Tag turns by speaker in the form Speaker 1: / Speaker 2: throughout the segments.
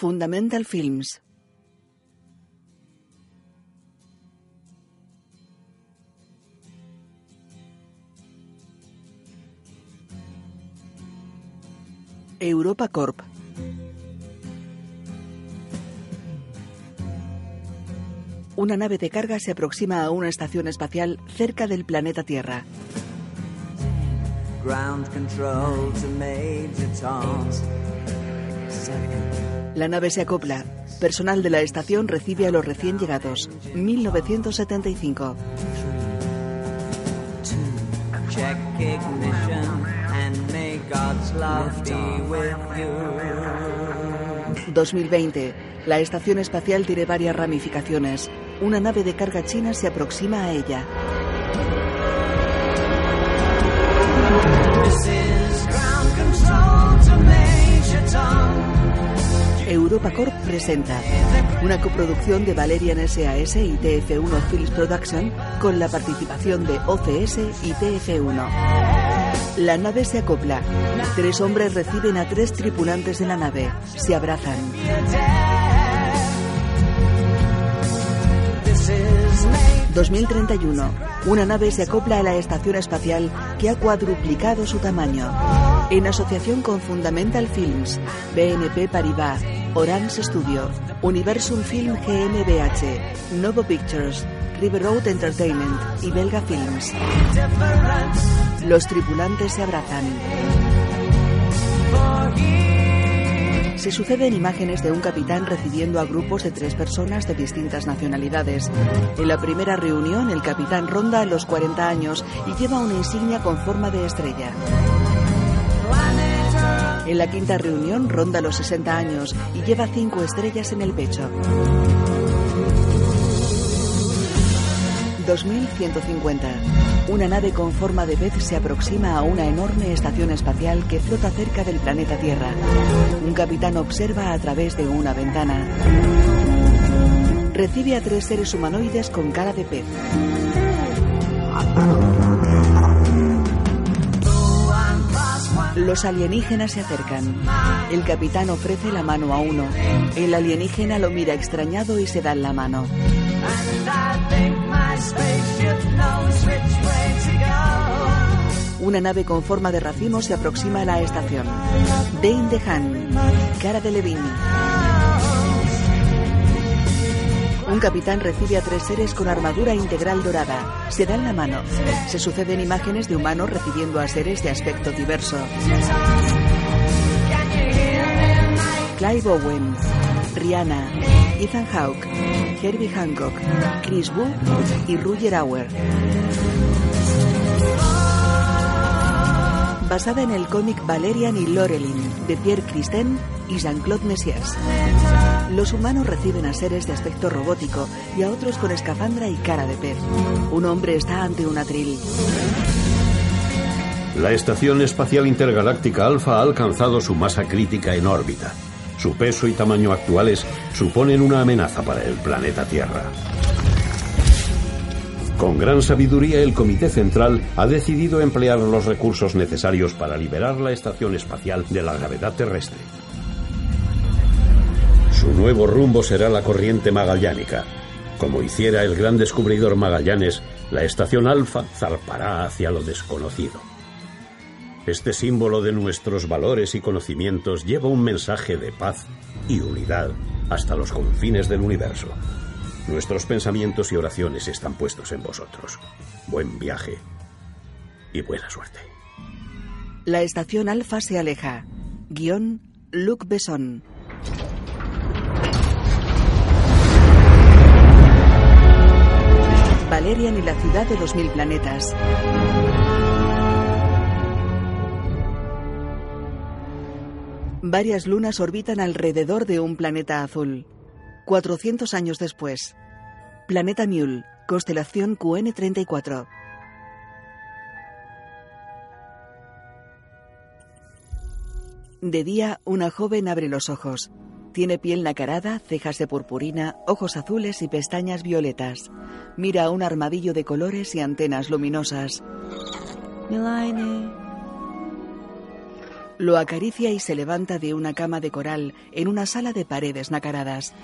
Speaker 1: Fundamental Films. Europa Corp. Una nave de carga se aproxima a una estación espacial cerca del planeta Tierra.
Speaker 2: Ground control to Major Tom.
Speaker 1: La nave se acopla. Personal de la estación recibe a los recién llegados. 1975.
Speaker 2: Check ignition and may God's love be with you.
Speaker 1: 2020. La estación espacial tiene varias ramificaciones. Una nave de carga china se aproxima a ella.
Speaker 2: This is ground control to Major Tom.
Speaker 1: Europa Corp presenta una coproducción de Valerian SAS y TF1 Films Production con la participación de OCS y TF1. La nave se acopla. Tres hombres reciben a tres tripulantes de la nave. Se abrazan.
Speaker 2: This is Major
Speaker 1: 2031. Una nave se acopla a la estación espacial que ha cuadruplicado su tamaño. En asociación con Fundamental Films, BNP Paribas, Orange Studio, Universum Film GmbH, Novo Pictures, River Road Entertainment y Belga Films. Los tripulantes se abrazan. Se suceden imágenes de un capitán recibiendo a grupos de tres personas de distintas nacionalidades. En la primera reunión, el capitán ronda los 40 años y lleva una insignia con forma de estrella. En la quinta reunión, ronda los 60 años y lleva cinco estrellas en el pecho. 2150. Una nave con forma de pez se aproxima a una enorme estación espacial que flota cerca del planeta Tierra. Un capitán observa a través de una ventana. Recibe a tres seres humanoides con cara de pez. Los alienígenas se acercan. El capitán ofrece la mano a uno. El alienígena lo mira extrañado y se dan la mano.
Speaker 2: And I think my spaceship knows which way to go.
Speaker 1: Una nave con forma de racimo se aproxima a la estación. Dane DeHaan, cara de Levine. Un capitán recibe a tres seres con armadura integral dorada. Se dan la mano. Se suceden imágenes de humanos recibiendo a seres de aspecto diverso. Clive Owen, Rihanna, Ethan Hawke, Herbie Hancock, Chris Wu y Roger Auer. Basada en el cómic Valerian y Lorelin de Pierre Christen y Jean-Claude Messias. Los humanos reciben a seres de aspecto robótico y a otros con escafandra y cara de pez. Un hombre está ante un atril.
Speaker 3: La Estación Espacial Intergaláctica Alfa ha alcanzado su masa crítica en órbita. Su peso y tamaño actuales suponen una amenaza para el planeta Tierra. Con gran sabiduría, el Comité Central ha decidido emplear los recursos necesarios para liberar la Estación Espacial de la gravedad terrestre. Su nuevo rumbo será la corriente magallánica. Como hiciera el gran descubridor Magallanes, la estación Alfa zarpará hacia lo desconocido. Este símbolo de nuestros valores y conocimientos lleva un mensaje de paz y unidad hasta los confines del universo. Nuestros pensamientos y oraciones están puestos en vosotros. Buen viaje y buena suerte.
Speaker 1: La estación Alfa se aleja. Guión Luc Besson. Valerian y la ciudad de los mil planetas. Varias lunas orbitan alrededor de un planeta azul. 400 años después. Planeta Mule, constelación QN34. De día, una joven abre los ojos. Tiene piel nacarada, cejas de purpurina, ojos azules y pestañas violetas. Mira a un armadillo de colores y antenas luminosas. Lo acaricia y se levanta de una cama de coral en una sala de paredes nacaradas.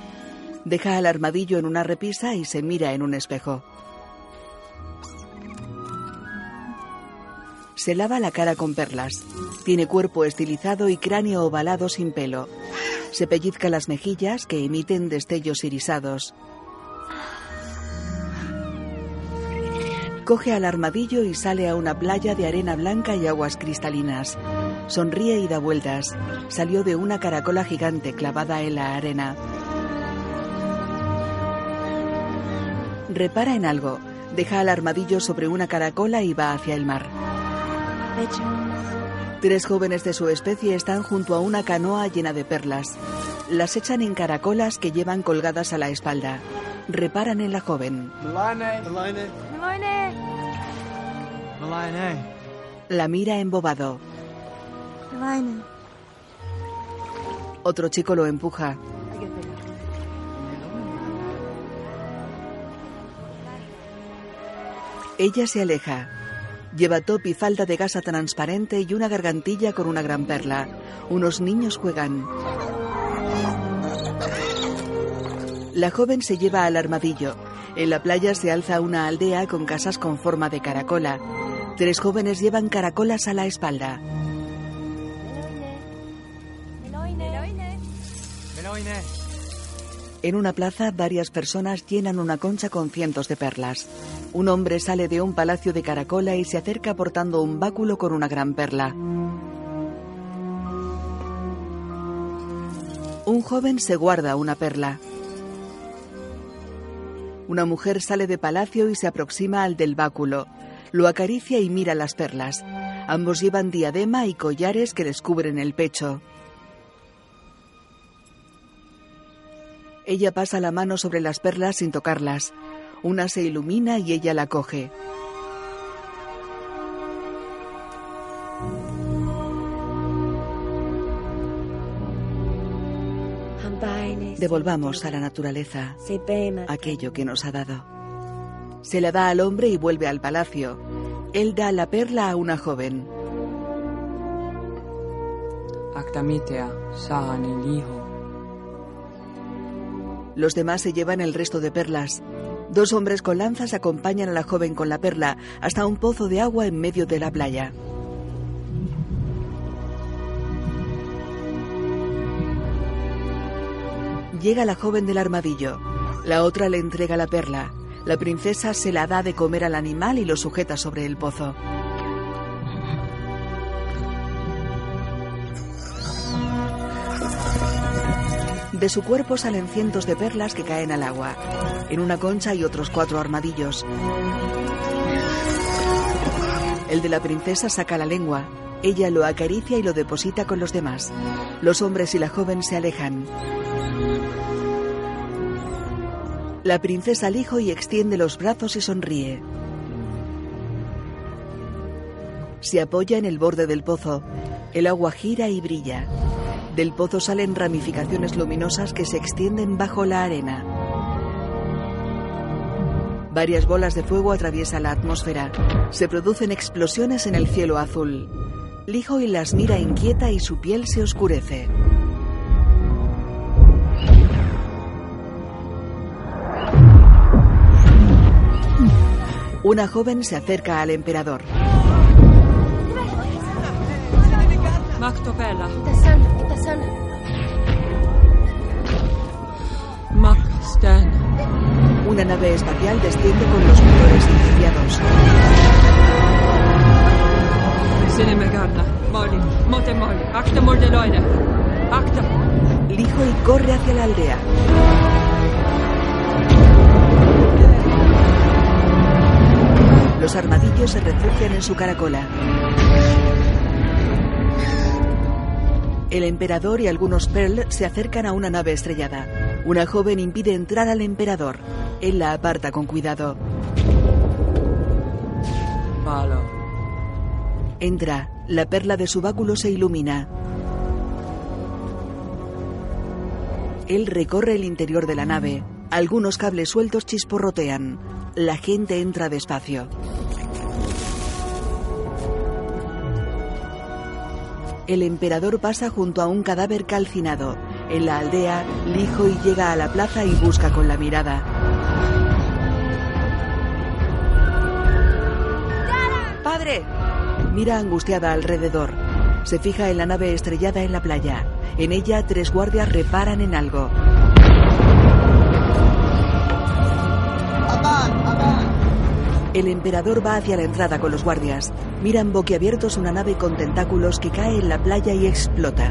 Speaker 1: Deja al armadillo en una repisa y se mira en un espejo. Se lava la cara con perlas. Tiene cuerpo estilizado y cráneo ovalado sin pelo. Se pellizca las mejillas que emiten destellos irisados. Coge al armadillo y sale a una playa de arena blanca y aguas cristalinas. Sonríe y da vueltas. Salió de una caracola gigante clavada en la arena. Repara en algo. Deja al armadillo sobre una caracola y va hacia el mar. Tres jóvenes de su especie están junto a una canoa llena de perlas. Las echan en caracolas que llevan colgadas a la espalda. Reparan en la joven. La mira embobado. Otro chico lo empuja. Ella se aleja. Lleva top y falda de gasa transparente y una gargantilla con una gran perla. Unos niños juegan. La joven se lleva al armadillo. En la playa se alza una aldea con casas con forma de caracola. Tres jóvenes llevan caracolas a la espalda. En una plaza, varias personas llenan una concha con cientos de perlas. Un hombre sale de un palacio de caracola y se acerca portando un báculo con una gran perla. Un joven se guarda una perla. Una mujer sale de palacio y se aproxima al del báculo. Lo acaricia y mira las perlas. Ambos llevan diadema y collares que les cubren el pecho. Ella pasa la mano sobre las perlas sin tocarlas. Una se ilumina y ella la coge. Devolvamos a la naturaleza aquello que nos ha dado. Se la da al hombre y vuelve al palacio. Él da la perla a una joven.
Speaker 4: Actamitea, Sahan el hijo.
Speaker 1: Los demás se llevan el resto de perlas. Dos hombres con lanzas acompañan a la joven con la perla hasta un pozo de agua en medio de la playa. Llega la joven del armadillo. La otra le entrega la perla. La princesa se la da de comer al animal y lo sujeta sobre el pozo. De su cuerpo salen cientos de perlas que caen al agua. En una concha hay otros cuatro armadillos. El de la princesa saca la lengua. Ella lo acaricia y lo deposita con los demás. Los hombres y la joven se alejan. La princesa al hijo y extiende los brazos y sonríe. Se apoya en el borde del pozo. El agua gira y brilla. Del pozo salen ramificaciones luminosas que se extienden bajo la arena. Varias bolas de fuego atraviesan la atmósfera. Se producen explosiones en el cielo azul. Lijo y las mira inquieta y su piel se oscurece. Una joven se acerca al emperador.
Speaker 4: Maktopela,
Speaker 5: Tasana, Tasana.
Speaker 4: Makstan,
Speaker 1: Una nave espacial desciende con los colores incendiados.
Speaker 4: Sinemegarna, Molly, Motemol, Acta Mordeloide, Acta,
Speaker 1: Lijo y corre hacia la aldea. Los armadillos se refugian en su caracola. El emperador y algunos Pearl se acercan a una nave estrellada. Una joven impide entrar al emperador. Él la aparta con cuidado.
Speaker 4: Palo,
Speaker 1: Entra. La perla de su báculo se ilumina. Él recorre el interior de la nave. Algunos cables sueltos chisporrotean. La gente entra despacio. El emperador pasa junto a un cadáver calcinado. En la aldea, Lijo y llega a la plaza y busca con la mirada. ¡Padre! Mira angustiada alrededor. Se fija en la nave estrellada en la playa. En ella, tres guardias reparan en algo. El emperador va hacia la entrada con los guardias. Miran boquiabiertos una nave con tentáculos que cae en la playa y explota.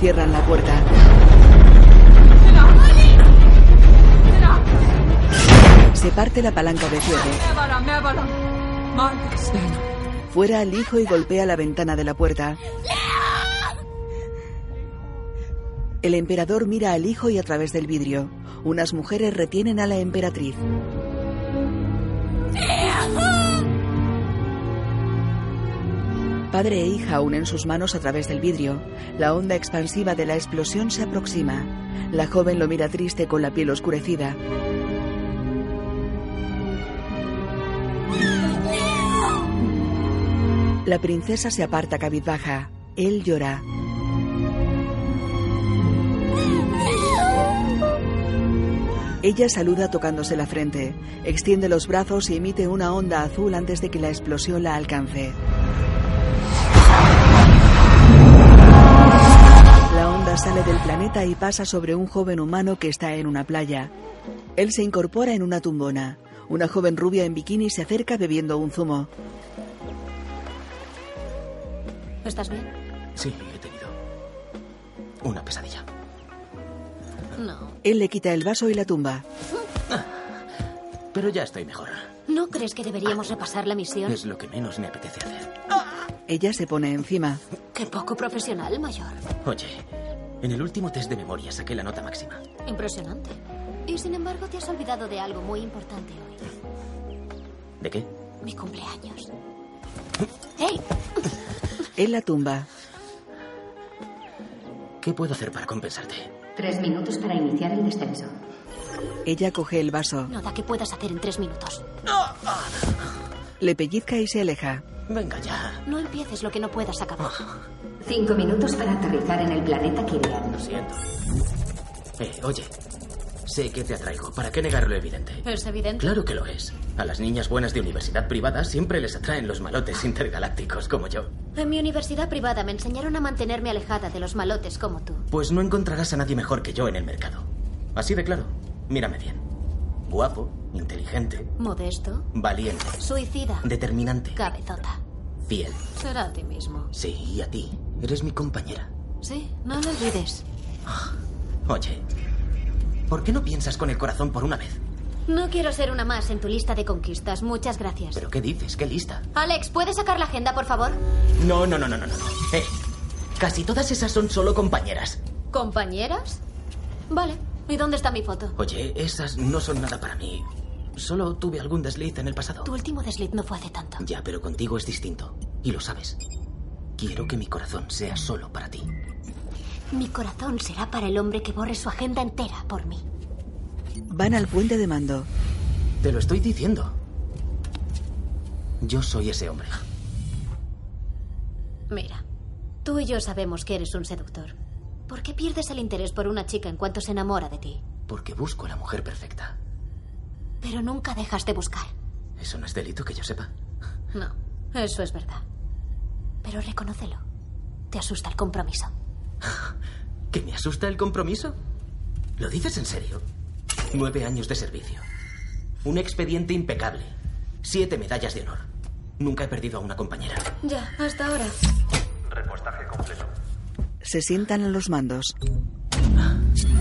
Speaker 1: Cierran la puerta. Se parte la palanca de cierre. Fuera el hijo y golpea la ventana de la puerta. El emperador mira al hijo y a través del vidrio. Unas mujeres retienen a la emperatriz. Padre e hija unen sus manos a través del vidrio. La onda expansiva de la explosión se aproxima. La joven lo mira triste con la piel oscurecida. La princesa se aparta cabizbaja. Él llora. Ella saluda tocándose la frente, extiende los brazos y emite una onda azul antes de que la explosión la alcance. La onda sale del planeta y pasa sobre un joven humano que está en una playa. Él se incorpora en una tumbona. Una joven rubia en bikini se acerca bebiendo un zumo.
Speaker 5: ¿Estás bien?
Speaker 6: Sí, he tenido una pesadilla.
Speaker 5: No.
Speaker 1: Él le quita el vaso y la tumba.
Speaker 6: Pero ya estoy mejor.
Speaker 5: ¿No crees que deberíamos repasar la misión?
Speaker 6: Es lo que menos me apetece hacer.
Speaker 1: Ella se pone encima.
Speaker 5: Qué poco profesional, mayor.
Speaker 6: Oye, en el último test de memoria saqué la nota máxima.
Speaker 5: Impresionante. Y sin embargo, te has olvidado de algo muy importante hoy.
Speaker 6: ¿De qué?
Speaker 5: Mi cumpleaños. ¡Hey!
Speaker 1: Él la tumba.
Speaker 6: ¿Qué puedo hacer para compensarte?
Speaker 7: Tres minutos para iniciar el descenso.
Speaker 1: Ella coge el vaso,
Speaker 5: Nada que puedas hacer en tres minutos.
Speaker 1: le pellizca y se aleja.
Speaker 6: Venga ya. Ah.
Speaker 5: No empieces lo que no puedas acabar.
Speaker 7: Cinco minutos para aterrizar en el planeta Kirian.
Speaker 6: Lo siento. Eh, oye, sé que te atraigo. ¿Para qué negar lo evidente?
Speaker 5: Es evidente.
Speaker 6: Claro que lo es. A las niñas buenas de universidad privada siempre les atraen los malotes intergalácticos como yo.
Speaker 5: En mi universidad privada me enseñaron a mantenerme alejada de los malotes como tú.
Speaker 6: Pues no encontrarás a nadie mejor que yo en el mercado. Así de claro. Mírame bien. Guapo, inteligente,
Speaker 5: Modesto,
Speaker 6: valiente,
Speaker 5: suicida,
Speaker 6: determinante,
Speaker 5: cabezota.
Speaker 6: fiel.
Speaker 5: Será a ti mismo.
Speaker 6: Sí, y a ti. Eres mi compañera.
Speaker 5: Sí, no lo olvides.
Speaker 6: Oye, ¿por qué no piensas con el corazón por una vez?
Speaker 5: No quiero ser una más en tu lista de conquistas. Muchas gracias.
Speaker 6: ¿Pero qué dices? ¿Qué lista?
Speaker 5: Alex, ¿puedes sacar la agenda, por favor?
Speaker 6: No, no, no, no, no, no. Eh, casi todas esas son solo compañeras.
Speaker 5: ¿Compañeras? Vale. ¿Y dónde está mi foto?
Speaker 6: Oye, esas no son nada para mí. Solo tuve algún desliz en el pasado.
Speaker 5: Tu último desliz no fue hace tanto.
Speaker 6: Ya, pero contigo es distinto. Y lo sabes. Quiero que mi corazón sea solo para ti.
Speaker 5: Mi corazón será para el hombre que borre su agenda entera por mí.
Speaker 1: Van al puente de mando.
Speaker 6: Te lo estoy diciendo. Yo soy ese hombre.
Speaker 5: Mira, tú y yo sabemos que eres un seductor. ¿Por qué pierdes el interés por una chica en cuanto se enamora de ti?
Speaker 6: Porque busco a la mujer perfecta.
Speaker 5: Pero nunca dejas de buscar.
Speaker 6: Eso no es delito que yo sepa.
Speaker 5: No, eso es verdad. Pero reconócelo. Te asusta el compromiso.
Speaker 6: ¿Que me asusta el compromiso? ¿Lo dices en serio? Nueve años de servicio. Un expediente impecable. Siete medallas de honor. Nunca he perdido a una compañera.
Speaker 5: Ya, hasta ahora.
Speaker 1: Se sientan a los mandos.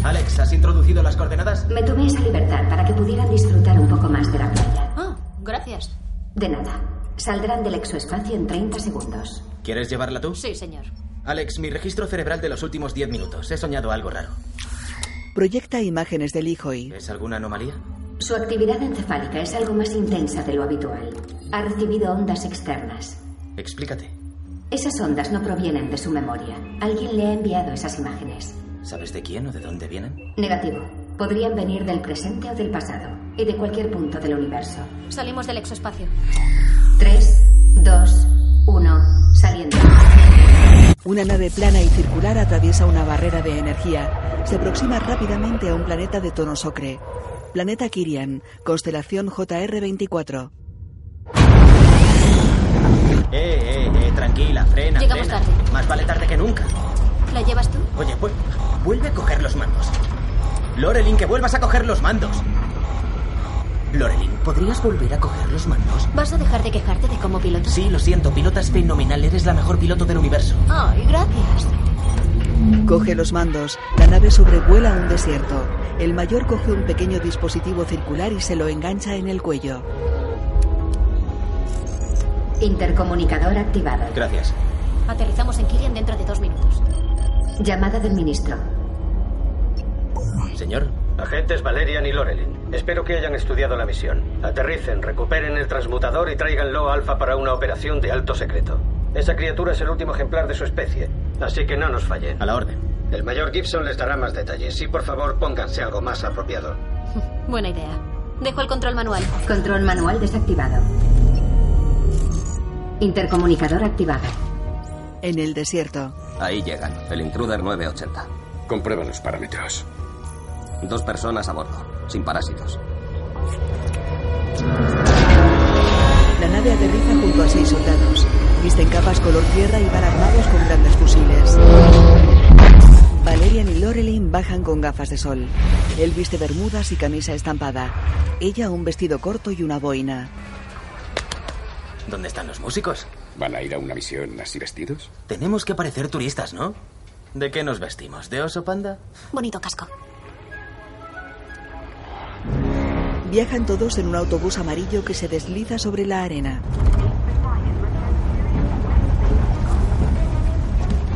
Speaker 6: Alex, ¿has introducido las coordenadas?
Speaker 7: Me tomé esa libertad para que pudieran disfrutar un poco más de la playa.
Speaker 5: Ah, gracias.
Speaker 7: De nada. Saldrán del exoespacio en 30 segundos.
Speaker 6: ¿Quieres llevarla tú?
Speaker 5: Sí, señor.
Speaker 6: Alex, mi registro cerebral de los últimos diez minutos. He soñado algo raro.
Speaker 1: Proyecta imágenes del hijo y
Speaker 6: ¿Es alguna anomalía?
Speaker 7: Su actividad encefálica es algo más intensa de lo habitual. Ha recibido ondas externas.
Speaker 6: Explícate.
Speaker 7: Esas ondas no provienen de su memoria. Alguien le ha enviado esas imágenes.
Speaker 6: ¿Sabes de quién o de dónde vienen?
Speaker 7: Negativo. Podrían venir del presente o del pasado y de cualquier punto del universo.
Speaker 5: Salimos del exoespacio.
Speaker 7: 3, 2, 1, saliendo.
Speaker 1: Una nave plana y circular atraviesa una barrera de energía. Se aproxima rápidamente a un planeta de tono ocre. Planeta Kirian, constelación JR24.
Speaker 6: Eh, eh, eh, tranquila, frena.
Speaker 5: Llegamos
Speaker 6: frena.
Speaker 5: tarde.
Speaker 6: Más vale tarde que nunca.
Speaker 5: ¿La llevas tú?
Speaker 6: Oye, vuel- vuelve a coger los mandos. Lorelin, que vuelvas a coger los mandos. Lorelin, ¿podrías volver a coger los mandos?
Speaker 5: ¿Vas a dejar de quejarte de cómo pilotas?
Speaker 6: Sí, lo siento, pilotas fenomenal, eres la mejor piloto del universo.
Speaker 8: Oh,
Speaker 5: Ay, gracias.
Speaker 1: Coge los mandos. La nave sobrevuela un desierto. El mayor coge un pequeño dispositivo circular y se lo engancha en el cuello.
Speaker 7: Intercomunicador activado.
Speaker 6: Gracias.
Speaker 5: Aterrizamos en Kirian dentro de dos minutos.
Speaker 7: Llamada del ministro.
Speaker 6: Señor,
Speaker 8: Agentes Valerian y Lorelin, espero que hayan estudiado la misión. Aterricen, recuperen el transmutador y tráiganlo a Alfa para una operación de alto secreto. Esa criatura es el último ejemplar de su especie, así que no nos fallen.
Speaker 6: a la orden.
Speaker 8: El mayor Gibson les dará más detalles y por favor pónganse algo más apropiado.
Speaker 5: Buena idea. Dejo el control manual.
Speaker 7: Control manual desactivado. Intercomunicador activado.
Speaker 1: En el desierto.
Speaker 9: Ahí llegan, el Intruder 980.
Speaker 3: Comprueba los parámetros.
Speaker 9: Dos personas a bordo, sin parásitos.
Speaker 1: La nave aterriza junto a seis soldados. Visten capas color tierra y van armados con grandes fusiles. Valerian y Lorelin bajan con gafas de sol. Él viste bermudas y camisa estampada. Ella un vestido corto y una boina.
Speaker 6: ¿Dónde están los músicos?
Speaker 10: ¿Van a ir a una misión así vestidos?
Speaker 6: Tenemos que parecer turistas, ¿no? ¿De qué nos vestimos? ¿De oso panda?
Speaker 5: Bonito casco.
Speaker 1: Viajan todos en un autobús amarillo que se desliza sobre la arena.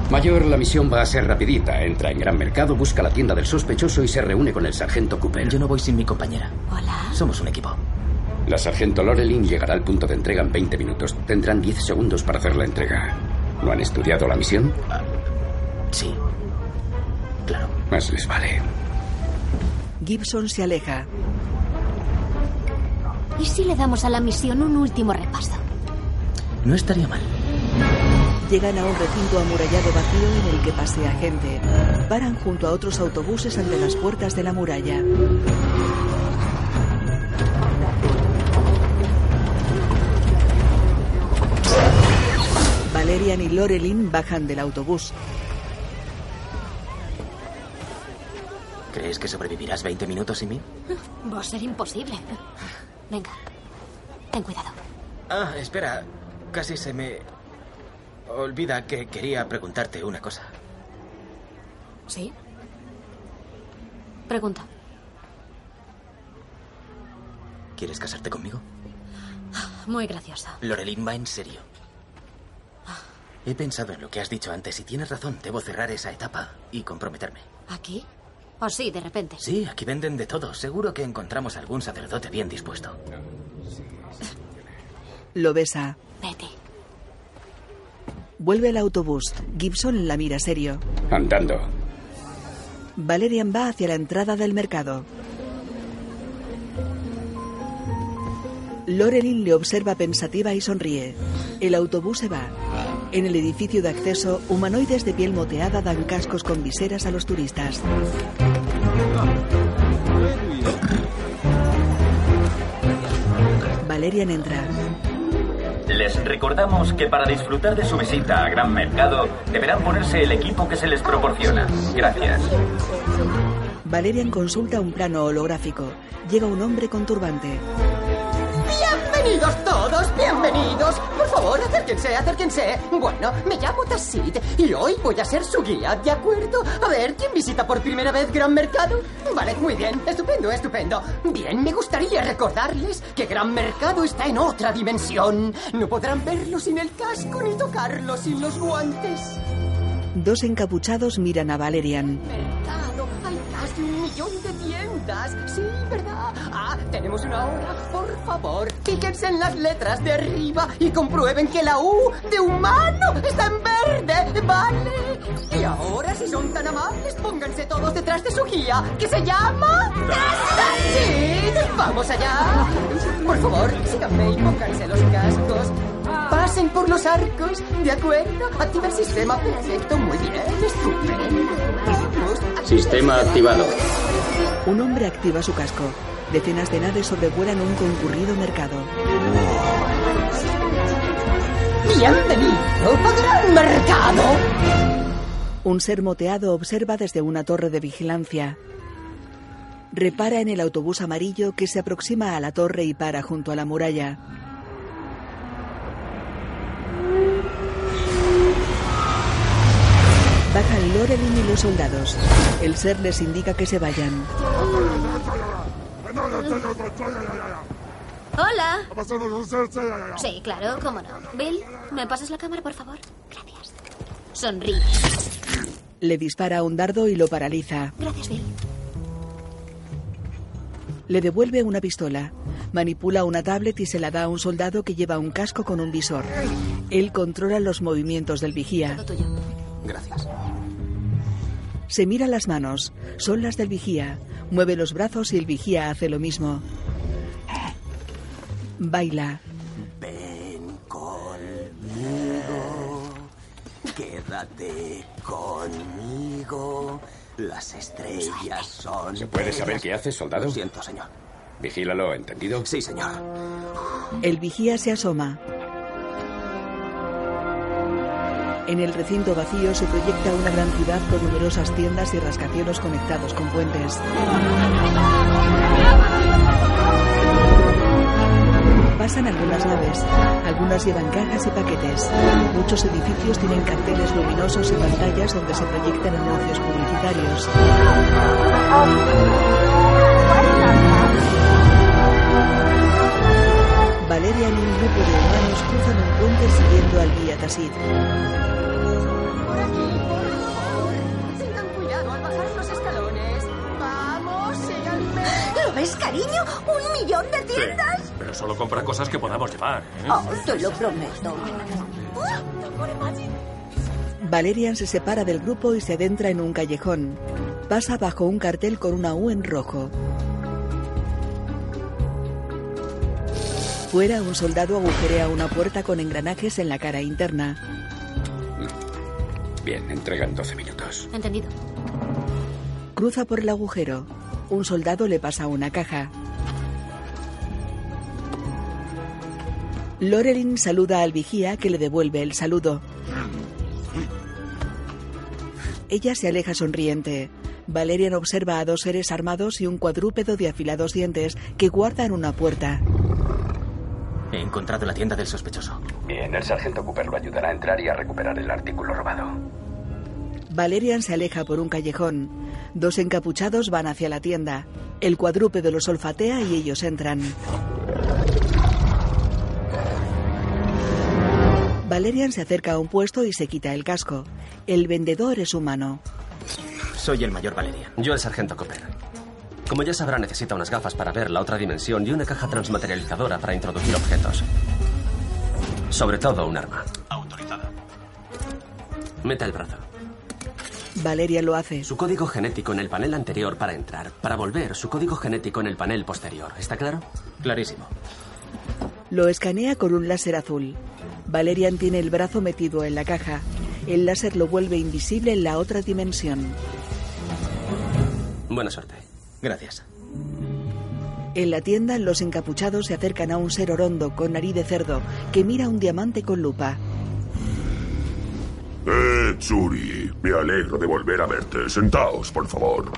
Speaker 10: Mayor, la misión va a ser rapidita. Entra en Gran Mercado, busca la tienda del sospechoso y se reúne con el sargento Cooper.
Speaker 6: Yo no voy sin mi compañera.
Speaker 5: Hola.
Speaker 6: Somos un equipo.
Speaker 10: La sargento Lorelin llegará al punto de entrega en 20 minutos. Tendrán 10 segundos para hacer la entrega. ¿No han estudiado la misión?
Speaker 6: Sí. Claro.
Speaker 10: Más les vale.
Speaker 1: Gibson se aleja.
Speaker 5: ¿Y si le damos a la misión un último repaso?
Speaker 6: No estaría mal.
Speaker 1: Llegan a un recinto amurallado vacío en el que pasea gente. Paran junto a otros autobuses ante las puertas de la muralla. Valerian y Lorelin bajan del autobús.
Speaker 6: ¿Crees que sobrevivirás 20 minutos sin mí?
Speaker 5: Va a ser imposible. Venga. Ten cuidado.
Speaker 6: Ah, espera. Casi se me... Olvida que quería preguntarte una cosa.
Speaker 5: ¿Sí? Pregunta.
Speaker 6: ¿Quieres casarte conmigo?
Speaker 5: Muy graciosa.
Speaker 6: Lorelin va en serio. He pensado en lo que has dicho antes y tienes razón. Debo cerrar esa etapa y comprometerme.
Speaker 5: ¿Aquí? Así, de repente.
Speaker 6: Sí, aquí venden de todo. Seguro que encontramos algún sacerdote bien dispuesto.
Speaker 1: Lo besa.
Speaker 5: Vete.
Speaker 1: Vuelve al autobús. Gibson la mira serio.
Speaker 10: Andando.
Speaker 1: Valerian va hacia la entrada del mercado. Lorelin le observa pensativa y sonríe. El autobús se va. En el edificio de acceso, humanoides de piel moteada dan cascos con viseras a los turistas. Valerian entra.
Speaker 11: Les recordamos que para disfrutar de su visita a Gran Mercado deberán ponerse el equipo que se les proporciona. Gracias.
Speaker 1: Valerian consulta un plano holográfico. Llega un hombre con turbante.
Speaker 2: Bienvenidos todos, bienvenidos. Por favor, acérquense, acérquense. Bueno, me llamo Tassit y hoy voy a ser su guía, ¿de acuerdo? A ver, ¿quién visita por primera vez Gran Mercado? Vale, muy bien, estupendo, estupendo. Bien, me gustaría recordarles que Gran Mercado está en otra dimensión. No podrán verlo sin el casco ni tocarlo sin los guantes.
Speaker 1: Dos encapuchados miran a Valerian.
Speaker 2: Mercado, hay casi un millón de tiendas. Sí, ¿verdad? Ah, tenemos una hora. Por favor, fíjense en las letras de arriba y comprueben que la U de humano está en verde, ¿vale? Y ahora, si son tan amables, pónganse todos detrás de su guía, que se llama... ¡Sí! ¡Vamos allá! Por favor, síganme y pónganse los cascos. Pasen por los arcos, ¿de acuerdo? Activa el sistema. Perfecto, muy bien, estupendo. Vamos,
Speaker 10: Sistema activado.
Speaker 1: Un hombre activa su casco. Decenas de naves sobrevuelan un concurrido mercado.
Speaker 2: Bienvenido a Gran Mercado.
Speaker 1: Un ser moteado observa desde una torre de vigilancia. Repara en el autobús amarillo que se aproxima a la torre y para junto a la muralla. Bajan Lorelin y los soldados. El ser les indica que se vayan.
Speaker 5: Hola. Sí, claro, cómo no. Bill, ¿me pasas la cámara, por favor? Gracias. Sonríe.
Speaker 1: Le dispara un dardo y lo paraliza.
Speaker 5: Gracias, Bill.
Speaker 1: Le devuelve una pistola. Manipula una tablet y se la da a un soldado que lleva un casco con un visor. Él controla los movimientos del vigía.
Speaker 9: Gracias.
Speaker 1: Se mira las manos. Son las del vigía. Mueve los brazos y el vigía hace lo mismo. Baila.
Speaker 12: Ven conmigo, quédate conmigo. Las estrellas son.
Speaker 10: ¿Se puede saber qué hace, soldado? Lo
Speaker 9: siento, señor.
Speaker 10: Vigílalo, ¿entendido?
Speaker 9: Sí, señor.
Speaker 1: El vigía se asoma. En el recinto vacío se proyecta una gran ciudad con numerosas tiendas y rascacielos conectados con puentes. Pasan algunas naves, algunas llevan cajas y paquetes. Muchos edificios tienen carteles luminosos y pantallas donde se proyectan anuncios publicitarios. Valeria y un grupo de humanos cruzan un puente siguiendo al guía Tassid.
Speaker 2: Tengan cuidado al bajar los escalones. Vamos, síganme.
Speaker 13: ¿Lo ves, cariño? ¿Un millón de tiendas?
Speaker 14: Pero solo compra cosas que podamos llevar. ¿eh?
Speaker 13: Oh, te lo prometo.
Speaker 1: Valerian se separa del grupo y se adentra en un callejón. Pasa bajo un cartel con una U en rojo. Fuera, un soldado agujerea una puerta con engranajes en la cara interna.
Speaker 10: Bien, entrega en 12 minutos.
Speaker 5: Entendido.
Speaker 1: Cruza por el agujero. Un soldado le pasa una caja. Lorelin saluda al vigía que le devuelve el saludo. Ella se aleja sonriente. Valerian observa a dos seres armados y un cuadrúpedo de afilados dientes que guardan una puerta.
Speaker 6: He encontrado la tienda del sospechoso.
Speaker 10: Bien, el sargento Cooper lo ayudará a entrar y a recuperar el artículo robado.
Speaker 1: Valerian se aleja por un callejón. Dos encapuchados van hacia la tienda. El cuadrúpedo los olfatea y ellos entran. Valerian se acerca a un puesto y se quita el casco. El vendedor es humano.
Speaker 6: Soy el mayor Valeria.
Speaker 9: Yo, el sargento Cooper. Como ya sabrá, necesita unas gafas para ver la otra dimensión y una caja transmaterializadora para introducir objetos. Sobre todo un arma. Autorizada. Meta el brazo.
Speaker 1: Valeria lo hace.
Speaker 9: Su código genético en el panel anterior para entrar. Para volver, su código genético en el panel posterior. ¿Está claro? Clarísimo.
Speaker 1: Lo escanea con un láser azul. Valerian tiene el brazo metido en la caja. El láser lo vuelve invisible en la otra dimensión.
Speaker 9: Buena suerte.
Speaker 6: Gracias.
Speaker 1: En la tienda, los encapuchados se acercan a un ser orondo con nariz de cerdo que mira un diamante con lupa.
Speaker 15: Eh, Tsuri, me alegro de volver a verte. Sentaos, por favor.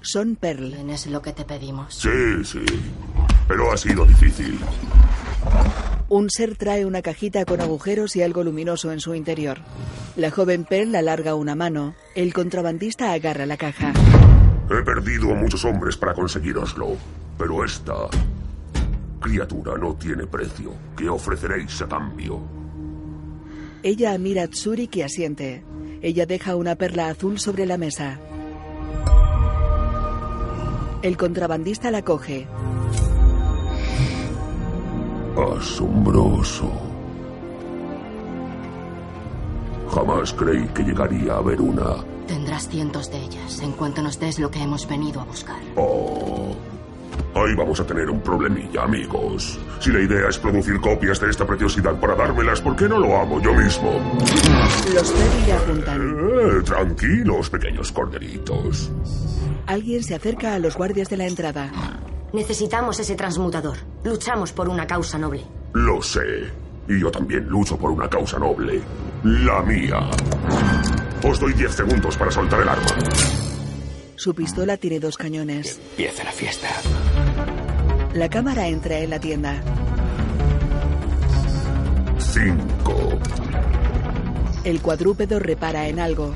Speaker 1: Son Pearl.
Speaker 16: ¿Tienes lo que te pedimos?
Speaker 15: Sí, sí. Pero ha sido difícil.
Speaker 1: Un ser trae una cajita con agujeros y algo luminoso en su interior. La joven Pearl alarga una mano. El contrabandista agarra la caja.
Speaker 15: He perdido a muchos hombres para conseguiroslo. Pero esta criatura no tiene precio. ¿Qué ofreceréis a cambio?
Speaker 1: Ella mira a Tsuri que asiente. Ella deja una perla azul sobre la mesa. El contrabandista la coge.
Speaker 15: Asombroso. Jamás creí que llegaría a ver una.
Speaker 16: Tendrás cientos de ellas en cuanto nos des lo que hemos venido a buscar.
Speaker 15: Oh. Ahí vamos a tener un problemilla, amigos. Si la idea es producir copias de esta preciosidad para dármelas, ¿por qué no lo hago yo mismo?
Speaker 1: Los Perry le apuntan.
Speaker 15: Eh, tranquilos, pequeños corderitos.
Speaker 1: Alguien se acerca a los guardias de la entrada.
Speaker 17: Necesitamos ese transmutador. Luchamos por una causa noble.
Speaker 15: Lo sé. Y yo también lucho por una causa noble. La mía. Os doy 10 segundos para soltar el arma.
Speaker 1: Su pistola tiene dos cañones.
Speaker 10: Empieza la fiesta.
Speaker 1: La cámara entra en la tienda.
Speaker 15: 5,
Speaker 1: El cuadrúpedo repara en algo.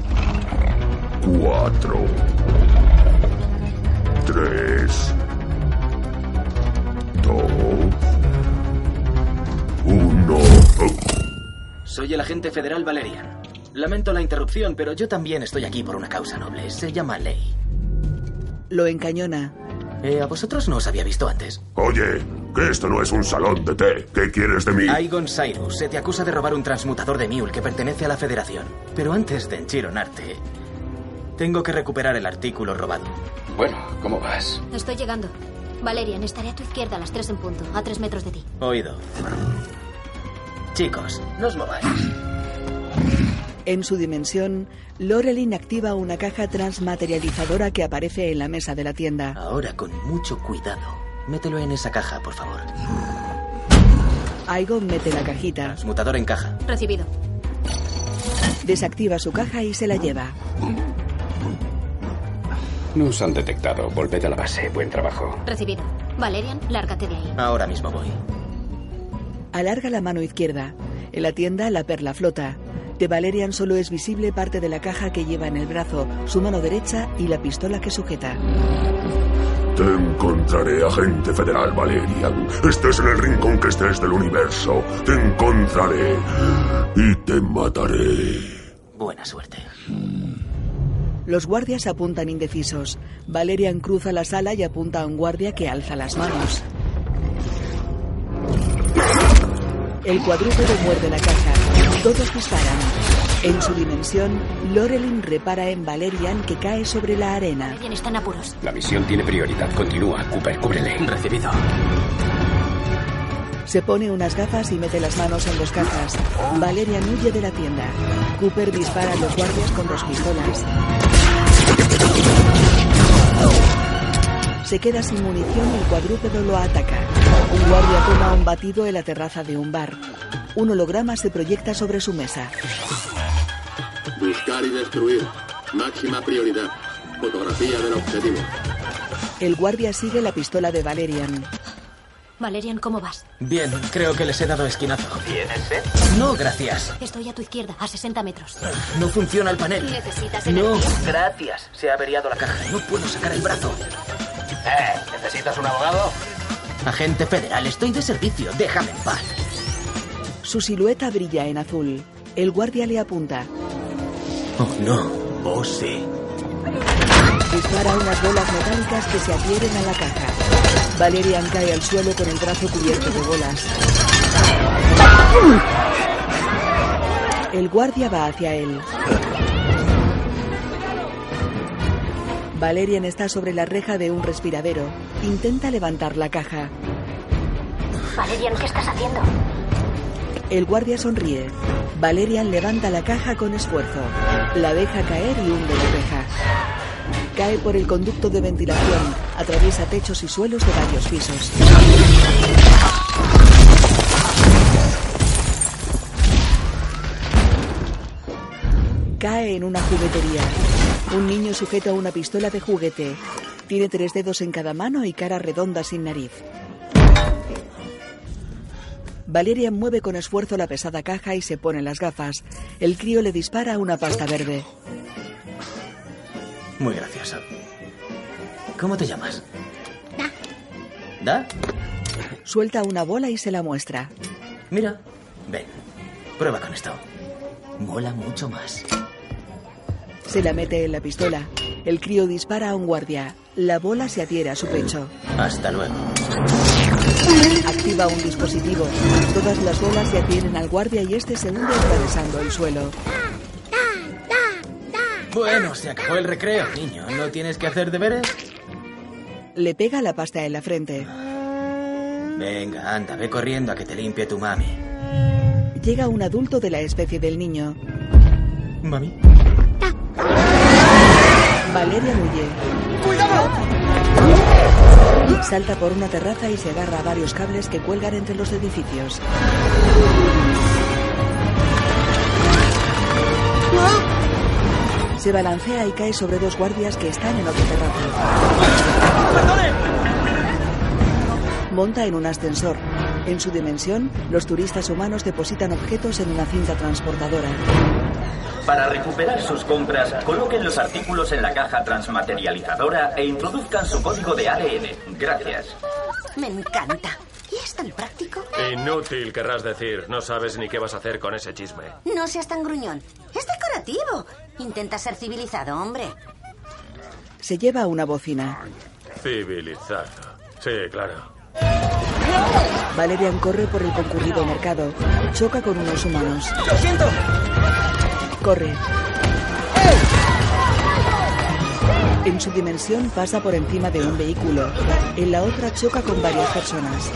Speaker 15: 4, 3, 2, 1.
Speaker 6: Soy el agente federal Valerian. Lamento la interrupción, pero yo también estoy aquí por una causa noble. Se llama ley.
Speaker 1: Lo encañona.
Speaker 6: Eh, a vosotros no os había visto antes.
Speaker 15: Oye, que esto no es un salón de té. ¿Qué quieres de mí?
Speaker 6: Aegon Cyrus se te acusa de robar un transmutador de Mule que pertenece a la Federación. Pero antes de enchironarte, tengo que recuperar el artículo robado.
Speaker 10: Bueno, ¿cómo vas?
Speaker 5: Estoy llegando. Valerian, estaré a tu izquierda a las 3 en punto, a 3 metros de ti.
Speaker 6: Oído. Chicos, no os mováis.
Speaker 1: En su dimensión, Lorelin activa una caja transmaterializadora que aparece en la mesa de la tienda.
Speaker 6: Ahora con mucho cuidado. Mételo en esa caja, por favor.
Speaker 1: Aegon mete la cajita,
Speaker 6: Transmutador en caja.
Speaker 5: Recibido.
Speaker 1: desactiva su caja y se la lleva.
Speaker 10: Nos han detectado. Volved a la base. Buen trabajo.
Speaker 5: Recibido. Valerian, lárgate de ahí.
Speaker 6: Ahora mismo voy.
Speaker 1: Alarga la mano izquierda. En la tienda, la perla flota. De Valerian solo es visible parte de la caja que lleva en el brazo, su mano derecha y la pistola que sujeta.
Speaker 15: Te encontraré, agente federal Valerian. Estés en el rincón que estés del universo. Te encontraré y te mataré.
Speaker 6: Buena suerte.
Speaker 1: Los guardias apuntan indecisos. Valerian cruza la sala y apunta a un guardia que alza las manos. El cuadrúpedo muerde la caja. Todos disparan. En su dimensión, Lorelin repara en Valerian que cae sobre la arena.
Speaker 5: Valerian está en apuros.
Speaker 10: La misión tiene prioridad. Continúa. Cooper, cúbrele. Recibido.
Speaker 1: Se pone unas gafas y mete las manos en los cajas. Valerian huye de la tienda. Cooper dispara a los guardias con dos pistolas. Se queda sin munición y el cuadrúpedo lo ataca. Un guardia toma un batido en la terraza de un bar. Un holograma se proyecta sobre su mesa.
Speaker 18: Buscar y destruir. Máxima prioridad. Fotografía del objetivo.
Speaker 1: El guardia sigue la pistola de Valerian.
Speaker 5: Valerian, ¿cómo vas?
Speaker 6: Bien, creo que les he dado esquinazo. ¿Tienes sed? No, gracias.
Speaker 5: Estoy a tu izquierda, a 60 metros.
Speaker 6: No funciona el panel.
Speaker 5: Necesitas
Speaker 6: No,
Speaker 5: energía.
Speaker 6: gracias. Se ha averiado la caja. No puedo sacar el brazo.
Speaker 9: Eh, ¿necesitas un abogado?
Speaker 6: Agente federal, estoy de servicio. Déjame en paz.
Speaker 1: Su silueta brilla en azul. El guardia le apunta.
Speaker 6: Oh, no. Oh, sí.
Speaker 1: Dispara unas bolas metálicas que se adhieren a la caja. Valerian cae al suelo con el brazo cubierto de bolas. El guardia va hacia él. Valerian está sobre la reja de un respiradero. Intenta levantar la caja.
Speaker 5: Valerian, ¿qué estás haciendo?
Speaker 1: El guardia sonríe. Valerian levanta la caja con esfuerzo. La deja caer y hunde la reja. Cae por el conducto de ventilación. Atraviesa techos y suelos de varios pisos. Cae en una juguetería. Un niño sujeta una pistola de juguete. Tiene tres dedos en cada mano y cara redonda sin nariz. Valeria mueve con esfuerzo la pesada caja y se pone las gafas. El crío le dispara una pasta verde.
Speaker 6: Muy gracioso. ¿Cómo te llamas? Da. ¿Da?
Speaker 1: Suelta una bola y se la muestra.
Speaker 6: Mira. Ven. Prueba con esto. Mola mucho más.
Speaker 1: Se la mete en la pistola. El crío dispara a un guardia. La bola se adhiere a su pecho.
Speaker 9: Hasta luego.
Speaker 1: Activa un dispositivo. Todas las bolas se adhieren al guardia y este se hunde atravesando el suelo.
Speaker 6: Bueno, se acabó el recreo, niño. ¿No tienes que hacer deberes?
Speaker 1: Le pega la pasta en la frente.
Speaker 6: Venga, anda, ve corriendo a que te limpie tu mami.
Speaker 1: Llega un adulto de la especie del niño.
Speaker 6: ¿Mami?
Speaker 1: Valeria huye. Salta por una terraza y se agarra a varios cables que cuelgan entre los edificios. Se balancea y cae sobre dos guardias que están en otra terraza. Monta en un ascensor. En su dimensión, los turistas humanos depositan objetos en una cinta transportadora.
Speaker 11: Para recuperar sus compras, coloquen los artículos en la caja transmaterializadora e introduzcan su código de ADN. Gracias.
Speaker 13: Me encanta. ¿Y es tan práctico?
Speaker 14: Inútil, querrás decir. No sabes ni qué vas a hacer con ese chisme.
Speaker 13: No seas tan gruñón. Es decorativo. Intenta ser civilizado, hombre.
Speaker 1: Se lleva una bocina.
Speaker 14: Civilizado. Sí, claro.
Speaker 1: Valerian corre por el concurrido mercado. Choca con unos humanos.
Speaker 6: ¡Lo siento!
Speaker 1: Corre. En su dimensión pasa por encima de un vehículo. En la otra choca con varias personas.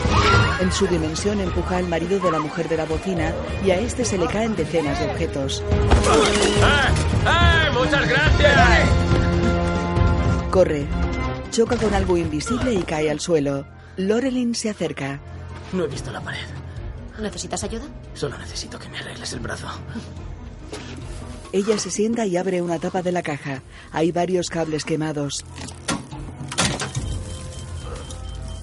Speaker 1: En su dimensión empuja al marido de la mujer de la bocina y a este se le caen decenas de objetos.
Speaker 14: ¡Eh! ¡Muchas gracias!
Speaker 1: Corre. Choca con algo invisible y cae al suelo. Lorelin se acerca.
Speaker 6: No he visto la pared.
Speaker 5: ¿Necesitas ayuda?
Speaker 6: Solo necesito que me arregles el brazo.
Speaker 1: Ella se sienta y abre una tapa de la caja. Hay varios cables quemados.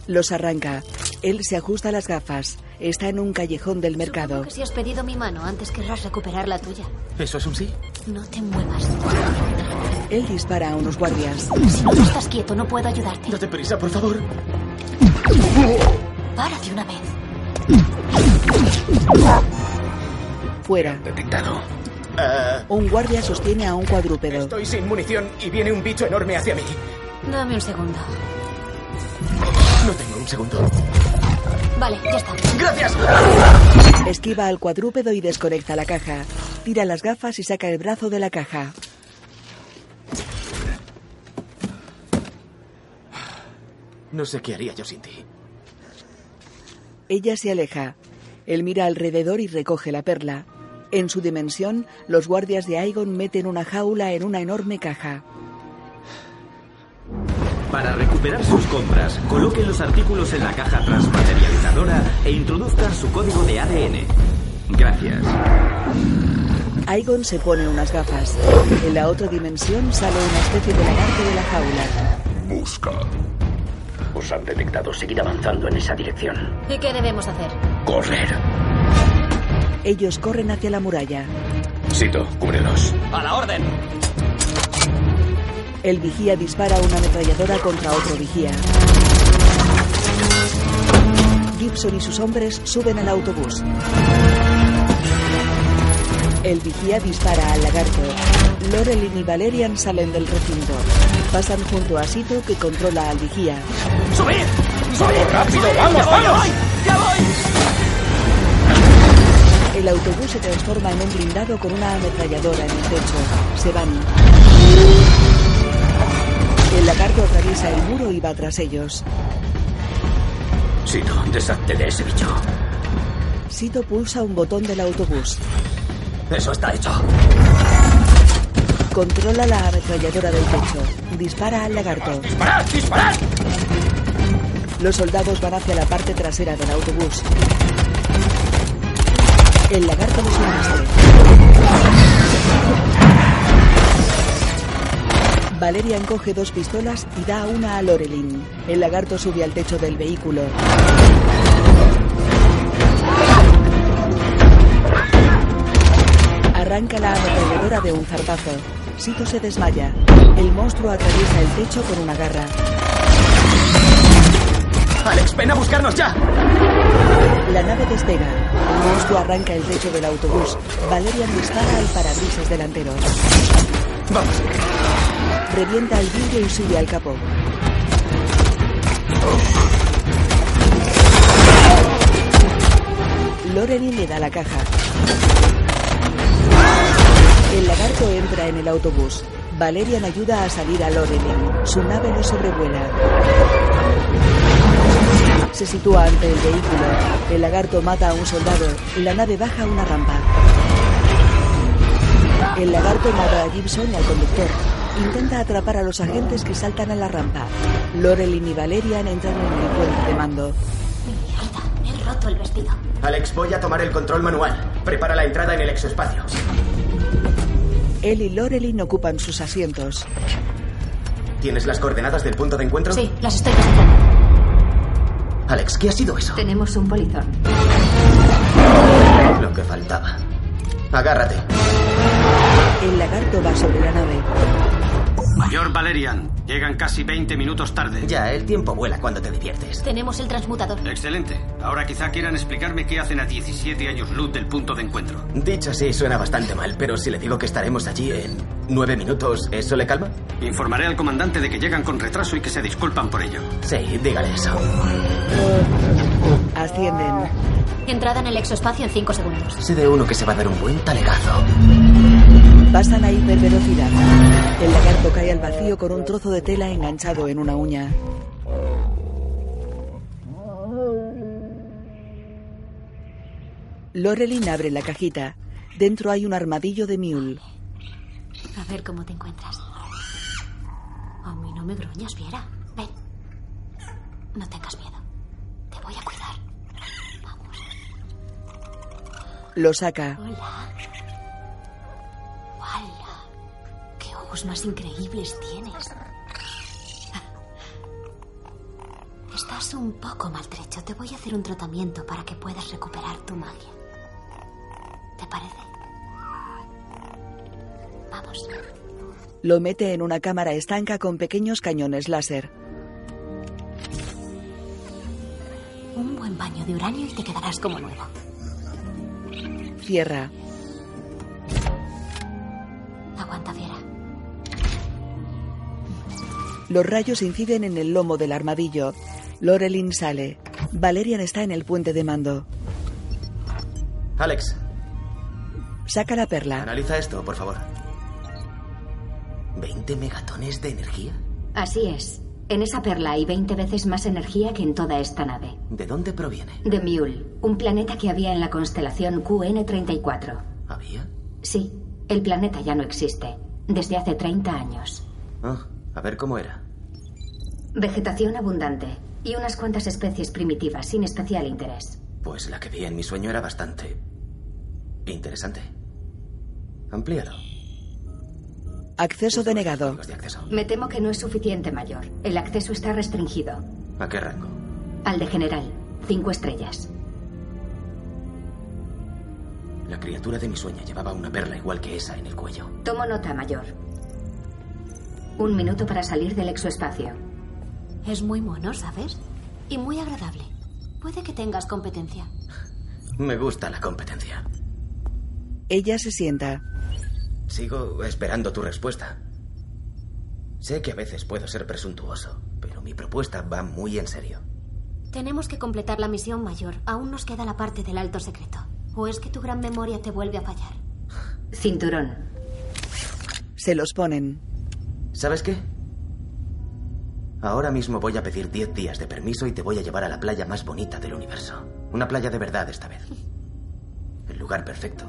Speaker 1: Los arranca. Él se ajusta las gafas. Está en un callejón del mercado.
Speaker 5: Que si has pedido mi mano, antes querrás recuperar la tuya.
Speaker 6: ¿Eso es un sí?
Speaker 5: No te muevas.
Speaker 1: Él dispara a unos guardias.
Speaker 5: Si no estás quieto, no puedo ayudarte.
Speaker 6: Date prisa, por favor.
Speaker 5: Para de una vez.
Speaker 1: Fuera. Uh.
Speaker 10: Detectado.
Speaker 1: Un guardia sostiene a un cuadrúpedo.
Speaker 6: Estoy sin munición y viene un bicho enorme hacia mí.
Speaker 5: Dame un segundo.
Speaker 6: No tengo un segundo.
Speaker 5: Vale, ya está.
Speaker 6: ¡Gracias!
Speaker 1: Esquiva al cuadrúpedo y desconecta la caja. Tira las gafas y saca el brazo de la caja.
Speaker 6: No sé qué haría yo sin ti.
Speaker 1: Ella se aleja. Él mira alrededor y recoge la perla. En su dimensión, los guardias de Aegon meten una jaula en una enorme caja.
Speaker 11: Para recuperar sus compras, coloquen los artículos en la caja transmaterializadora e introduzcan su código de ADN. Gracias.
Speaker 1: Aegon se pone unas gafas. En la otra dimensión sale una especie de lagarto de la jaula.
Speaker 15: Busca.
Speaker 9: Os han detectado. Seguid avanzando en esa dirección.
Speaker 5: ¿Y qué debemos hacer?
Speaker 9: Correr.
Speaker 1: Ellos corren hacia la muralla.
Speaker 10: Sito, cúbrelos.
Speaker 6: ¡A la orden!
Speaker 1: El vigía dispara una ametralladora contra otro vigía. Gibson y sus hombres suben al autobús. El vigía dispara al lagarto. Lorelin y Valerian salen del recinto. Pasan junto a Sito que controla al vigía.
Speaker 6: ¡Subid!
Speaker 10: ¡Vamos, rápido! ¡Vamos, vamos!
Speaker 6: ¡Ya voy!
Speaker 1: El autobús se transforma en un blindado con una ametralladora en el techo. Se van. El lagarto atraviesa el muro y va tras ellos.
Speaker 9: Sito, deshazte de ese bicho.
Speaker 1: Sito pulsa un botón del autobús.
Speaker 9: Eso está hecho.
Speaker 1: Controla la ametralladora del techo. Dispara al lagarto.
Speaker 9: ¡Disparad, disparad!
Speaker 1: Los soldados van hacia la parte trasera del autobús. El lagarto los embiste. Valerian coge dos pistolas y da una a Lorelin. El lagarto sube al techo del vehículo. Arranca la ametralladora de un zarpazo. Sito se desmaya. El monstruo atraviesa el techo con una garra.
Speaker 6: ¡Alex, ven a buscarnos ya!
Speaker 1: La nave despega. El monstruo arranca el techo del autobús. Valerian dispara al parabrisas delantero.
Speaker 6: ¡Vamos!
Speaker 1: Revienta el vidrio y sube al capó. Lorelin le da la caja. El lagarto entra en el autobús. Valerian ayuda a salir a Lorelin. Su nave lo sobrevuela. Se sitúa ante el vehículo. El lagarto mata a un soldado. La nave baja una rampa. El lagarto mata a Gibson y al conductor. Intenta atrapar a los agentes que saltan a la rampa. Lorelin y Valerian entran en el puente de mando.
Speaker 5: Me he roto el vestido.
Speaker 6: Alex, voy a tomar el control manual. Prepara la entrada en el exoespacio.
Speaker 1: Él y Lorelin ocupan sus asientos.
Speaker 6: ¿Tienes las coordenadas del punto de encuentro?
Speaker 5: Sí, las estoy visitando.
Speaker 6: Alex, ¿qué ha sido eso?
Speaker 7: Tenemos un polizón.
Speaker 6: Lo que faltaba. Agárrate.
Speaker 1: El lagarto va sobre la nave.
Speaker 9: Mayor Valerian, llegan casi 20 minutos tarde.
Speaker 6: Ya, el tiempo vuela cuando te diviertes.
Speaker 5: Tenemos el transmutador.
Speaker 9: Excelente. Ahora quizá quieran explicarme qué hacen a 17 años luz del punto de encuentro.
Speaker 6: Dicho así, suena bastante mal, pero si le digo que estaremos allí en nueve minutos, ¿eso le calma?
Speaker 9: Informaré al comandante de que llegan con retraso y que se disculpan por ello.
Speaker 6: Sí, dígale eso.
Speaker 1: Ascienden.
Speaker 5: Entrada en el exoespacio en 5 segundos.
Speaker 6: Sé de uno que se va a dar un buen talegazo.
Speaker 1: Pasan a hipervelocidad. El lagarto cae al vacío con un trozo de tela enganchado en una uña. Lorelin abre la cajita. Dentro hay un armadillo de mule.
Speaker 5: A ver cómo te encuentras. A mí no me gruñas, Viera. Ven. No tengas miedo. Te voy a cuidar.
Speaker 1: Lo saca.
Speaker 5: Hola. ¡Hala! ¡Qué ojos más increíbles tienes! Estás un poco maltrecho. Te voy a hacer un tratamiento para que puedas recuperar tu magia. ¿Te parece? Vamos.
Speaker 1: Lo mete en una cámara estanca con pequeños cañones láser.
Speaker 5: Un buen baño de uranio y te quedarás como nueva.
Speaker 1: Cierra.
Speaker 5: Aguanta, Fiera.
Speaker 1: Los rayos inciden en el lomo del armadillo. Lorelin sale. Valerian está en el puente de mando.
Speaker 6: Alex,
Speaker 1: Saca la perla.
Speaker 6: analiza esto, por favor. ¿20 megatones de energía?
Speaker 7: Así es. En esa perla hay 20 veces más energía que en toda esta nave.
Speaker 6: ¿De dónde proviene?
Speaker 7: De Mule, un planeta que había en la constelación QN34.
Speaker 6: ¿Había?
Speaker 7: Sí, el planeta ya no existe, desde hace 30 años.
Speaker 6: Ah, a ver cómo era.
Speaker 7: Vegetación abundante y unas cuantas especies primitivas sin especial interés.
Speaker 6: Pues la que vi en mi sueño era bastante interesante. Amplíalo.
Speaker 1: Acceso denegado.
Speaker 6: De acceso.
Speaker 7: Me temo que no es suficiente mayor. El acceso está restringido.
Speaker 6: ¿A qué rango?
Speaker 7: Al de general, cinco estrellas.
Speaker 6: La criatura de mi sueño llevaba una perla igual que esa en el cuello.
Speaker 7: Tomo nota mayor. Un minuto para salir del exoespacio.
Speaker 5: Es muy mono, ¿sabes? Y muy agradable. Puede que tengas competencia.
Speaker 6: Me gusta la competencia.
Speaker 1: Ella se sienta.
Speaker 6: Sigo esperando tu respuesta. Sé que a veces puedo ser presuntuoso, pero mi propuesta va muy en serio.
Speaker 5: Tenemos que completar la misión mayor. Aún nos queda la parte del alto secreto. ¿O es que tu gran memoria te vuelve a fallar?
Speaker 7: Cinturón.
Speaker 1: Se los ponen.
Speaker 6: ¿Sabes qué? Ahora mismo voy a pedir 10 días de permiso y te voy a llevar a la playa más bonita del universo. Una playa de verdad esta vez. El lugar perfecto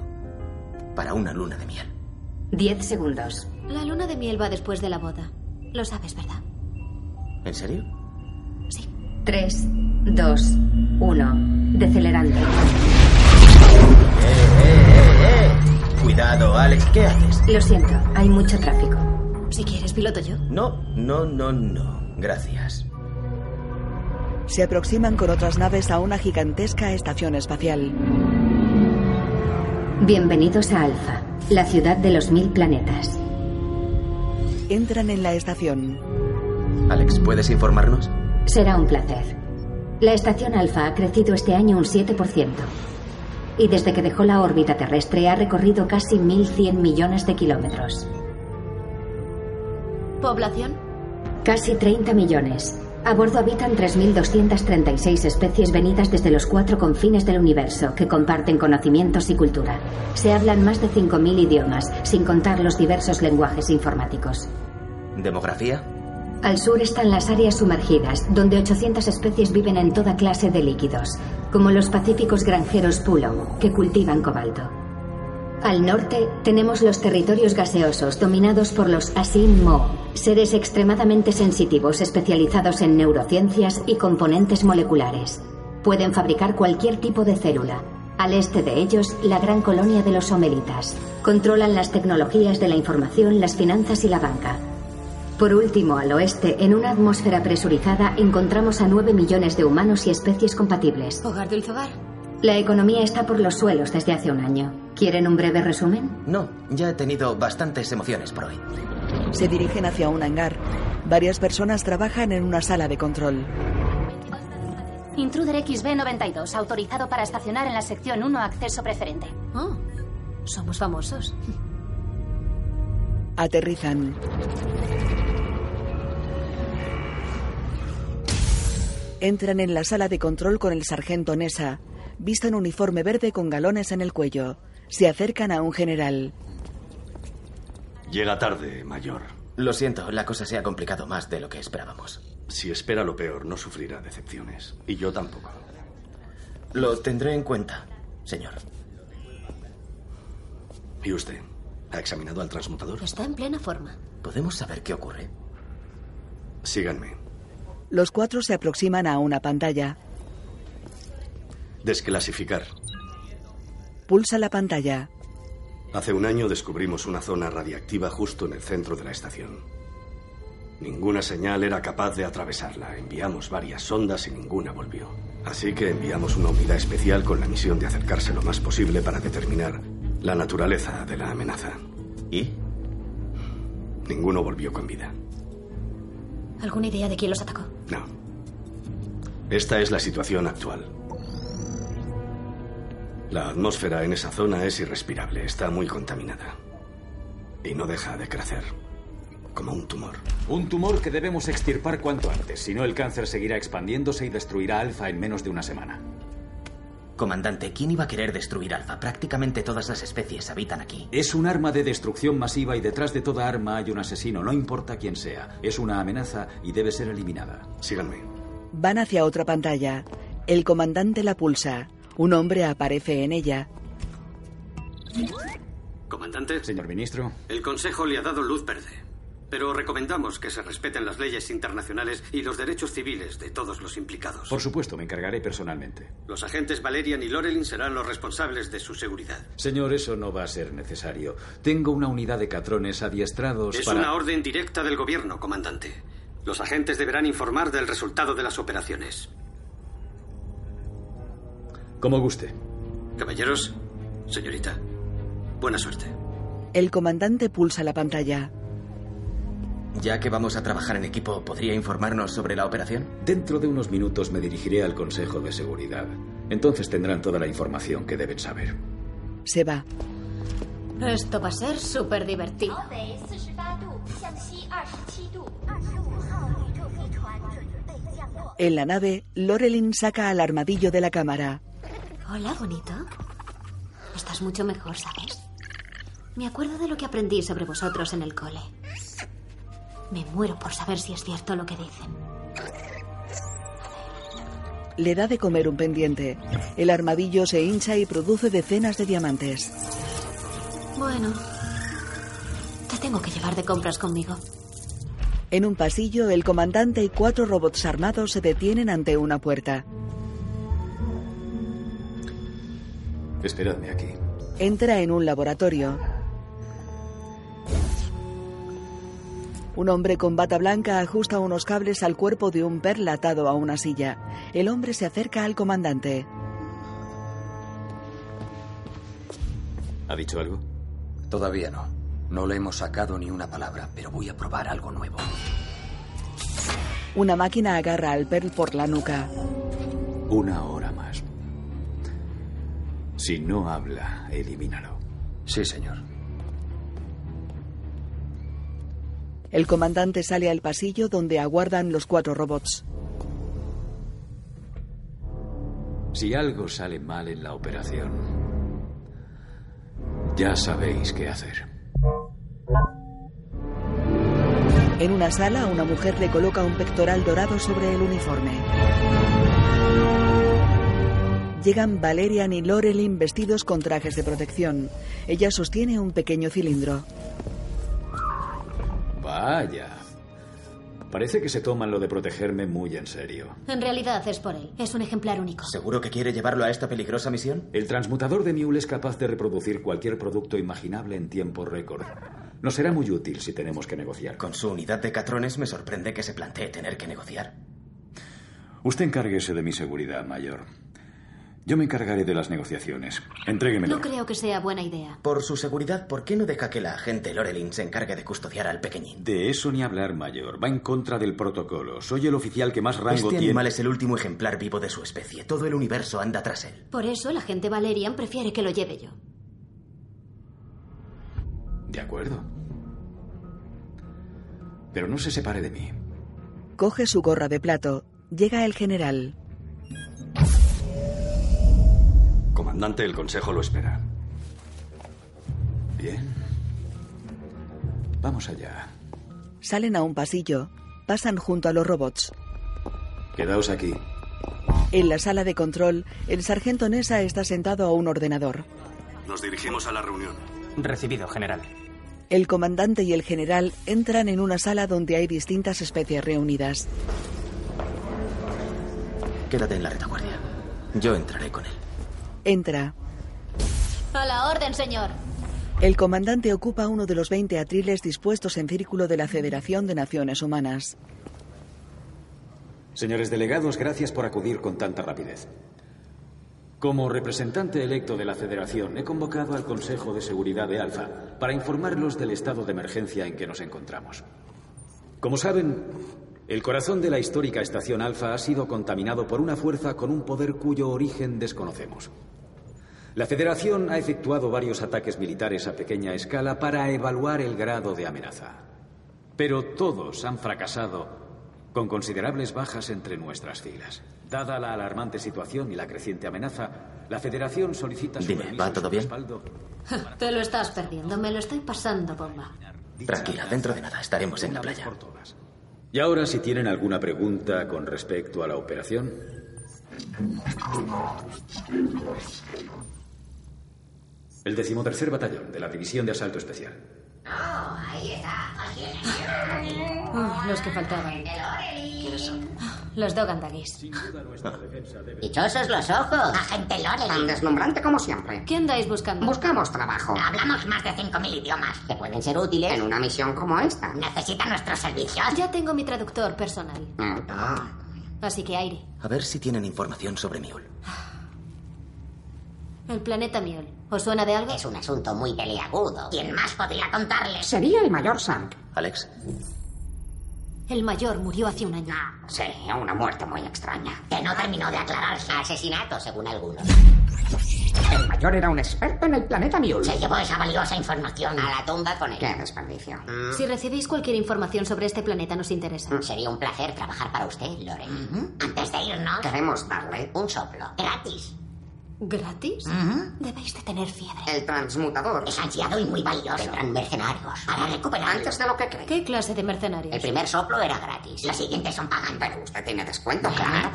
Speaker 6: para una luna de miel.
Speaker 7: Diez segundos.
Speaker 5: La luna de miel va después de la boda. Lo sabes, ¿verdad?
Speaker 6: ¿En serio?
Speaker 5: Sí.
Speaker 7: Tres, dos, uno. Decelerante.
Speaker 6: ¡Eh! Cuidado, Alex, ¿qué haces?
Speaker 7: Lo siento, hay mucho tráfico.
Speaker 5: Si quieres, piloto yo.
Speaker 6: No, no, no, no. Gracias.
Speaker 1: Se aproximan con otras naves a una gigantesca estación espacial.
Speaker 7: Bienvenidos a Alfa, la ciudad de los mil planetas.
Speaker 1: Entran en la estación.
Speaker 6: Alex, ¿puedes informarnos?
Speaker 7: Será un placer. La estación Alfa ha crecido este año un 7%. Y desde que dejó la órbita terrestre ha recorrido casi 1.100 millones de kilómetros.
Speaker 5: ¿Población?
Speaker 7: Casi 30 millones. A bordo habitan 3.236 especies venidas desde los cuatro confines del universo, que comparten conocimientos y cultura. Se hablan más de 5.000 idiomas, sin contar los diversos lenguajes informáticos.
Speaker 6: ¿Demografía?
Speaker 7: Al sur están las áreas sumergidas, donde 800 especies viven en toda clase de líquidos, como los pacíficos granjeros Pulow, que cultivan cobalto. Al norte tenemos los territorios gaseosos dominados por los Asin Mo, seres extremadamente sensitivos especializados en neurociencias y componentes moleculares. Pueden fabricar cualquier tipo de célula. Al este de ellos, la gran colonia de los Omelitas. Controlan las tecnologías de la información, las finanzas y la banca. Por último, al oeste, en una atmósfera presurizada, encontramos a 9 millones de humanos y especies compatibles.
Speaker 5: Hogar del Zogar.
Speaker 7: La economía está por los suelos desde hace un año. ¿Quieren un breve resumen?
Speaker 6: No, ya he tenido bastantes emociones por hoy.
Speaker 1: Se dirigen hacia un hangar. Varias personas trabajan en una sala de control.
Speaker 5: Intruder XB92, autorizado para estacionar en la sección 1, acceso preferente. Oh, somos famosos.
Speaker 1: Aterrizan. Entran en la sala de control con el sargento Nesa. Visten uniforme verde con galones en el cuello. Se acercan a un general.
Speaker 19: Llega tarde, mayor.
Speaker 6: Lo siento, la cosa se ha complicado más de lo que esperábamos.
Speaker 19: Si espera lo peor, no sufrirá decepciones. Y yo tampoco.
Speaker 6: Lo tendré en cuenta, señor.
Speaker 19: ¿Y usted? ¿Ha examinado al transmutador?
Speaker 5: Está en plena forma.
Speaker 6: ¿Podemos saber qué ocurre?
Speaker 19: Síganme.
Speaker 1: Los cuatro se aproximan a una pantalla.
Speaker 19: Desclasificar.
Speaker 1: Pulsa la pantalla.
Speaker 19: Hace un año descubrimos una zona radiactiva justo en el centro de la estación. Ninguna señal era capaz de atravesarla. Enviamos varias sondas y ninguna volvió. Así que enviamos una unidad especial con la misión de acercarse lo más posible para determinar la naturaleza de la amenaza.
Speaker 6: ¿Y?
Speaker 19: Ninguno volvió con vida.
Speaker 5: ¿Alguna idea de quién los atacó?
Speaker 19: No. Esta es la situación actual. La atmósfera en esa zona es irrespirable, está muy contaminada. Y no deja de crecer, como un tumor.
Speaker 20: Un tumor que debemos extirpar cuanto antes, si no el cáncer seguirá expandiéndose y destruirá Alfa en menos de una semana.
Speaker 6: Comandante, ¿quién iba a querer destruir Alfa? Prácticamente todas las especies habitan aquí.
Speaker 20: Es un arma de destrucción masiva y detrás de toda arma hay un asesino, no importa quién sea. Es una amenaza y debe ser eliminada.
Speaker 19: Síganme.
Speaker 1: Van hacia otra pantalla. El comandante la pulsa. Un hombre aparece en ella.
Speaker 19: Comandante.
Speaker 20: Señor ministro.
Speaker 19: El Consejo le ha dado luz verde. Pero recomendamos que se respeten las leyes internacionales y los derechos civiles de todos los implicados.
Speaker 20: Por supuesto, me encargaré personalmente.
Speaker 19: Los agentes Valerian y Lorelin serán los responsables de su seguridad.
Speaker 20: Señor, eso no va a ser necesario. Tengo una unidad de catrones adiestrados
Speaker 19: es
Speaker 20: para...
Speaker 19: una orden directa del gobierno, comandante. Los agentes deberán informar del resultado de las operaciones.
Speaker 20: Como guste.
Speaker 19: Caballeros, señorita, buena suerte.
Speaker 1: El comandante pulsa la pantalla.
Speaker 6: Ya que vamos a trabajar en equipo, ¿podría informarnos sobre la operación?
Speaker 20: Dentro de unos minutos me dirigiré al Consejo de Seguridad. Entonces tendrán toda la información que deben saber.
Speaker 1: Se va.
Speaker 5: Esto va a ser súper divertido.
Speaker 1: En la nave, Lorelin saca al armadillo de la cámara.
Speaker 5: Hola, bonito. Estás mucho mejor, ¿sabes? Me acuerdo de lo que aprendí sobre vosotros en el cole. Me muero por saber si es cierto lo que dicen.
Speaker 1: Le da de comer un pendiente. El armadillo se hincha y produce decenas de diamantes.
Speaker 5: Bueno, te tengo que llevar de compras conmigo.
Speaker 1: En un pasillo, el comandante y cuatro robots armados se detienen ante una puerta.
Speaker 19: Esperadme aquí.
Speaker 1: Entra en un laboratorio. Un hombre con bata blanca ajusta unos cables al cuerpo de un perla atado a una silla. El hombre se acerca al comandante.
Speaker 20: ¿Ha dicho algo?
Speaker 21: Todavía no. No le hemos sacado ni una palabra, pero voy a probar algo nuevo.
Speaker 1: Una máquina agarra al perl por la nuca.
Speaker 20: Una hora más. Si no habla, elimínalo.
Speaker 21: Sí, señor.
Speaker 1: El comandante sale al pasillo donde aguardan los cuatro robots.
Speaker 3: Si algo sale mal en la operación, ya sabéis qué hacer.
Speaker 1: En una sala, una mujer le coloca un pectoral dorado sobre el uniforme. Llegan Valerian y Lorelin vestidos con trajes de protección. Ella sostiene un pequeño cilindro.
Speaker 3: Vaya. Parece que se toman lo de protegerme muy en serio.
Speaker 5: En realidad es por él. Es un ejemplar único.
Speaker 6: ¿Seguro que quiere llevarlo a esta peligrosa misión?
Speaker 3: El transmutador de Mule es capaz de reproducir cualquier producto imaginable en tiempo récord. Nos será muy útil si tenemos que negociar.
Speaker 6: Con su unidad de catrones me sorprende que se plantee tener que negociar.
Speaker 3: Usted encárguese de mi seguridad, mayor. Yo me encargaré de las negociaciones. Entréguemelo.
Speaker 5: No creo que sea buena idea.
Speaker 6: Por su seguridad, ¿por qué no deja que la agente Lorelin se encargue de custodiar al pequeñín?
Speaker 3: De eso ni hablar, mayor. Va en contra del protocolo. Soy el oficial que más rango
Speaker 6: este
Speaker 3: tiene.
Speaker 6: animal es el último ejemplar vivo de su especie. Todo el universo anda tras él.
Speaker 5: Por eso la gente Valerian prefiere que lo lleve yo.
Speaker 3: De acuerdo. Pero no se separe de mí.
Speaker 1: Coge su gorra de plato. Llega el general.
Speaker 19: Comandante, el Consejo lo espera.
Speaker 3: Bien. Vamos allá.
Speaker 1: Salen a un pasillo. Pasan junto a los robots.
Speaker 3: Quedaos aquí.
Speaker 1: En la sala de control, el sargento Nessa está sentado a un ordenador.
Speaker 19: Nos dirigimos a la reunión.
Speaker 22: Recibido, general.
Speaker 1: El comandante y el general entran en una sala donde hay distintas especies reunidas.
Speaker 6: Quédate en la retaguardia. Yo entraré con él.
Speaker 1: Entra.
Speaker 5: A la orden, señor.
Speaker 1: El comandante ocupa uno de los 20 atriles dispuestos en círculo de la Federación de Naciones Humanas.
Speaker 3: Señores delegados, gracias por acudir con tanta rapidez. Como representante electo de la Federación, he convocado al Consejo de Seguridad de Alfa para informarlos del estado de emergencia en que nos encontramos. Como saben, el corazón de la histórica estación Alfa ha sido contaminado por una fuerza con un poder cuyo origen desconocemos. La Federación ha efectuado varios ataques militares a pequeña escala para evaluar el grado de amenaza. Pero todos han fracasado con considerables bajas entre nuestras filas. Dada la alarmante situación y la creciente amenaza, la Federación solicita su
Speaker 6: Dime,
Speaker 3: permiso
Speaker 6: ¿va todo
Speaker 3: y su
Speaker 6: bien?
Speaker 3: respaldo.
Speaker 5: Te lo estás perdiendo. Me lo estoy pasando, bomba.
Speaker 6: Tranquila, dentro de nada estaremos ¿eh? en la
Speaker 3: Una vez
Speaker 6: playa.
Speaker 3: por todas. Y ahora, si tienen alguna pregunta con respecto a la operación. El decimotercer batallón de la División de Asalto Especial.
Speaker 5: Ah, los que faltaban. Ah, Los Dogandagis.
Speaker 23: ¡Dichosos los ojos! ¡Agente Loreley! Tan deslumbrante como siempre.
Speaker 5: ¿Qué andáis buscando?
Speaker 23: Buscamos trabajo. Hablamos más de 5.000 idiomas. Que pueden Ah, ser útiles en una misión como esta. Necesitan nuestros servicios.
Speaker 5: Ya tengo mi traductor personal.
Speaker 23: Ah,
Speaker 5: Así que aire.
Speaker 6: A ver si tienen información sobre Miul.
Speaker 5: El planeta Miol. ¿Os suena de algo?
Speaker 23: Es un asunto muy peliagudo. ¿Quién más podría contarles? Sería el mayor Sank.
Speaker 6: Alex,
Speaker 5: El mayor murió hace un año.
Speaker 23: Sí, una muerte muy extraña. Que no terminó de aclararse. Asesinato, según algunos.
Speaker 24: El mayor era un experto en el planeta Mule.
Speaker 23: Se llevó esa valiosa información a la tumba con él. Mm. Qué desperdicio.
Speaker 5: Si recibéis cualquier información sobre este planeta, nos interesa.
Speaker 23: Sería un placer trabajar para usted, Loren. Antes de irnos, queremos darle un soplo. Gratis.
Speaker 5: ¿Gratis? Debéis de tener fiebre.
Speaker 23: El transmutador es ansiado y muy valioso. Vendrán mercenarios para recuperar antes de lo que cree.
Speaker 5: ¿Qué clase de mercenarios?
Speaker 23: El primer soplo era gratis. Los siguientes son pagando. Pero usted tiene descuento, claro.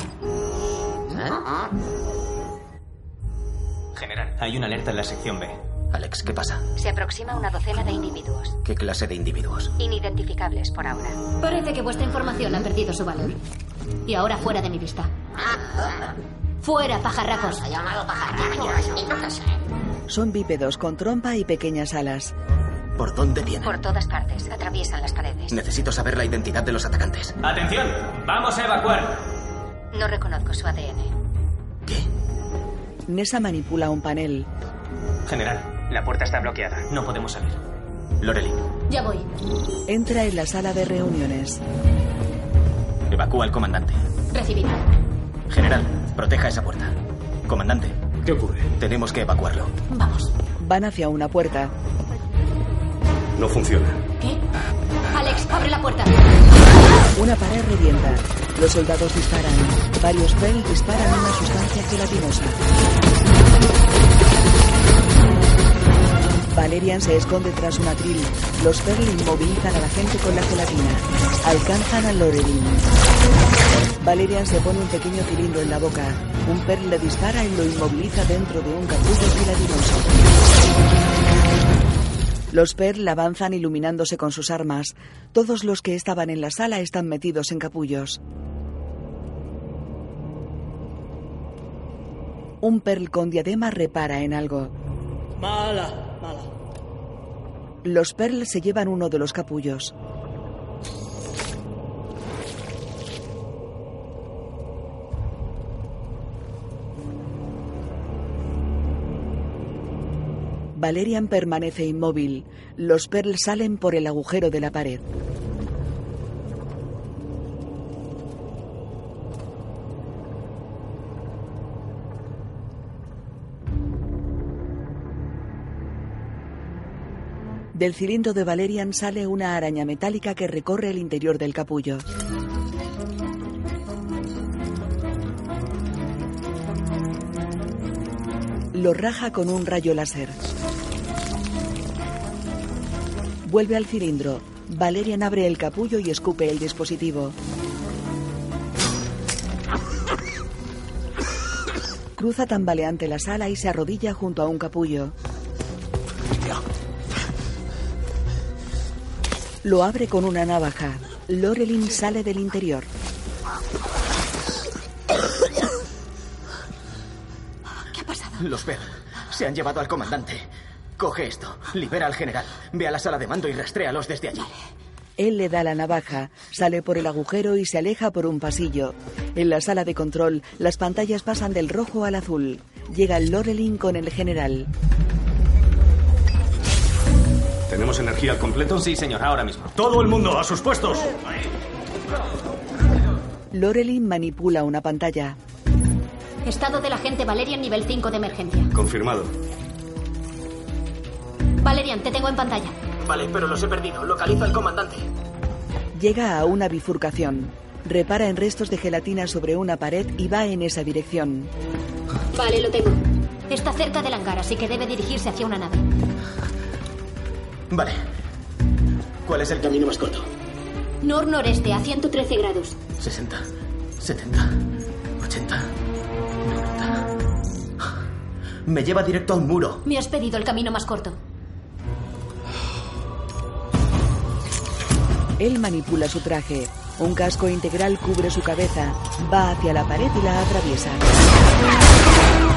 Speaker 22: ¿Eh? General, hay una alerta en la sección B.
Speaker 6: Alex, ¿qué pasa?
Speaker 7: Se aproxima una docena de individuos,
Speaker 6: ¿Qué clase de individuos?
Speaker 7: inidentificables por ahora.
Speaker 5: Parece que vuestra información ha perdido su valor. Y ahora fuera de mi vista. Fuera, pajarracos.
Speaker 23: Ha llamado pajarraco. Y no lo sé.
Speaker 1: Son bípedos con trompa y pequeñas alas.
Speaker 6: ¿Por dónde vienen?
Speaker 7: Por todas partes, atraviesan las paredes.
Speaker 6: Necesito saber la identidad de los atacantes.
Speaker 22: ¡Atención! ¡Vamos a evacuar!
Speaker 7: No reconozco su ADN.
Speaker 1: Nessa manipula un panel.
Speaker 22: General, la puerta está bloqueada. No podemos salir.
Speaker 6: Lorelin,
Speaker 5: Ya voy.
Speaker 1: Entra en la sala de reuniones.
Speaker 6: evacúa al comandante.
Speaker 5: Recibido.
Speaker 6: General, proteja esa puerta. Comandante.
Speaker 3: ¿Qué ocurre?
Speaker 6: Tenemos que evacuarlo.
Speaker 5: Vamos.
Speaker 1: Van hacia una puerta.
Speaker 19: No funciona.
Speaker 5: Alex, abre ¡Abre la puerta!
Speaker 1: Una pared revienta. Los soldados disparan. Varios Bell disparan una sustancia gelatinosa. Valerian se esconde tras un atril. Los Perl inmovilizan a la gente con la gelatina. Alcanzan a Lorelin. Valerian se pone un pequeño cilindro en la boca. Un Perl le dispara y lo inmoviliza dentro de un capullo gelatinoso. Los Perl avanzan iluminándose con sus armas. Todos los que estaban en la sala están metidos en capullos. Un Perl con diadema repara en algo.
Speaker 2: Mala, mala.
Speaker 1: Los Perl se llevan uno de los capullos. Valerian permanece inmóvil. Los Perl salen por el agujero de la pared. Del cilindro de Valerian sale una araña metálica que recorre el interior del capullo. Lo raja con un rayo láser. Vuelve al cilindro. Valerian abre el capullo y escupe el dispositivo. Cruza tambaleante la sala y se arrodilla junto a un capullo. Lo abre con una navaja. Lorelin sale del interior.
Speaker 6: ¿Qué ha pasado? Los Bell se han llevado al comandante. Coge esto, libera al general, ve a la sala de mando y rastréalos desde allí.
Speaker 1: Él le da la navaja, sale por el agujero y se aleja por un pasillo. En la sala de control, las pantallas pasan del rojo al azul. Llega Lorelin con el general.
Speaker 19: ¿Tenemos energía al completo? Sí, señor, ahora mismo.
Speaker 3: Todo el mundo a sus puestos.
Speaker 1: Lorelin manipula una pantalla.
Speaker 5: Estado del agente Valerian nivel 5 de emergencia.
Speaker 19: Confirmado.
Speaker 5: Valerian, te tengo en pantalla.
Speaker 6: Vale, pero los he perdido. Localiza al comandante.
Speaker 1: Llega a una bifurcación. Repara en restos de gelatina sobre una pared y va en esa dirección.
Speaker 5: Vale, lo tengo. Está cerca del hangar, así que debe dirigirse hacia una nave.
Speaker 6: Vale. ¿Cuál es el camino más corto?
Speaker 5: Nor-noreste, a 113 grados.
Speaker 6: 60, 70, 80, 90. Me lleva directo a un muro.
Speaker 5: Me has pedido el camino más corto.
Speaker 1: Él manipula su traje. Un casco integral cubre su cabeza. Va hacia la pared y la atraviesa.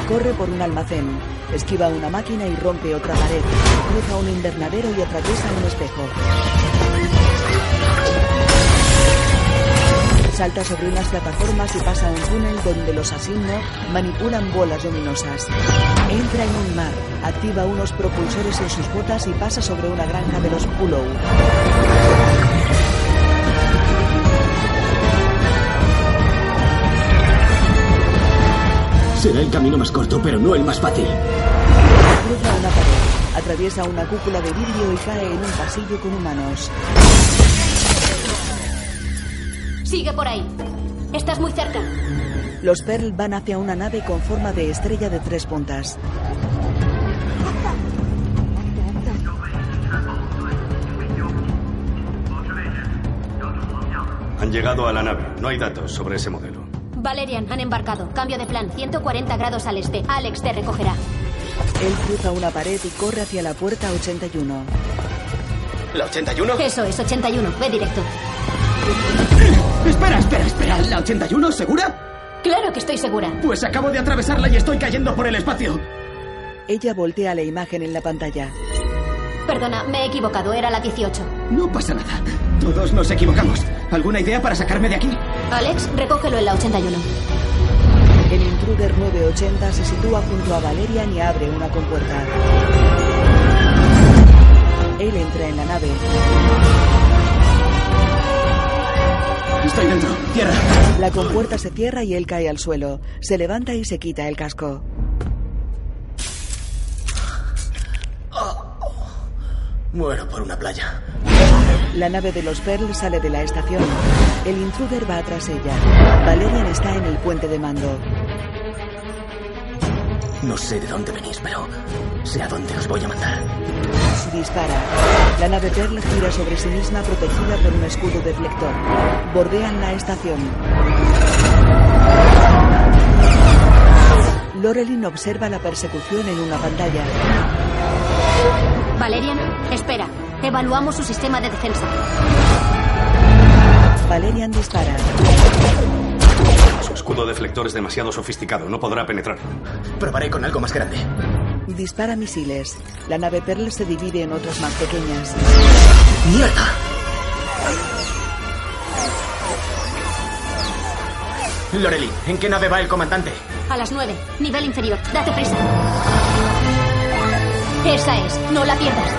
Speaker 1: Corre por un almacén. Esquiva una máquina y rompe otra pared. Cruza un invernadero y atraviesa un espejo. Salta sobre unas plataformas y pasa un túnel donde los asignos manipulan bolas luminosas. Entra en un mar, activa unos propulsores en sus botas y pasa sobre una granja de los Pulow.
Speaker 6: Será el camino más corto, pero no el más fácil.
Speaker 1: Cruza una pared, atraviesa una cúpula de vidrio y cae en un pasillo con humanos.
Speaker 5: Sigue por ahí. Estás muy cerca.
Speaker 1: Los Pearl van hacia una nave con forma de estrella de tres puntas.
Speaker 19: Han llegado a la nave. No hay datos sobre ese modelo.
Speaker 5: Valerian, han embarcado. Cambio de plan. 140 grados al este. Alex te recogerá.
Speaker 1: Él cruza una pared y corre hacia la puerta 81.
Speaker 6: ¿La 81?
Speaker 5: Eso es, 81. Ve directo.
Speaker 6: Espera, espera, espera. ¿La 81? ¿Segura?
Speaker 5: Claro que estoy segura.
Speaker 6: Pues acabo de atravesarla y estoy cayendo por el espacio.
Speaker 1: Ella voltea la imagen en la pantalla.
Speaker 5: Perdona, me he equivocado. Era la 18.
Speaker 6: No pasa nada. Todos nos equivocamos. ¿Alguna idea para sacarme de aquí?
Speaker 5: Alex, recógelo en la 81.
Speaker 1: El intruder 980 se sitúa junto a Valerian y abre una compuerta. Él entra en la nave.
Speaker 6: Estoy dentro. Cierra.
Speaker 1: La compuerta se cierra y él cae al suelo. Se levanta y se quita el casco.
Speaker 6: Muero por una playa.
Speaker 1: La nave de los Pearl sale de la estación. El intruder va tras ella. Valerian está en el puente de mando.
Speaker 6: No sé de dónde venís, pero sé a dónde os voy a mandar.
Speaker 1: Se dispara. La nave Pearl gira sobre sí misma protegida por un escudo deflector. Bordean la estación. Lorelin observa la persecución en una pantalla.
Speaker 5: Valerian, espera. Evaluamos su sistema de defensa.
Speaker 1: Valerian dispara.
Speaker 19: Su escudo deflector es demasiado sofisticado, no podrá penetrar.
Speaker 6: Probaré con algo más grande.
Speaker 1: Dispara misiles. La nave Pearl se divide en otras más pequeñas.
Speaker 6: ¡Mierda! Lorelin, ¿en qué nave va el comandante?
Speaker 5: A las 9, nivel inferior. Date prisa. Esa es, no la pierdas.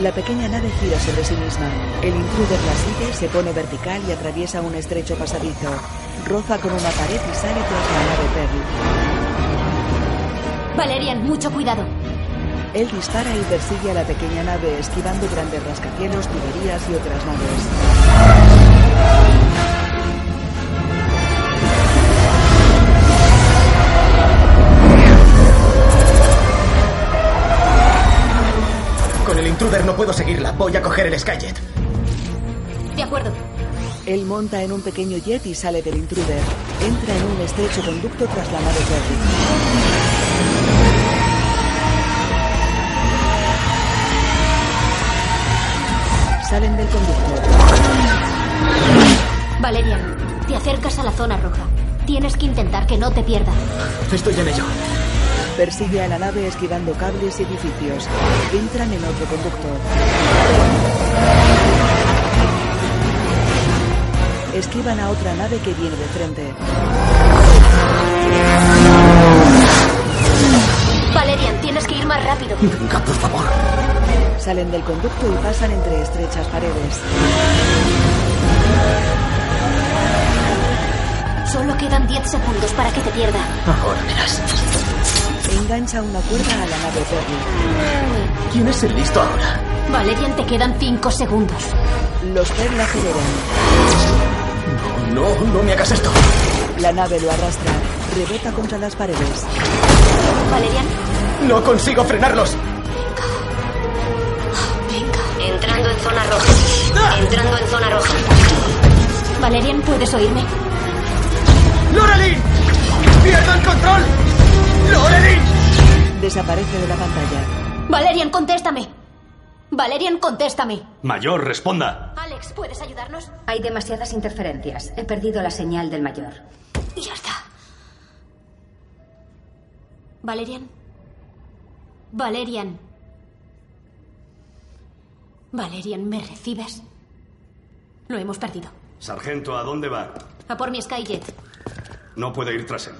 Speaker 1: La pequeña nave gira sobre sí misma. El intruder la sigue, se pone vertical y atraviesa un estrecho pasadizo. Roza con una pared y sale tras la nave Pearl.
Speaker 5: Valerian, mucho cuidado.
Speaker 1: Él dispara y persigue a la pequeña nave, esquivando grandes rascacielos, tuberías y otras naves.
Speaker 6: Con el intruder no puedo seguirla. Voy a coger el Skyjet.
Speaker 5: De acuerdo.
Speaker 1: Él monta en un pequeño jet y sale del intruder. Entra en un estrecho conducto tras la nave Perry. Salen del conducto.
Speaker 5: Valerian, te acercas a la zona roja. Tienes que intentar que no te pierda.
Speaker 6: Estoy en ello.
Speaker 1: Persigue a la nave esquivando cables y edificios. Entran en otro conducto. Esquivan a otra nave que viene de frente.
Speaker 5: Valerian, tienes que ir más rápido.
Speaker 6: Venga, por favor.
Speaker 1: Salen del conducto y pasan entre estrechas paredes.
Speaker 5: Solo quedan 10 segundos para que te pierda.
Speaker 6: Ahora verás
Speaker 1: engancha una cuerda a la nave Perry.
Speaker 6: ¿Quién es el listo ahora?
Speaker 5: Valerian, te quedan cinco segundos.
Speaker 1: Los Perry la aceleran.
Speaker 6: Oh, No, no, no me hagas esto.
Speaker 1: La nave lo arrastra, rebota contra las paredes.
Speaker 5: Valerian.
Speaker 6: No consigo frenarlos.
Speaker 5: Venga. Venga. Entrando en zona roja. Entrando en zona roja. Valerian, ¿puedes oírme?
Speaker 6: ¡Lorelin! ¡Pierdo el control! ¡Lorelin!
Speaker 1: Desaparece de la pantalla.
Speaker 5: Valerian, contéstame. Valerian, contéstame.
Speaker 19: Mayor, responda.
Speaker 5: Alex, ¿puedes ayudarnos?
Speaker 7: Hay demasiadas interferencias. He perdido la señal del mayor.
Speaker 5: Ya está. Valerian. Valerian. Valerian, ¿me recibes? Lo hemos perdido.
Speaker 19: Sargento, ¿a dónde va?
Speaker 5: A por mi Skyjet.
Speaker 19: No puede ir tras él.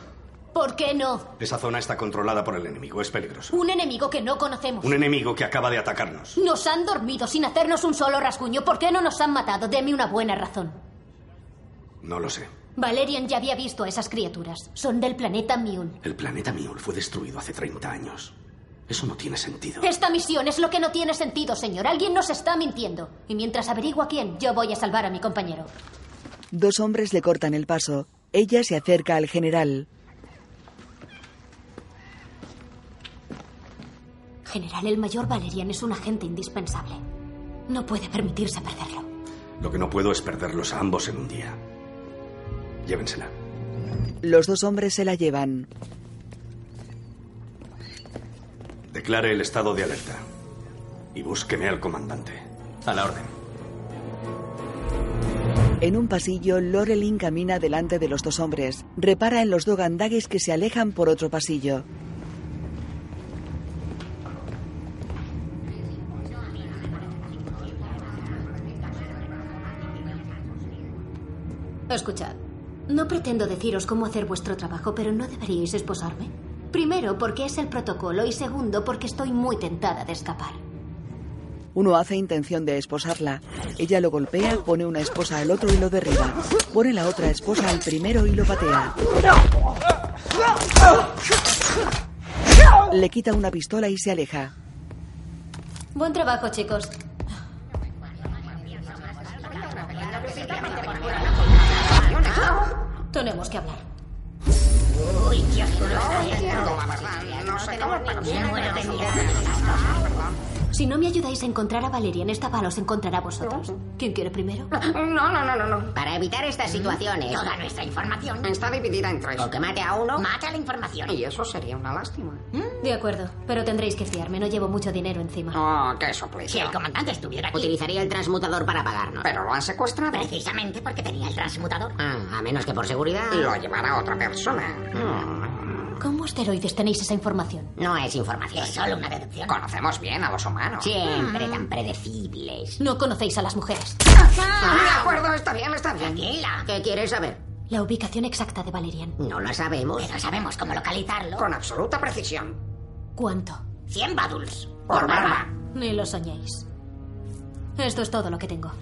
Speaker 5: ¿Por qué no?
Speaker 19: Esa zona está controlada por el enemigo, es peligroso.
Speaker 5: Un enemigo que no conocemos.
Speaker 19: Un enemigo que acaba de atacarnos.
Speaker 5: Nos han dormido sin hacernos un solo rasguño. ¿Por qué no nos han matado? Deme una buena razón.
Speaker 19: No lo sé.
Speaker 5: Valerian ya había visto a esas criaturas. Son del planeta Miul.
Speaker 19: El planeta Miul fue destruido hace 30 años. Eso no tiene sentido.
Speaker 5: Esta misión es lo que no tiene sentido, señor. Alguien nos está mintiendo. Y mientras averigua quién, yo voy a salvar a mi compañero.
Speaker 1: Dos hombres le cortan el paso. Ella se acerca al general.
Speaker 5: General, el mayor Valerian es un agente indispensable. No puede permitirse perderlo.
Speaker 19: Lo que no puedo es perderlos a ambos en un día. Llévensela.
Speaker 1: Los dos hombres se la llevan.
Speaker 19: Declare el estado de alerta. Y búsqueme al comandante.
Speaker 6: A la orden.
Speaker 1: En un pasillo, Lorelin camina delante de los dos hombres. Repara en los dogandagues que se alejan por otro pasillo.
Speaker 5: Escuchad, no pretendo deciros cómo hacer vuestro trabajo, pero no deberíais esposarme. Primero, porque es el protocolo y segundo, porque estoy muy tentada de escapar.
Speaker 1: Uno hace intención de esposarla. Ella lo golpea, pone una esposa al otro y lo derriba. Pone la otra esposa al primero y lo patea. Le quita una pistola y se aleja.
Speaker 5: Buen trabajo, chicos. Tenemos que hablar.
Speaker 23: Uy, qué oscuro está esto. Nos acabamos para siempre.
Speaker 5: Si no me ayudáis a encontrar a Valeria en esta pala, os encontrará a vosotros. ¿Quién quiere primero?
Speaker 23: No, no, no, no, no. Para evitar estas situaciones. Toda nuestra información está dividida en tres. Lo que mate a uno, mata la información. Y eso sería una lástima.
Speaker 5: Mm, De acuerdo, pero tendréis que fiarme, no llevo mucho dinero encima.
Speaker 23: Oh, qué suplicio. Si el comandante estuviera aquí, utilizaría el transmutador para pagarnos. Pero lo han secuestrado. Ah, Precisamente porque tenía el transmutador. Ah, a menos que por seguridad. Mm. Lo llevara otra persona.
Speaker 5: ¿Cómo asteroides tenéis esa información?
Speaker 23: No es información. Es solo una deducción. Conocemos bien a los humanos. Mm. Siempre tan predecibles.
Speaker 5: No conocéis a las mujeres.
Speaker 23: Ah, de acuerdo, está bien, está bien. Tranquila. ¿Qué quieres saber?
Speaker 5: La ubicación exacta de Valerian.
Speaker 23: No la sabemos. Pero sabemos cómo localizarlo. Con absoluta precisión.
Speaker 5: ¿Cuánto?
Speaker 23: 100 baduls. Por barba.
Speaker 5: Ni lo soñéis. Esto es todo lo que tengo.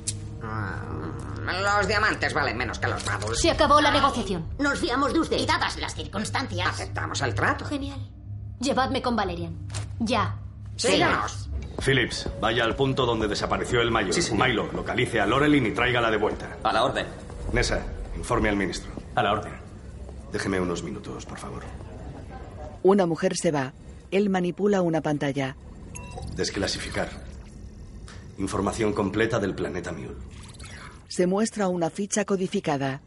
Speaker 23: Ah, Los diamantes valen menos que los baduls.
Speaker 5: Se acabó la negociación.
Speaker 23: Nos fiamos de usted. Y dadas las circunstancias. Aceptamos el trato.
Speaker 5: Ah, pues Genial. Llevadme con Valerian. Ya.
Speaker 23: Síganos.
Speaker 19: Phillips, vaya al punto donde desapareció el mayor. Milo, localice a Lorelin y tráigala de vuelta.
Speaker 25: A la orden.
Speaker 19: Nessa, informe al ministro.
Speaker 25: A la orden.
Speaker 19: Déjeme unos minutos, por favor.
Speaker 1: Una mujer se va. Él manipula una pantalla.
Speaker 19: Desclasificar. Información completa del planeta Mule.
Speaker 1: Se muestra una ficha codificada.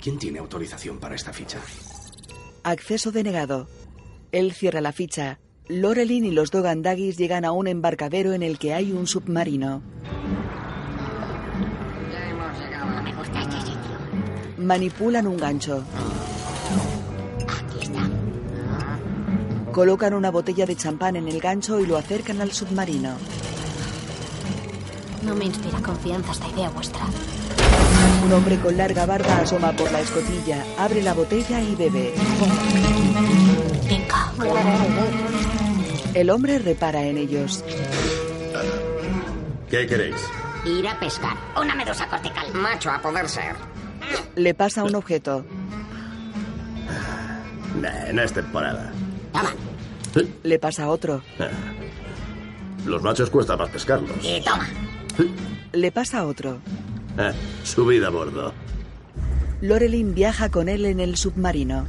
Speaker 19: ¿Quién tiene autorización para esta ficha?
Speaker 1: Acceso denegado. Él cierra la ficha. Lorelin y los Dogandagis llegan a un embarcadero en el que hay un submarino.
Speaker 23: Ya hemos llegado. No me gusta este sitio.
Speaker 1: Manipulan un gancho.
Speaker 23: Aquí está.
Speaker 1: Colocan una botella de champán en el gancho y lo acercan al submarino.
Speaker 5: No me inspira confianza esta idea vuestra.
Speaker 1: Un hombre con larga barba asoma por la escotilla, abre la botella y bebe.
Speaker 5: Venga.
Speaker 1: El hombre repara en ellos.
Speaker 14: ¿Qué queréis?
Speaker 23: Ir a pescar. Una medusa cortical. Macho, a poder ser.
Speaker 1: Le pasa un objeto.
Speaker 14: Nah, no es temporada.
Speaker 23: Toma.
Speaker 1: Le pasa otro.
Speaker 14: Ah. Los machos cuesta más pescarlos.
Speaker 23: Y toma.
Speaker 1: Le pasa otro.
Speaker 14: Ah, subid a bordo.
Speaker 1: Lorelin viaja con él en el submarino.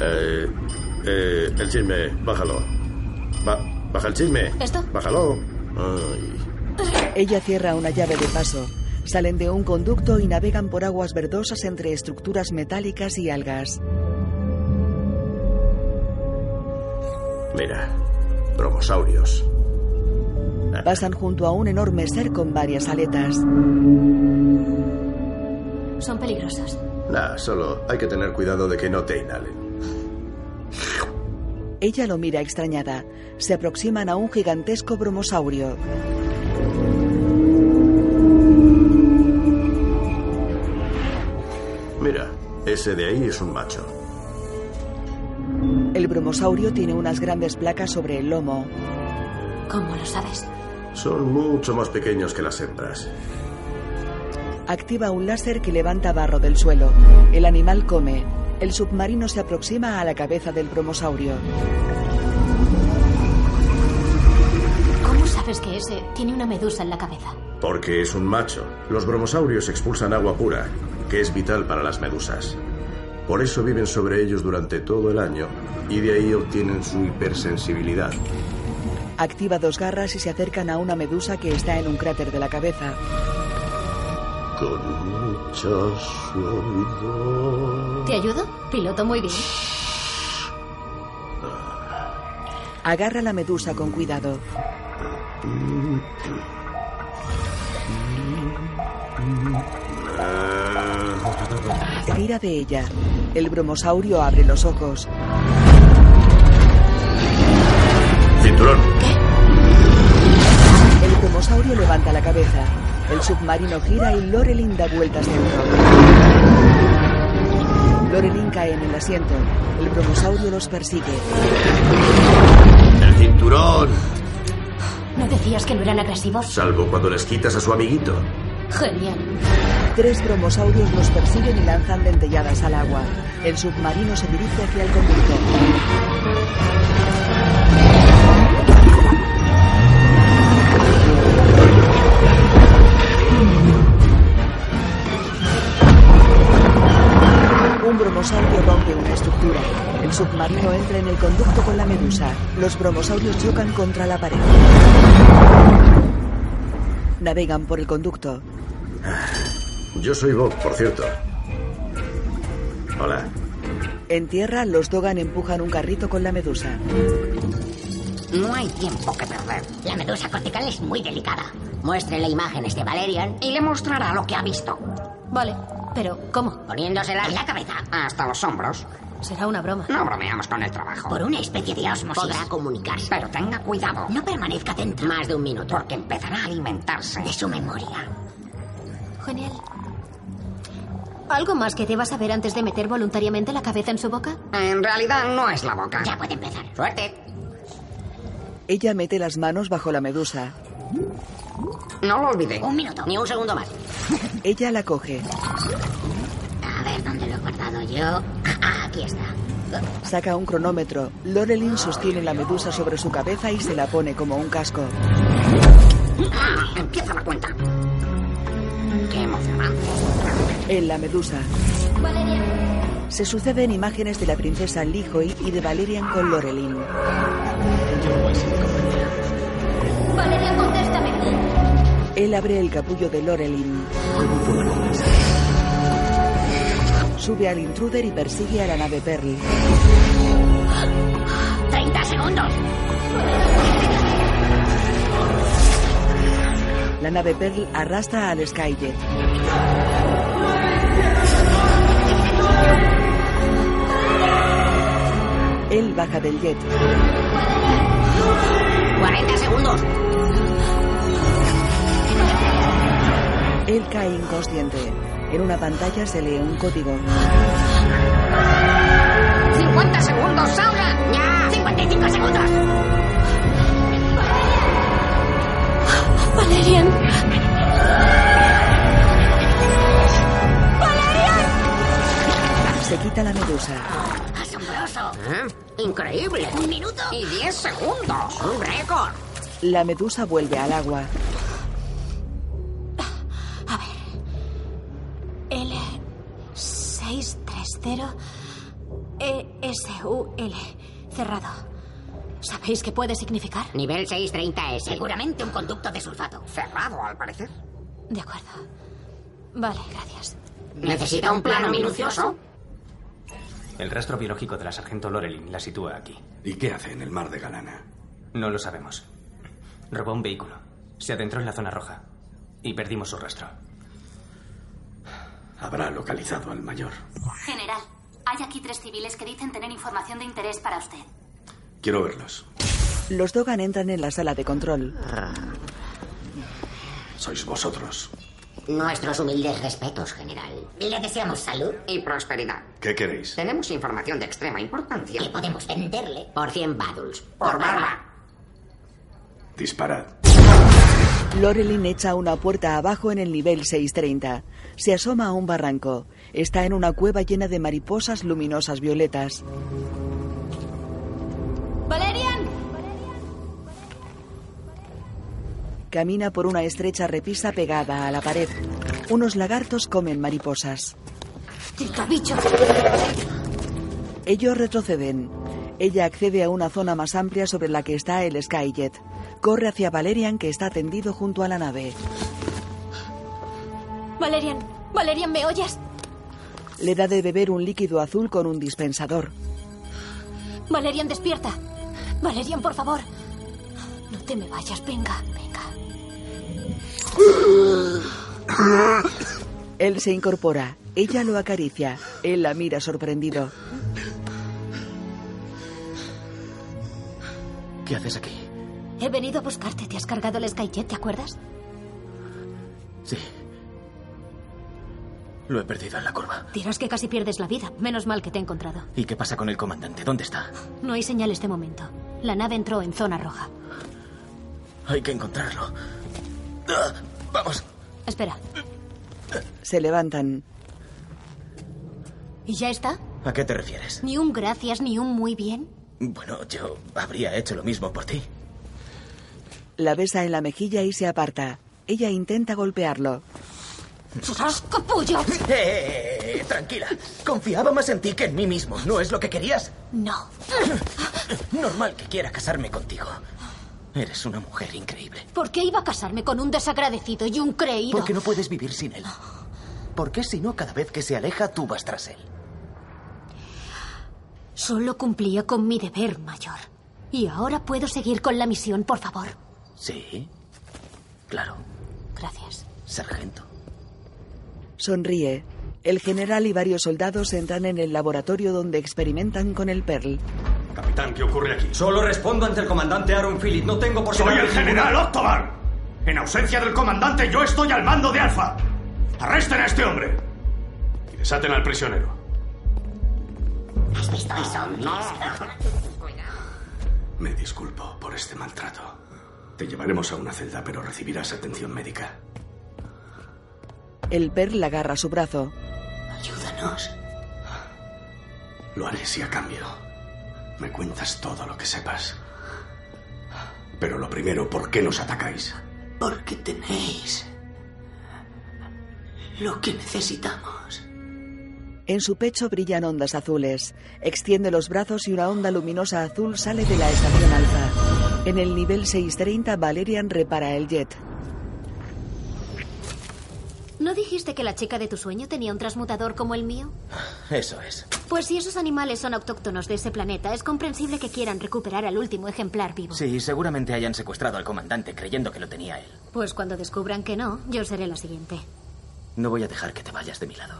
Speaker 14: Eh, eh, el chisme, bájalo. Ba- baja el chisme.
Speaker 5: ¿Esto?
Speaker 14: Bájalo. Ay,
Speaker 1: Ella cierra una llave de paso. Salen de un conducto y navegan por aguas verdosas entre estructuras metálicas y algas.
Speaker 14: mira, bromosaurios.
Speaker 1: Pasan junto a un enorme ser con varias aletas.
Speaker 5: Son peligrosos.
Speaker 14: Nah, solo hay que tener cuidado de que no te inhalen.
Speaker 1: Ella lo mira extrañada. Se aproximan a un gigantesco bromosaurio.
Speaker 14: Mira, ese de ahí es un macho.
Speaker 1: El bromosaurio tiene unas grandes placas sobre el lomo.
Speaker 5: ¿Cómo lo sabes?
Speaker 14: Son mucho más pequeños que las hembras.
Speaker 1: Activa un láser que levanta barro del suelo. El animal come. El submarino se aproxima a la cabeza del bromosaurio.
Speaker 5: ¿Cómo sabes que ese tiene una medusa en la cabeza?
Speaker 14: Porque es un macho. Los bromosaurios expulsan agua pura, que es vital para las medusas. Por eso viven sobre ellos durante todo el año y de ahí obtienen su hipersensibilidad.
Speaker 1: Activa dos garras y se acercan a una medusa que está en un cráter de la cabeza.
Speaker 14: Con mucha suavidad.
Speaker 5: ¿Te ayudo? Piloto muy bien.
Speaker 1: Agarra la medusa con cuidado.
Speaker 14: Ah,
Speaker 1: Tira de ella. El bromosaurio abre los ojos.
Speaker 14: Cinturón.
Speaker 1: El bromosaurio levanta la cabeza. El submarino gira y Lorelin da vueltas dentro. Lorelin cae en el asiento. El bromosaurio los persigue.
Speaker 14: El cinturón.
Speaker 5: ¿No decías que no eran agresivos?
Speaker 14: Salvo cuando les quitas a su amiguito.
Speaker 5: Genial.
Speaker 1: Tres bromosaurios los persiguen y lanzan dentelladas al agua. El submarino se dirige hacia el conducto. Los bromosaurios chocan contra la pared. Navegan por el conducto.
Speaker 14: Ah,
Speaker 3: Yo soy Bob, por cierto. Hola.
Speaker 1: En tierra, los Dogan empujan un carrito con la medusa.
Speaker 23: No hay tiempo que perder. La medusa cortical es muy delicada. Muéstrele imágenes de Valerian y le mostrará lo que ha visto.
Speaker 5: Vale, pero ¿cómo?
Speaker 23: Poniéndosela en la cabeza hasta los hombros.
Speaker 5: Será una broma.
Speaker 23: No bromeamos con el trabajo. Por una especie de osmosis. Podrá comunicarse. Pero tenga cuidado. No permanezca dentro. Más de un minuto. Porque empezará a alimentarse. De su memoria.
Speaker 5: Genial. ¿Algo más que deba saber antes de meter voluntariamente la cabeza en su boca?
Speaker 23: En realidad no es la boca. Ya puede empezar. Suerte.
Speaker 1: Ella mete las manos bajo la medusa.
Speaker 23: No lo olvide. Un minuto. Ni un segundo más.
Speaker 1: Ella la coge.
Speaker 23: A ver dónde lo he guardado yo. Ah, aquí está.
Speaker 1: Saca un cronómetro. Lorelin sostiene la medusa sobre su cabeza y se la pone como un casco.
Speaker 23: Ah, empieza la cuenta. Qué emocionante.
Speaker 1: En la medusa. Se suceden imágenes de la princesa Lijoy y de Valerian con Lorelin.
Speaker 26: Valeria, contéstame.
Speaker 1: Él abre el capullo de Lorelin. Sube al intruder y persigue a la nave Pearl.
Speaker 23: 30 segundos.
Speaker 1: La nave Pearl arrastra al Skyjet. Él baja del jet.
Speaker 23: 40 segundos.
Speaker 1: Él cae inconsciente. En una pantalla se lee un código.
Speaker 23: 50 segundos ahora. Ya. 55 segundos.
Speaker 5: Valerian.
Speaker 1: Se quita la medusa.
Speaker 23: Asombroso. Increíble. Un minuto y 10 segundos. Un récord.
Speaker 1: La medusa vuelve al agua.
Speaker 5: A ver.
Speaker 23: eh,
Speaker 5: L630 E ESUL. Cerrado. ¿Sabéis qué puede significar?
Speaker 23: Nivel 630S. Seguramente un conducto de sulfato. Cerrado, al parecer.
Speaker 5: De acuerdo. Vale, gracias.
Speaker 23: ¿Necesita un plano minucioso?
Speaker 4: El rastro biológico de la sargento Lorelin la sitúa aquí.
Speaker 19: ¿Y qué hace en el mar de Galana?
Speaker 4: No lo sabemos. Robó un vehículo. Se adentró en la zona roja. Y perdimos su rastro.
Speaker 19: Habrá localizado al mayor.
Speaker 8: General, hay aquí tres civiles que dicen tener información de interés para usted.
Speaker 19: Quiero verlos.
Speaker 1: Los Dogan entran en la sala de control.
Speaker 19: Sois vosotros.
Speaker 23: Nuestros humildes respetos, general. Le deseamos salud y prosperidad.
Speaker 19: ¿Qué queréis?
Speaker 23: Tenemos información de extrema importancia. Que podemos venderle por 100 baduls. Por barba.
Speaker 19: Disparad.
Speaker 1: Lorelin echa una puerta abajo en el nivel 630. Se asoma a un barranco. Está en una cueva llena de mariposas luminosas violetas.
Speaker 26: ¡Valerian!
Speaker 1: Camina por una estrecha repisa pegada a la pared. Unos lagartos comen mariposas.
Speaker 5: ¡Picabicho!
Speaker 1: Ellos retroceden. Ella accede a una zona más amplia sobre la que está el Skyjet. Corre hacia Valerian que está tendido junto a la nave.
Speaker 5: Valerian, Valerian, ¿me oyes?
Speaker 1: Le da de beber un líquido azul con un dispensador.
Speaker 5: Valerian, despierta. Valerian, por favor. No te me vayas, venga, venga.
Speaker 1: Él se incorpora. Ella lo acaricia. Él la mira sorprendido.
Speaker 6: ¿Qué haces aquí?
Speaker 5: He venido a buscarte. Te has cargado el Skyjet, ¿te acuerdas?
Speaker 6: Sí. Lo he perdido en la curva.
Speaker 5: Dirás que casi pierdes la vida. Menos mal que te he encontrado.
Speaker 6: ¿Y qué pasa con el comandante? ¿Dónde está?
Speaker 5: No hay señales de momento. La nave entró en zona roja.
Speaker 6: Hay que encontrarlo. Ah, Vamos.
Speaker 5: Espera,
Speaker 1: Se levantan.
Speaker 5: ¿y ya está?
Speaker 6: ¿A qué te refieres?
Speaker 5: Ni un gracias, ni un muy bien.
Speaker 6: Bueno, yo habría hecho lo mismo por ti.
Speaker 1: La besa en la mejilla y se aparta. Ella intenta golpearlo.
Speaker 5: ¡Serás capullo!
Speaker 6: ¡Eh, eh, eh, eh, tranquila. Confiaba más en ti que en mí mismo. ¿No es lo que querías?
Speaker 5: No.
Speaker 6: Normal que quiera casarme contigo. Eres una mujer increíble.
Speaker 5: ¿Por qué iba a casarme con un desagradecido y un creído?
Speaker 6: Porque no puedes vivir sin él. Porque si no, cada vez que se aleja, tú vas tras él.
Speaker 5: Solo cumplía con mi deber mayor. Y ahora puedo seguir con la misión, por favor.
Speaker 6: Sí. Claro,
Speaker 5: Gracias.
Speaker 6: sargento.
Speaker 1: Sonríe. El general y varios soldados entran en el laboratorio donde experimentan con el Pearl.
Speaker 12: Capitán, ¿qué ocurre aquí?
Speaker 9: Solo respondo ante el comandante Aaron Phillips. No tengo por
Speaker 12: ¡Soy el general Octobar! En ausencia del comandante, yo estoy al mando de Alfa. ¡Arresten a este hombre! Y desaten al prisionero.
Speaker 23: ¿Has visto eso?
Speaker 19: Me disculpo por este maltrato. Te llevaremos a una celda, pero recibirás atención médica.
Speaker 1: El Pearl agarra su brazo.
Speaker 19: Ayúdanos. Lo haré si a cambio me cuentas todo lo que sepas. Pero lo primero, ¿por qué nos atacáis?
Speaker 27: Porque tenéis lo que necesitamos.
Speaker 1: En su pecho brillan ondas azules. Extiende los brazos y una onda luminosa azul sale de la estación alfa. En el nivel 630, Valerian repara el jet.
Speaker 5: ¿No dijiste que la chica de tu sueño tenía un transmutador como el mío?
Speaker 6: Eso es.
Speaker 5: Pues si esos animales son autóctonos de ese planeta, es comprensible que quieran recuperar al último ejemplar vivo.
Speaker 6: Sí, seguramente hayan secuestrado al comandante creyendo que lo tenía él.
Speaker 5: Pues cuando descubran que no, yo seré la siguiente.
Speaker 6: No voy a dejar que te vayas de mi lado.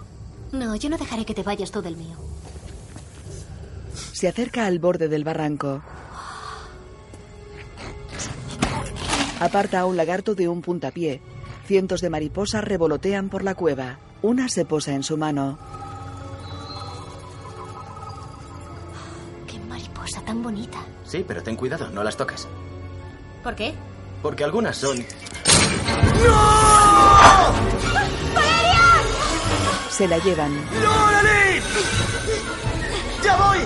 Speaker 5: No, yo no dejaré que te vayas tú del mío.
Speaker 1: Se acerca al borde del barranco. Aparta a un lagarto de un puntapié. Cientos de mariposas revolotean por la cueva. Una se posa en su mano.
Speaker 5: Qué mariposa tan bonita.
Speaker 6: Sí, pero ten cuidado, no las toques.
Speaker 5: ¿Por qué?
Speaker 6: Porque algunas son...
Speaker 5: ¡Ah!
Speaker 1: Se la llevan.
Speaker 6: ¡No, ¡Ya voy!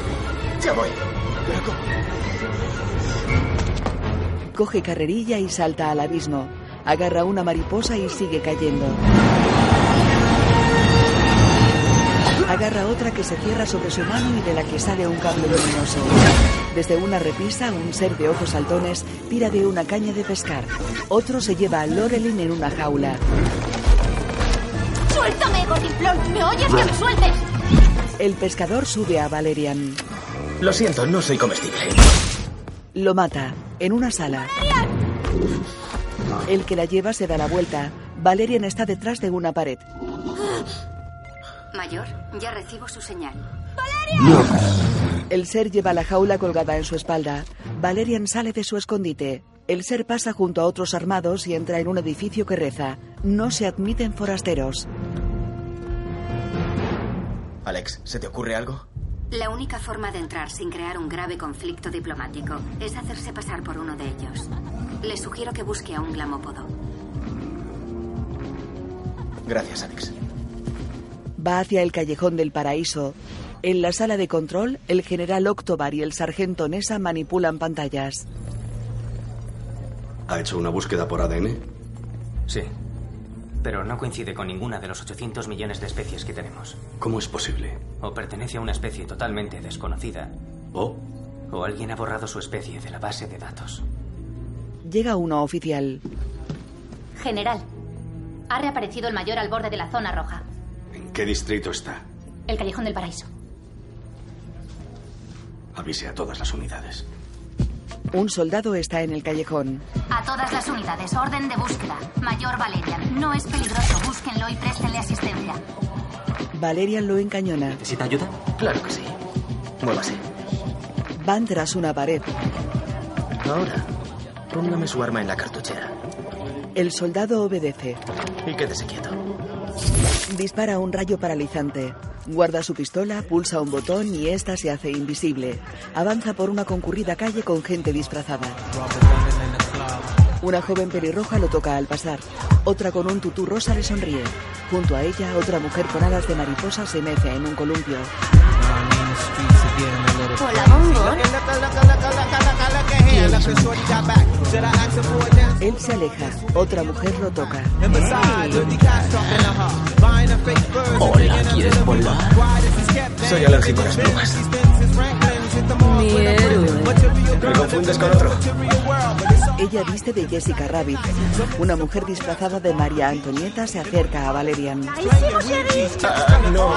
Speaker 6: ¡Ya voy! Pero ¿cómo?
Speaker 1: Coge carrerilla y salta al abismo. Agarra una mariposa y sigue cayendo. Agarra otra que se cierra sobre su mano y de la que sale un cable luminoso. Desde una repisa, un ser de ojos saltones tira de una caña de pescar. Otro se lleva a Lorelin en una jaula.
Speaker 26: ¡Suéltame, gordinflón! ¿Me oyes? ¡Que me sueltes!
Speaker 1: El pescador sube a Valerian.
Speaker 6: Lo siento, no soy comestible.
Speaker 1: Lo mata, en una sala. El que la lleva se da la vuelta. Valerian está detrás de una pared.
Speaker 8: Mayor, ya recibo su señal.
Speaker 1: El ser lleva la jaula colgada en su espalda. Valerian sale de su escondite. El ser pasa junto a otros armados y entra en un edificio que reza. No se admiten forasteros.
Speaker 6: Alex, ¿se te ocurre algo?
Speaker 8: La única forma de entrar sin crear un grave conflicto diplomático es hacerse pasar por uno de ellos. Le sugiero que busque a un glamópodo.
Speaker 6: Gracias, Alex.
Speaker 1: Va hacia el callejón del paraíso. En la sala de control, el general Octobar y el sargento Nessa manipulan pantallas.
Speaker 19: ¿Ha hecho una búsqueda por ADN?
Speaker 4: Sí. Pero no coincide con ninguna de los 800 millones de especies que tenemos.
Speaker 19: ¿Cómo es posible?
Speaker 4: O pertenece a una especie totalmente desconocida.
Speaker 19: ¿O?
Speaker 4: O alguien ha borrado su especie de la base de datos.
Speaker 1: Llega uno oficial.
Speaker 26: General, ha reaparecido el mayor al borde de la zona roja.
Speaker 19: ¿En qué distrito está?
Speaker 26: El Callejón del Paraíso.
Speaker 19: Avise a todas las unidades.
Speaker 1: Un soldado está en el callejón.
Speaker 26: A todas las unidades, orden de búsqueda. Mayor Valerian, no es peligroso, búsquenlo y préstenle asistencia.
Speaker 1: Valerian lo encañona.
Speaker 6: ¿Necesita ayuda? Claro que sí. Muévase.
Speaker 1: Van tras una pared.
Speaker 6: Ahora, póngame su arma en la cartuchera
Speaker 1: El soldado obedece.
Speaker 6: y quédese quieto.
Speaker 1: Dispara un rayo paralizante. Guarda su pistola, pulsa un botón y ésta se hace invisible. Avanza por una concurrida calle con gente disfrazada. Una joven pelirroja lo toca al pasar. Otra con un tutú rosa le sonríe. Junto a ella, otra mujer con alas de mariposa se mece en un columpio. Él se aleja. Otra mujer lo toca.
Speaker 6: Hola, ¿quieres volar? Soy alérgico a las plumas.
Speaker 28: mi héroe.
Speaker 16: Me confundes con otro.
Speaker 1: Ella viste de Jessica Rabbit. Una mujer disfrazada de María Antonieta se acerca a Valerian.
Speaker 16: Ah, no,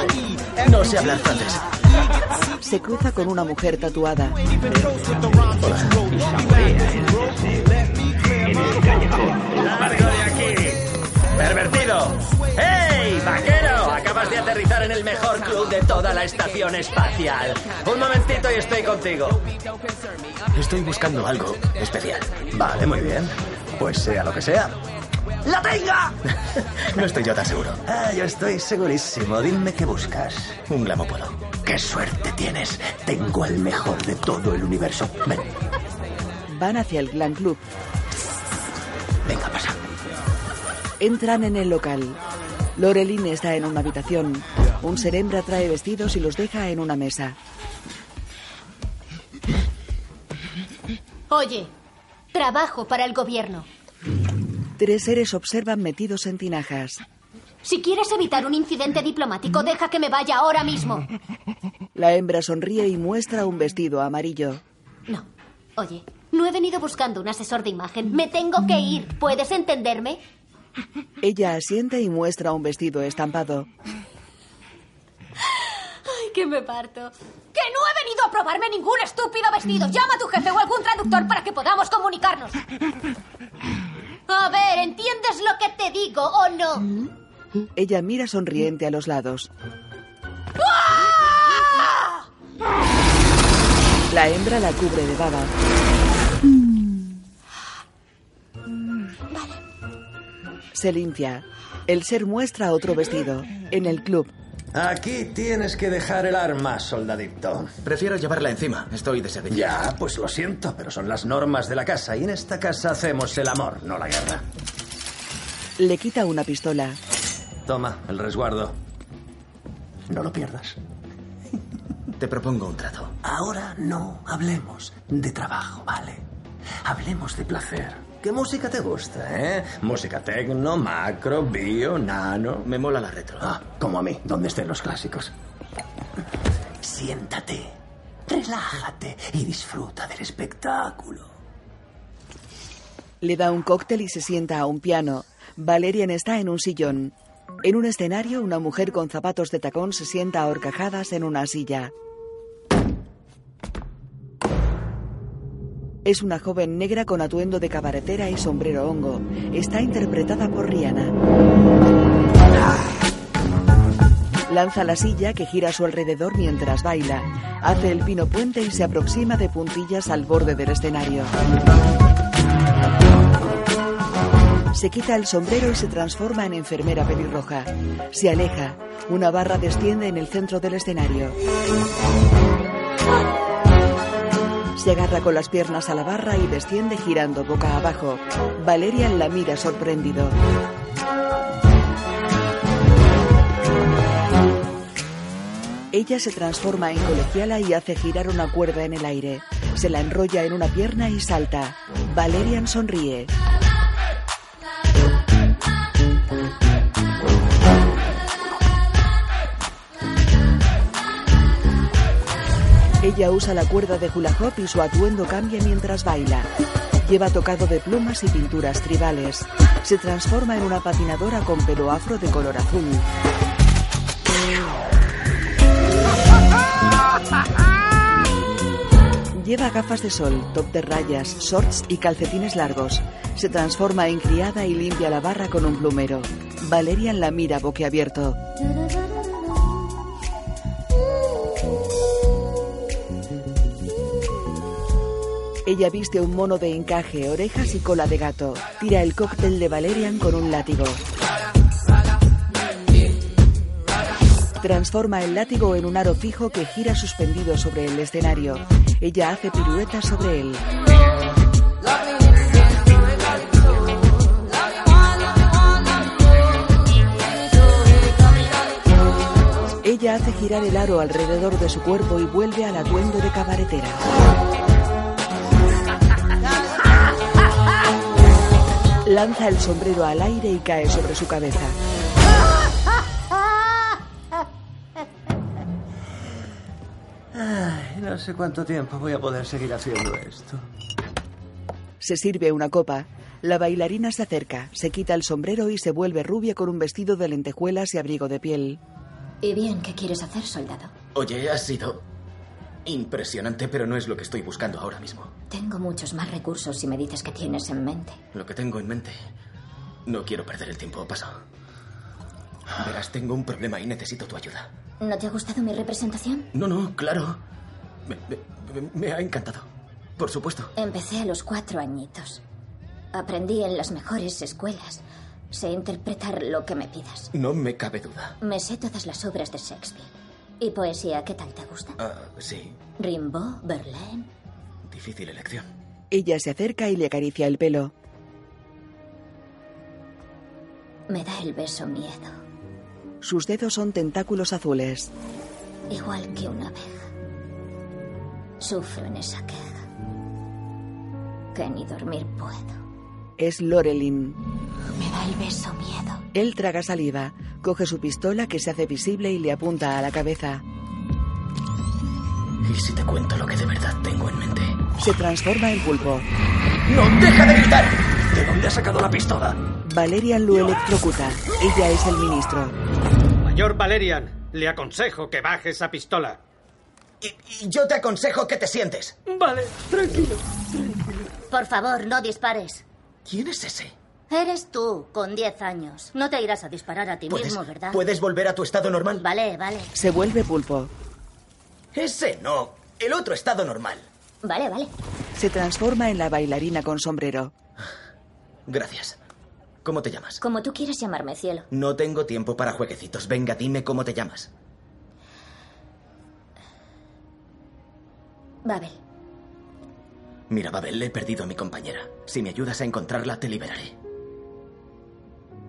Speaker 16: no sé hablar francés.
Speaker 1: Se cruza con una mujer tatuada.
Speaker 16: ¡Largo de aquí! ¡Pervertido! ¡Hey, vaquero! Acabas de aterrizar en el mejor club de toda la estación espacial. Un momentito y estoy contigo. Estoy buscando algo especial. Vale, muy bien. Pues sea lo que sea. ¡La tenga! No estoy yo tan seguro.
Speaker 6: Ah, yo estoy segurísimo. Dime qué buscas.
Speaker 16: Un glamópodo.
Speaker 6: ¡Qué suerte tienes! Tengo el mejor de todo el universo. Ven,
Speaker 1: Van hacia el Glam Club.
Speaker 6: venga, pasa.
Speaker 1: Entran en el local. Loreline está en una habitación. Un serembra trae vestidos y los deja en una mesa.
Speaker 5: Oye, trabajo para el gobierno.
Speaker 1: Tres seres observan metidos en tinajas.
Speaker 5: Si quieres evitar un incidente diplomático, deja que me vaya ahora mismo.
Speaker 1: La hembra sonríe y muestra un vestido amarillo.
Speaker 5: Oye, no he venido buscando un asesor de imagen. Me tengo que ir. ¿Puedes entenderme?
Speaker 1: Ella asiente y muestra un vestido estampado.
Speaker 5: Ay, que me parto. Que no he venido a probarme ningún estúpido vestido. Llama a tu jefe o algún traductor para que podamos comunicarnos. A ver, ¿entiendes lo que te digo o no?
Speaker 1: Ella mira sonriente a los lados. La hembra la cubre de baba. Se limpia. El ser muestra otro vestido. En el club,
Speaker 6: Aquí tienes que dejar el arma, soldadito.
Speaker 19: Prefiero llevarla encima. Estoy de servicio.
Speaker 6: Ya, pues lo siento, pero son las normas de la casa y en esta casa hacemos el amor, no la guerra.
Speaker 1: le quita una pistola.
Speaker 6: Toma, el resguardo. No lo pierdas.
Speaker 19: Te propongo un trato.
Speaker 6: Ahora no hablemos de trabajo, ¿vale? Hablemos de placer. ¿Qué música te gusta, eh? Música tecno, macro, bio, nano. Me mola la retro. Ah, como a mí, donde estén los clásicos. Siéntate, relájate y disfruta del espectáculo.
Speaker 1: Le da un cóctel y se sienta a un piano. Valerian está en un sillón. En un escenario, una mujer con zapatos de tacón se sienta a horcajadas en una silla. Es una joven negra con atuendo de cabaretera y sombrero hongo. Está interpretada por Rihanna. Lanza la silla que gira a su alrededor mientras baila. Hace el pino puente y se aproxima de puntillas al borde del escenario. Se quita el sombrero y se transforma en enfermera pelirroja. Se aleja. Una barra desciende en el centro del escenario. Se agarra con las piernas a la barra y desciende girando boca abajo. Valerian la mira sorprendido. Ella se transforma en colegiala y hace girar una cuerda en el aire. Se la enrolla en una pierna y salta. Valerian sonríe. Ella usa la cuerda de hula hoop y su atuendo cambia mientras baila. Lleva tocado de plumas y pinturas tribales. Se transforma en una patinadora con pelo afro de color azul. Lleva gafas de sol, top de rayas, shorts y calcetines largos. Se transforma en criada y limpia la barra con un plumero. Valerian la mira boquiabierto. Ella viste un mono de encaje, orejas y cola de gato. Tira el cóctel de Valerian con un látigo. Transforma el látigo en un aro fijo que gira suspendido sobre el escenario. Ella hace piruetas sobre él. Ella hace girar el aro alrededor de su cuerpo y vuelve al atuendo de cabaretera. Lanza el sombrero al aire y cae sobre su cabeza.
Speaker 6: Ay, no
Speaker 29: No sé cuánto tiempo voy a poder seguir haciendo esto.
Speaker 1: Se sirve una copa. La bailarina se acerca, se quita el sombrero y se vuelve rubia con un vestido de lentejuelas y abrigo de piel.
Speaker 26: ¿Y bien qué quieres hacer, soldado?
Speaker 6: Oye, ha sido impresionante, pero no es lo que estoy buscando ahora mismo.
Speaker 26: Tengo muchos más recursos si me dices que tienes en mente.
Speaker 6: Lo que tengo en mente. No quiero perder el tiempo, pasa. Verás, tengo un problema y necesito tu ayuda.
Speaker 26: ¿No te ha gustado mi representación?
Speaker 6: No, no, claro. Me, me- me- me ha encantado. Por supuesto.
Speaker 26: Empecé a los cuatro añitos. Aprendí en las mejores escuelas. Sé interpretar lo que me pidas.
Speaker 6: No me cabe duda.
Speaker 26: Me sé todas las obras de Shakespeare. ¿Y poesía qué tal te gusta?
Speaker 6: Ah, sí,
Speaker 26: Rimbaud, Verlaine.
Speaker 6: difícil elección.
Speaker 1: Ella se acerca y le acaricia el pelo.
Speaker 26: Me da el beso miedo,
Speaker 1: Sus dedos son tentáculos azules.
Speaker 26: igual que una abeja. Sufro en esa queja. Que ni dormir puedo.
Speaker 1: Es Lorelin.
Speaker 26: Me da el beso miedo.
Speaker 1: Él traga saliva, coge su pistola que se hace visible y le apunta a la cabeza.
Speaker 6: ¿Y si te cuento lo que de verdad tengo en mente?
Speaker 1: Se transforma en pulpo.
Speaker 6: ¡No, deja de gritar! ¿De dónde has sacado la pistola?
Speaker 1: Valerian lo electrocuta. Ella es el ministro.
Speaker 9: Mayor Valerian, le aconsejo que baje esa pistola.
Speaker 6: Y yo te aconsejo que te sientes.
Speaker 9: Vale, tranquilo.
Speaker 5: Por favor, no dispares.
Speaker 6: ¿Quién es ese?
Speaker 5: Eres tú, con 10 años. No te irás a disparar a ti mismo, ¿verdad?
Speaker 6: ¿Puedes volver a tu estado normal?
Speaker 5: Vale, vale.
Speaker 1: Se vuelve pulpo.
Speaker 6: Ese no. El otro estado normal.
Speaker 26: Vale, vale.
Speaker 1: Se transforma en la bailarina con sombrero.
Speaker 6: Gracias. ¿Cómo te llamas?
Speaker 26: Como tú quieras llamarme, cielo.
Speaker 6: No tengo tiempo para jueguecitos. Venga, dime cómo te llamas.
Speaker 26: Babel.
Speaker 6: Mira, Babel, le he perdido a mi compañera. Si me ayudas a encontrarla, te liberaré.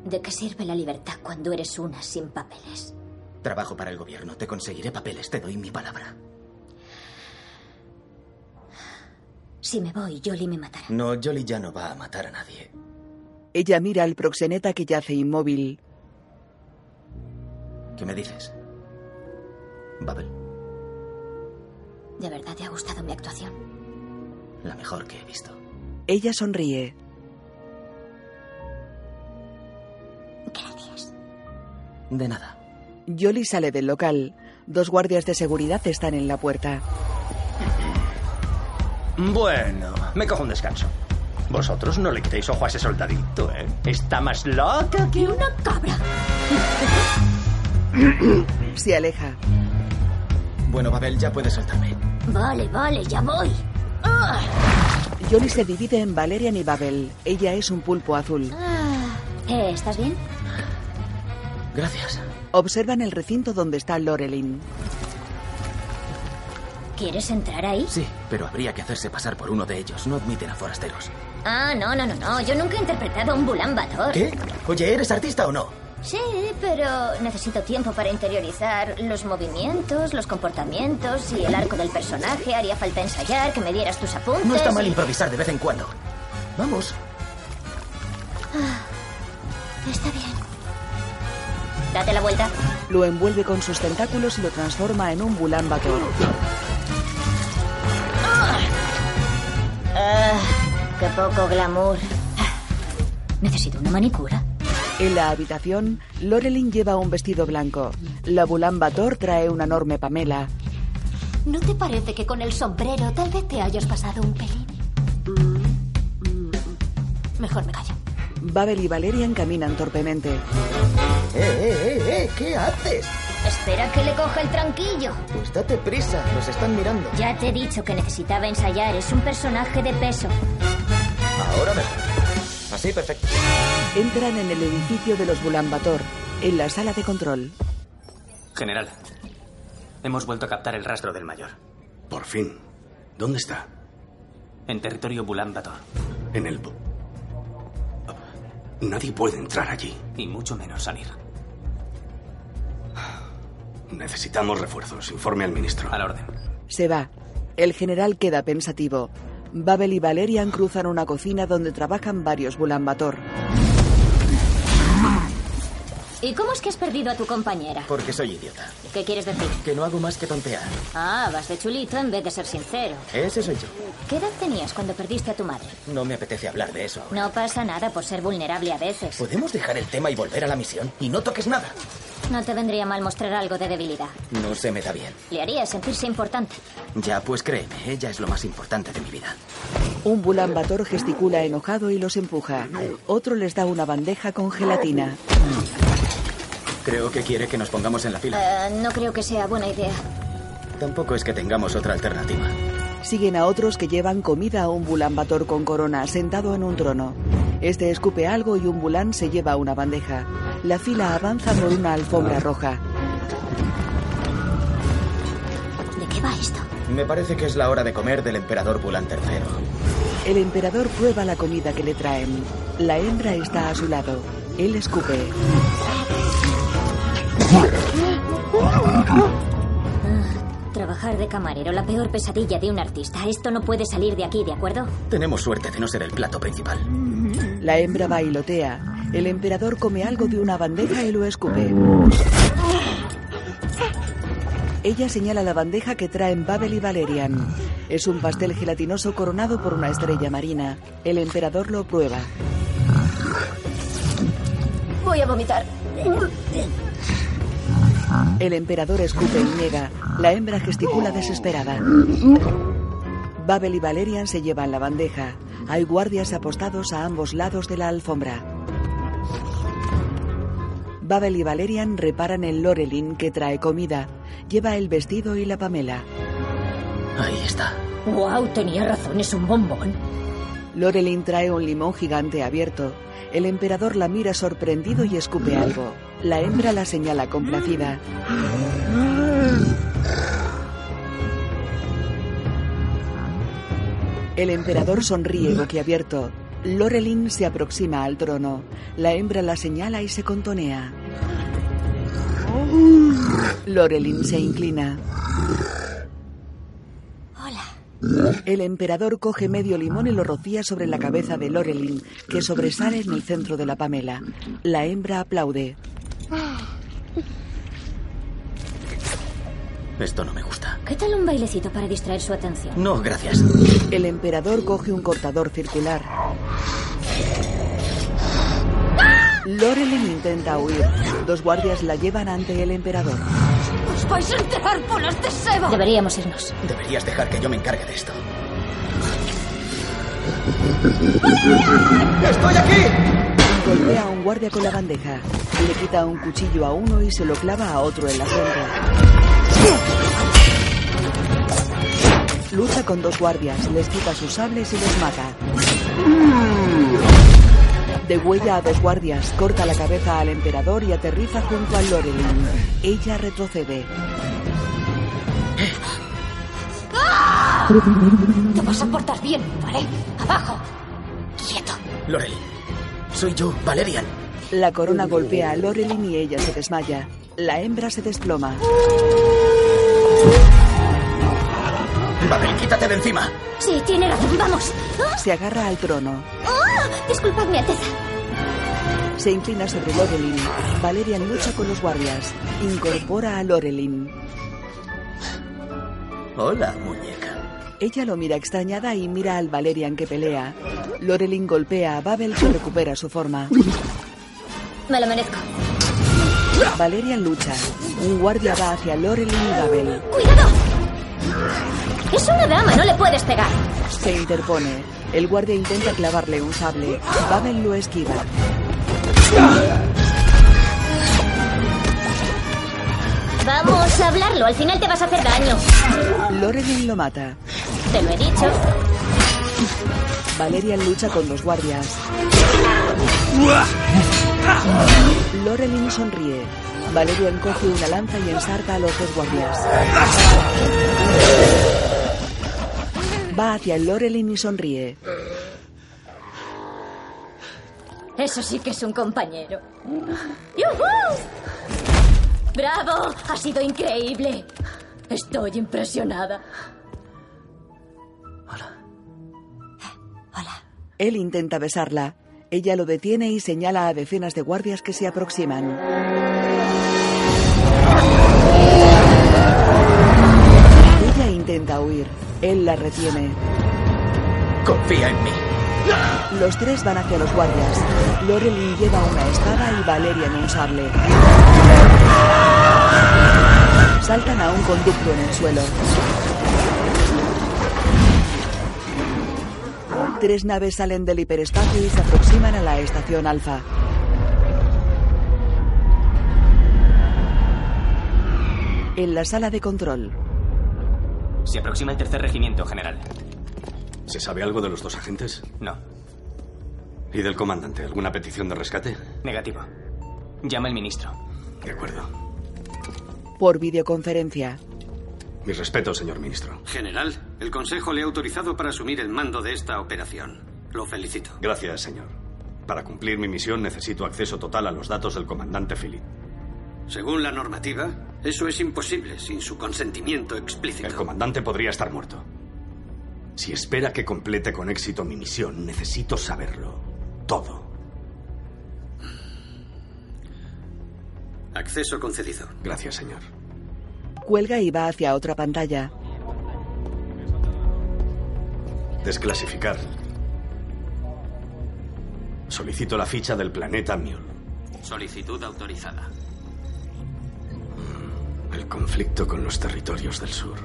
Speaker 26: ¿De qué sirve la libertad cuando eres una sin papeles?
Speaker 6: Trabajo para el gobierno. Te conseguiré papeles. Te doy mi palabra.
Speaker 26: Si me voy, Jolie me matará.
Speaker 6: No, Jolly ya no va a matar a nadie.
Speaker 1: Ella mira al proxeneta que yace inmóvil.
Speaker 6: ¿Qué me dices? Babel,
Speaker 26: ¿De verdad te ha gustado mi actuación?
Speaker 6: la mejor que he visto.
Speaker 1: Ella sonríe.
Speaker 26: Gracias.
Speaker 6: De nada.
Speaker 1: Jolly sale del local. Dos guardias de seguridad están en la puerta.
Speaker 19: Bueno, me cojo un descanso. Vosotros no le quitéis ojo a ese soldadito, ¿eh? Está más loca que una cabra.
Speaker 1: Se aleja.
Speaker 6: Bueno, Babel, ya puedes soltarme.
Speaker 26: Vale, vale, ya voy. ¡Ah!
Speaker 1: Jolly se divide en Valerian y Babel. Ella es un pulpo azul.
Speaker 26: Ah. Eh, ¿Estás bien?
Speaker 6: Gracias.
Speaker 1: Observan el recinto donde está Lorelin.
Speaker 26: ¿Quieres entrar ahí?
Speaker 6: Sí. Pero habría que hacerse pasar por uno de ellos. No admiten a forasteros.
Speaker 26: Ah, no, no, no, no. Yo nunca he interpretado a un bulán bator.
Speaker 6: ¿Qué? Oye, ¿eres artista o no?
Speaker 26: Sí, pero necesito tiempo para interiorizar los movimientos, los comportamientos y el arco del personaje. Haría falta ensayar, que me dieras tus apuntes.
Speaker 6: No está mal
Speaker 26: y-
Speaker 6: improvisar de vez en cuando. Vamos.
Speaker 26: Ah, está bien. Date la vuelta.
Speaker 1: Lo envuelve con sus tentáculos y lo transforma en un bulán bator.
Speaker 26: Ah, qué poco glamour. Necesito una manicura.
Speaker 1: En la habitación, Lorelin lleva un vestido blanco. La bulán bator trae una enorme pamela.
Speaker 26: ¿No te parece que con el sombrero tal vez te hayas pasado un pelín? Mejor me callo.
Speaker 1: Babel y Valerian caminan torpemente.
Speaker 6: ¡Eh, eh, eh, eh! ¿Qué haces?
Speaker 26: Espera que le coja el tranquillo.
Speaker 6: Pues date prisa, nos están mirando.
Speaker 26: Ya te he dicho que necesitaba ensayar. Es un personaje de peso.
Speaker 6: Ahora mejor. Así, perfecto.
Speaker 1: Entran en el edificio de los bulán bator, en la sala de control.
Speaker 30: General, hemos vuelto a captar el rastro del mayor.
Speaker 31: Por fin. ¿Dónde está?
Speaker 30: En territorio Bulán Bator.
Speaker 31: En el... bu- Nadie puede entrar allí.
Speaker 30: Y mucho menos salir.
Speaker 31: Necesitamos refuerzos. Informe al ministro.
Speaker 30: Al orden.
Speaker 1: Se va. El general queda pensativo. Babel y Valerian cruzan una cocina donde trabajan varios bulán bator.
Speaker 15: ¿Y cómo es que has perdido a tu compañera?
Speaker 6: Porque soy idiota.
Speaker 15: ¿Qué quieres decir?
Speaker 6: Que no hago más que tontear.
Speaker 15: Ah, vas de chulito en vez de ser sincero.
Speaker 6: Ese soy yo.
Speaker 15: ¿Qué edad tenías cuando perdiste a tu madre?
Speaker 6: No me apetece hablar de eso.
Speaker 15: No pasa nada por ser vulnerable a veces.
Speaker 6: ¿Podemos dejar el tema y volver a la misión? Y no toques nada.
Speaker 15: No te vendría mal mostrar algo de debilidad.
Speaker 6: No se me da bien.
Speaker 15: Le haría sentirse importante.
Speaker 6: Ya, pues créeme, ella es lo más importante de mi vida.
Speaker 1: Un bulambator gesticula enojado y los empuja. Otro les da una bandeja con gelatina.
Speaker 6: Creo que quiere que nos pongamos en la fila.
Speaker 15: Eh, no creo que sea buena idea.
Speaker 6: Tampoco es que tengamos otra alternativa.
Speaker 1: Siguen a otros que llevan comida a un bulambator con corona sentado en un trono. Este escupe algo y un bulán se lleva una bandeja. La fila avanza por una alfombra roja.
Speaker 15: ¿De qué va esto?
Speaker 6: Me parece que es la hora de comer del emperador Bulan III.
Speaker 1: El emperador prueba la comida que le traen. La hembra está a su lado. Él escupe.
Speaker 15: Trabajar de camarero, la peor pesadilla de un artista. Esto no puede salir de aquí, ¿de acuerdo?
Speaker 6: Tenemos suerte de no ser el plato principal.
Speaker 1: La hembra bailotea. El emperador come algo de una bandeja y lo escupe. Ella señala la bandeja que traen Babel y Valerian. Es un pastel gelatinoso coronado por una estrella marina. El emperador lo prueba.
Speaker 15: Voy a vomitar.
Speaker 1: El emperador escupe y niega. La hembra gesticula desesperada. Babel y Valerian se llevan la bandeja. Hay guardias apostados a ambos lados de la alfombra. Babel y Valerian reparan el Lorelin que trae comida. Lleva el vestido y la Pamela.
Speaker 6: Ahí está.
Speaker 15: ¡Wow! Tenía razón, es un bombón.
Speaker 1: Lorelin trae un limón gigante abierto. El emperador la mira sorprendido y escupe algo. La hembra la señala complacida. El emperador sonríe boquiabierto. Lorelin se aproxima al trono. La hembra la señala y se contonea. Lorelin se inclina. El emperador coge medio limón y lo rocía sobre la cabeza de Lorelin, que sobresale en el centro de la pamela. La hembra aplaude.
Speaker 6: Esto no me gusta.
Speaker 15: ¿Qué tal un bailecito para distraer su atención?
Speaker 6: No, gracias.
Speaker 1: El emperador coge un cortador circular. Lorelin intenta huir. Dos guardias la llevan ante el emperador.
Speaker 26: ¡Os vais a enterar por las de Seba!
Speaker 15: Deberíamos irnos.
Speaker 6: Deberías dejar que yo me encargue de esto. ¡Estoy aquí!
Speaker 1: Golpea a un guardia con la bandeja. Le quita un cuchillo a uno y se lo clava a otro en la frente. Lucha con dos guardias, les quita sus sables y los mata. Degüella a dos guardias, corta la cabeza al emperador y aterriza junto a Lorelin. Ella retrocede.
Speaker 26: Te vas a portar bien, ¿vale? Abajo. Quieto.
Speaker 6: Lorelin. Soy yo, Valerian.
Speaker 1: La corona golpea a Lorelin y ella se desmaya. La hembra se desploma.
Speaker 6: Babel, quítate de encima.
Speaker 15: Sí, tiene razón, vamos.
Speaker 1: Se agarra al trono.
Speaker 15: ¡Ah! Disculpadme, Alteza.
Speaker 1: Se inclina sobre Lorelin. Valerian lucha con los guardias. Incorpora a Lorelin.
Speaker 6: Hola, muñeca.
Speaker 1: Ella lo mira extrañada y mira al Valerian que pelea. Lorelin golpea a Babel que recupera su forma.
Speaker 15: Me lo merezco.
Speaker 1: Valerian lucha. Un guardia va hacia Lorelin y Babel.
Speaker 15: ¡Cuidado! Es una dama, no le puedes pegar.
Speaker 1: Se interpone. El guardia intenta clavarle un sable. Babel lo esquiva.
Speaker 15: Vamos a hablarlo, al final te vas a hacer daño.
Speaker 1: Lorelin lo mata.
Speaker 15: Te lo he dicho.
Speaker 1: Valerian lucha con los guardias. Lorelin sonríe. Valerian coge una lanza y ensarta a los dos guardias. Va hacia Lorelin y sonríe.
Speaker 15: Eso sí que es un compañero. ¡Yujú! ¡Bravo! Ha sido increíble. Estoy impresionada.
Speaker 1: Él intenta besarla. Ella lo detiene y señala a decenas de guardias que se aproximan. Ella intenta huir. Él la retiene.
Speaker 32: Confía en mí.
Speaker 1: Los tres van hacia los guardias. Lorelyn lleva una espada y Valerian un sable. Saltan a un conducto en el suelo. Tres naves salen del hiperespacio y se aproximan a la estación Alfa. En la sala de control,
Speaker 14: Se aproxima el tercer regimiento, general.
Speaker 19: ¿Se sabe algo de los dos agentes?
Speaker 14: No.
Speaker 19: ¿Y del comandante? ¿Alguna petición de rescate?
Speaker 14: Negativo. Llama el ministro.
Speaker 19: De acuerdo.
Speaker 1: por videoconferencia,
Speaker 19: Mis respetos, señor ministro.
Speaker 9: General, el Consejo le ha autorizado para asumir el mando de esta operación. Lo felicito.
Speaker 19: Gracias, señor. Para cumplir mi misión necesito acceso total a los datos del comandante Philip.
Speaker 9: Según la normativa, eso es imposible sin su consentimiento explícito.
Speaker 19: El comandante podría estar muerto. Si espera que complete con éxito mi misión, necesito saberlo. Todo.
Speaker 9: Acceso concedido.
Speaker 19: Gracias, señor.
Speaker 1: cuelga y va hacia otra pantalla.
Speaker 19: Desclasificar. Solicito la ficha del planeta Mule.
Speaker 9: Solicitud autorizada.
Speaker 19: El conflicto con los territorios del sur.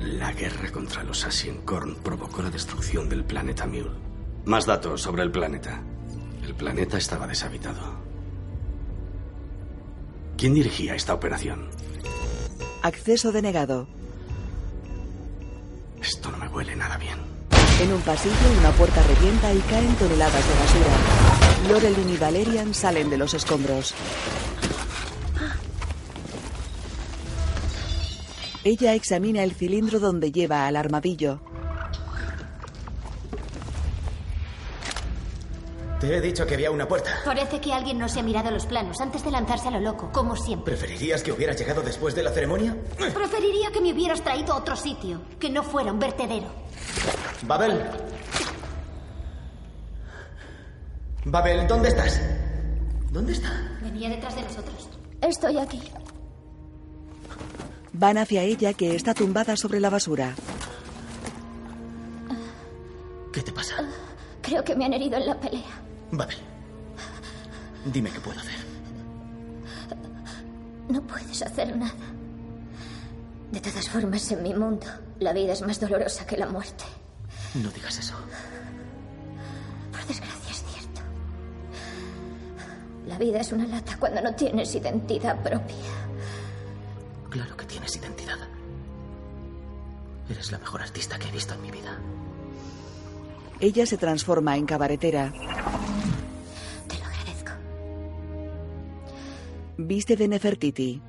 Speaker 19: La guerra contra los Ashenkorn provocó la destrucción del planeta Mule. Más datos sobre el planeta. El planeta estaba deshabitado. ¿Quién dirigía esta operación?
Speaker 1: Acceso denegado.
Speaker 19: Esto no me huele nada bien.
Speaker 1: En un pasillo, una puerta revienta y caen toneladas de basura. Lorelyn y Valerian salen de los escombros. Ella examina el cilindro donde lleva al armadillo.
Speaker 6: Te he dicho que había una puerta.
Speaker 5: Parece que alguien no se ha mirado los planos antes de lanzarse a lo loco, como siempre.
Speaker 6: ¿Preferirías que hubiera llegado después de la ceremonia?
Speaker 5: Preferiría que me hubieras traído a otro sitio, que no fuera un vertedero.
Speaker 6: Babel. Babel, ¿dónde estás? ¿Dónde está?
Speaker 5: Venía detrás de nosotros.
Speaker 26: Estoy aquí.
Speaker 1: Van hacia ella que está tumbada sobre la basura.
Speaker 6: ¿Qué te pasa?
Speaker 26: Creo que me han herido en la pelea.
Speaker 6: Babel. Dime qué puedo hacer.
Speaker 26: No puedes hacer nada. De todas formas, en mi mundo, la vida es más dolorosa que la muerte.
Speaker 6: No digas eso.
Speaker 26: Por desgracia, es cierto. La vida es una lata cuando no tienes identidad propia.
Speaker 6: Claro que tienes identidad. Eres la mejor artista que he visto en mi vida.
Speaker 1: Ella se transforma en cabaretera. Te lo agradezco. Viste de Nefertiti.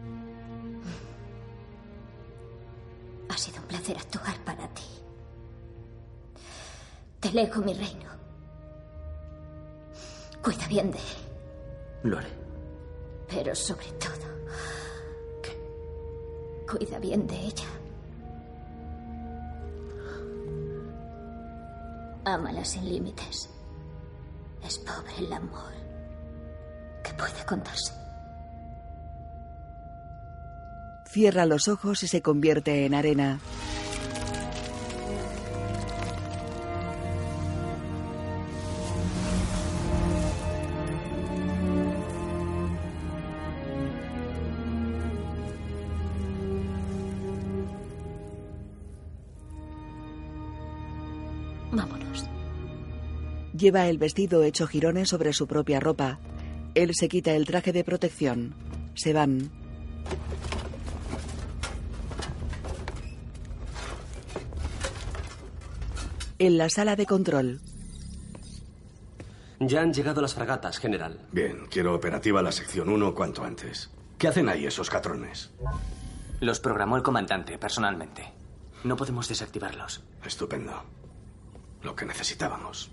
Speaker 26: Ha sido un placer actuar para ti. Te lego mi reino. Cuida bien de él,
Speaker 6: Lo haré.
Speaker 26: pero sobre todo. Cuida bien de ella. Ámala sin límites. Es pobre el amor que puede contarse.
Speaker 1: Cierra los ojos y se convierte en arena.
Speaker 26: Vámonos.
Speaker 1: Lleva el vestido hecho jirones sobre su propia ropa. Él se quita el traje de protección. Se van. En la sala de control,
Speaker 33: Ya han llegado las fragatas, general.
Speaker 19: Bien, quiero operativa la sección 1 cuanto antes. ¿Qué hacen ahí esos catrones?
Speaker 14: Los programó el comandante, personalmente. No podemos desactivarlos.
Speaker 19: Estupendo. Lo que necesitábamos.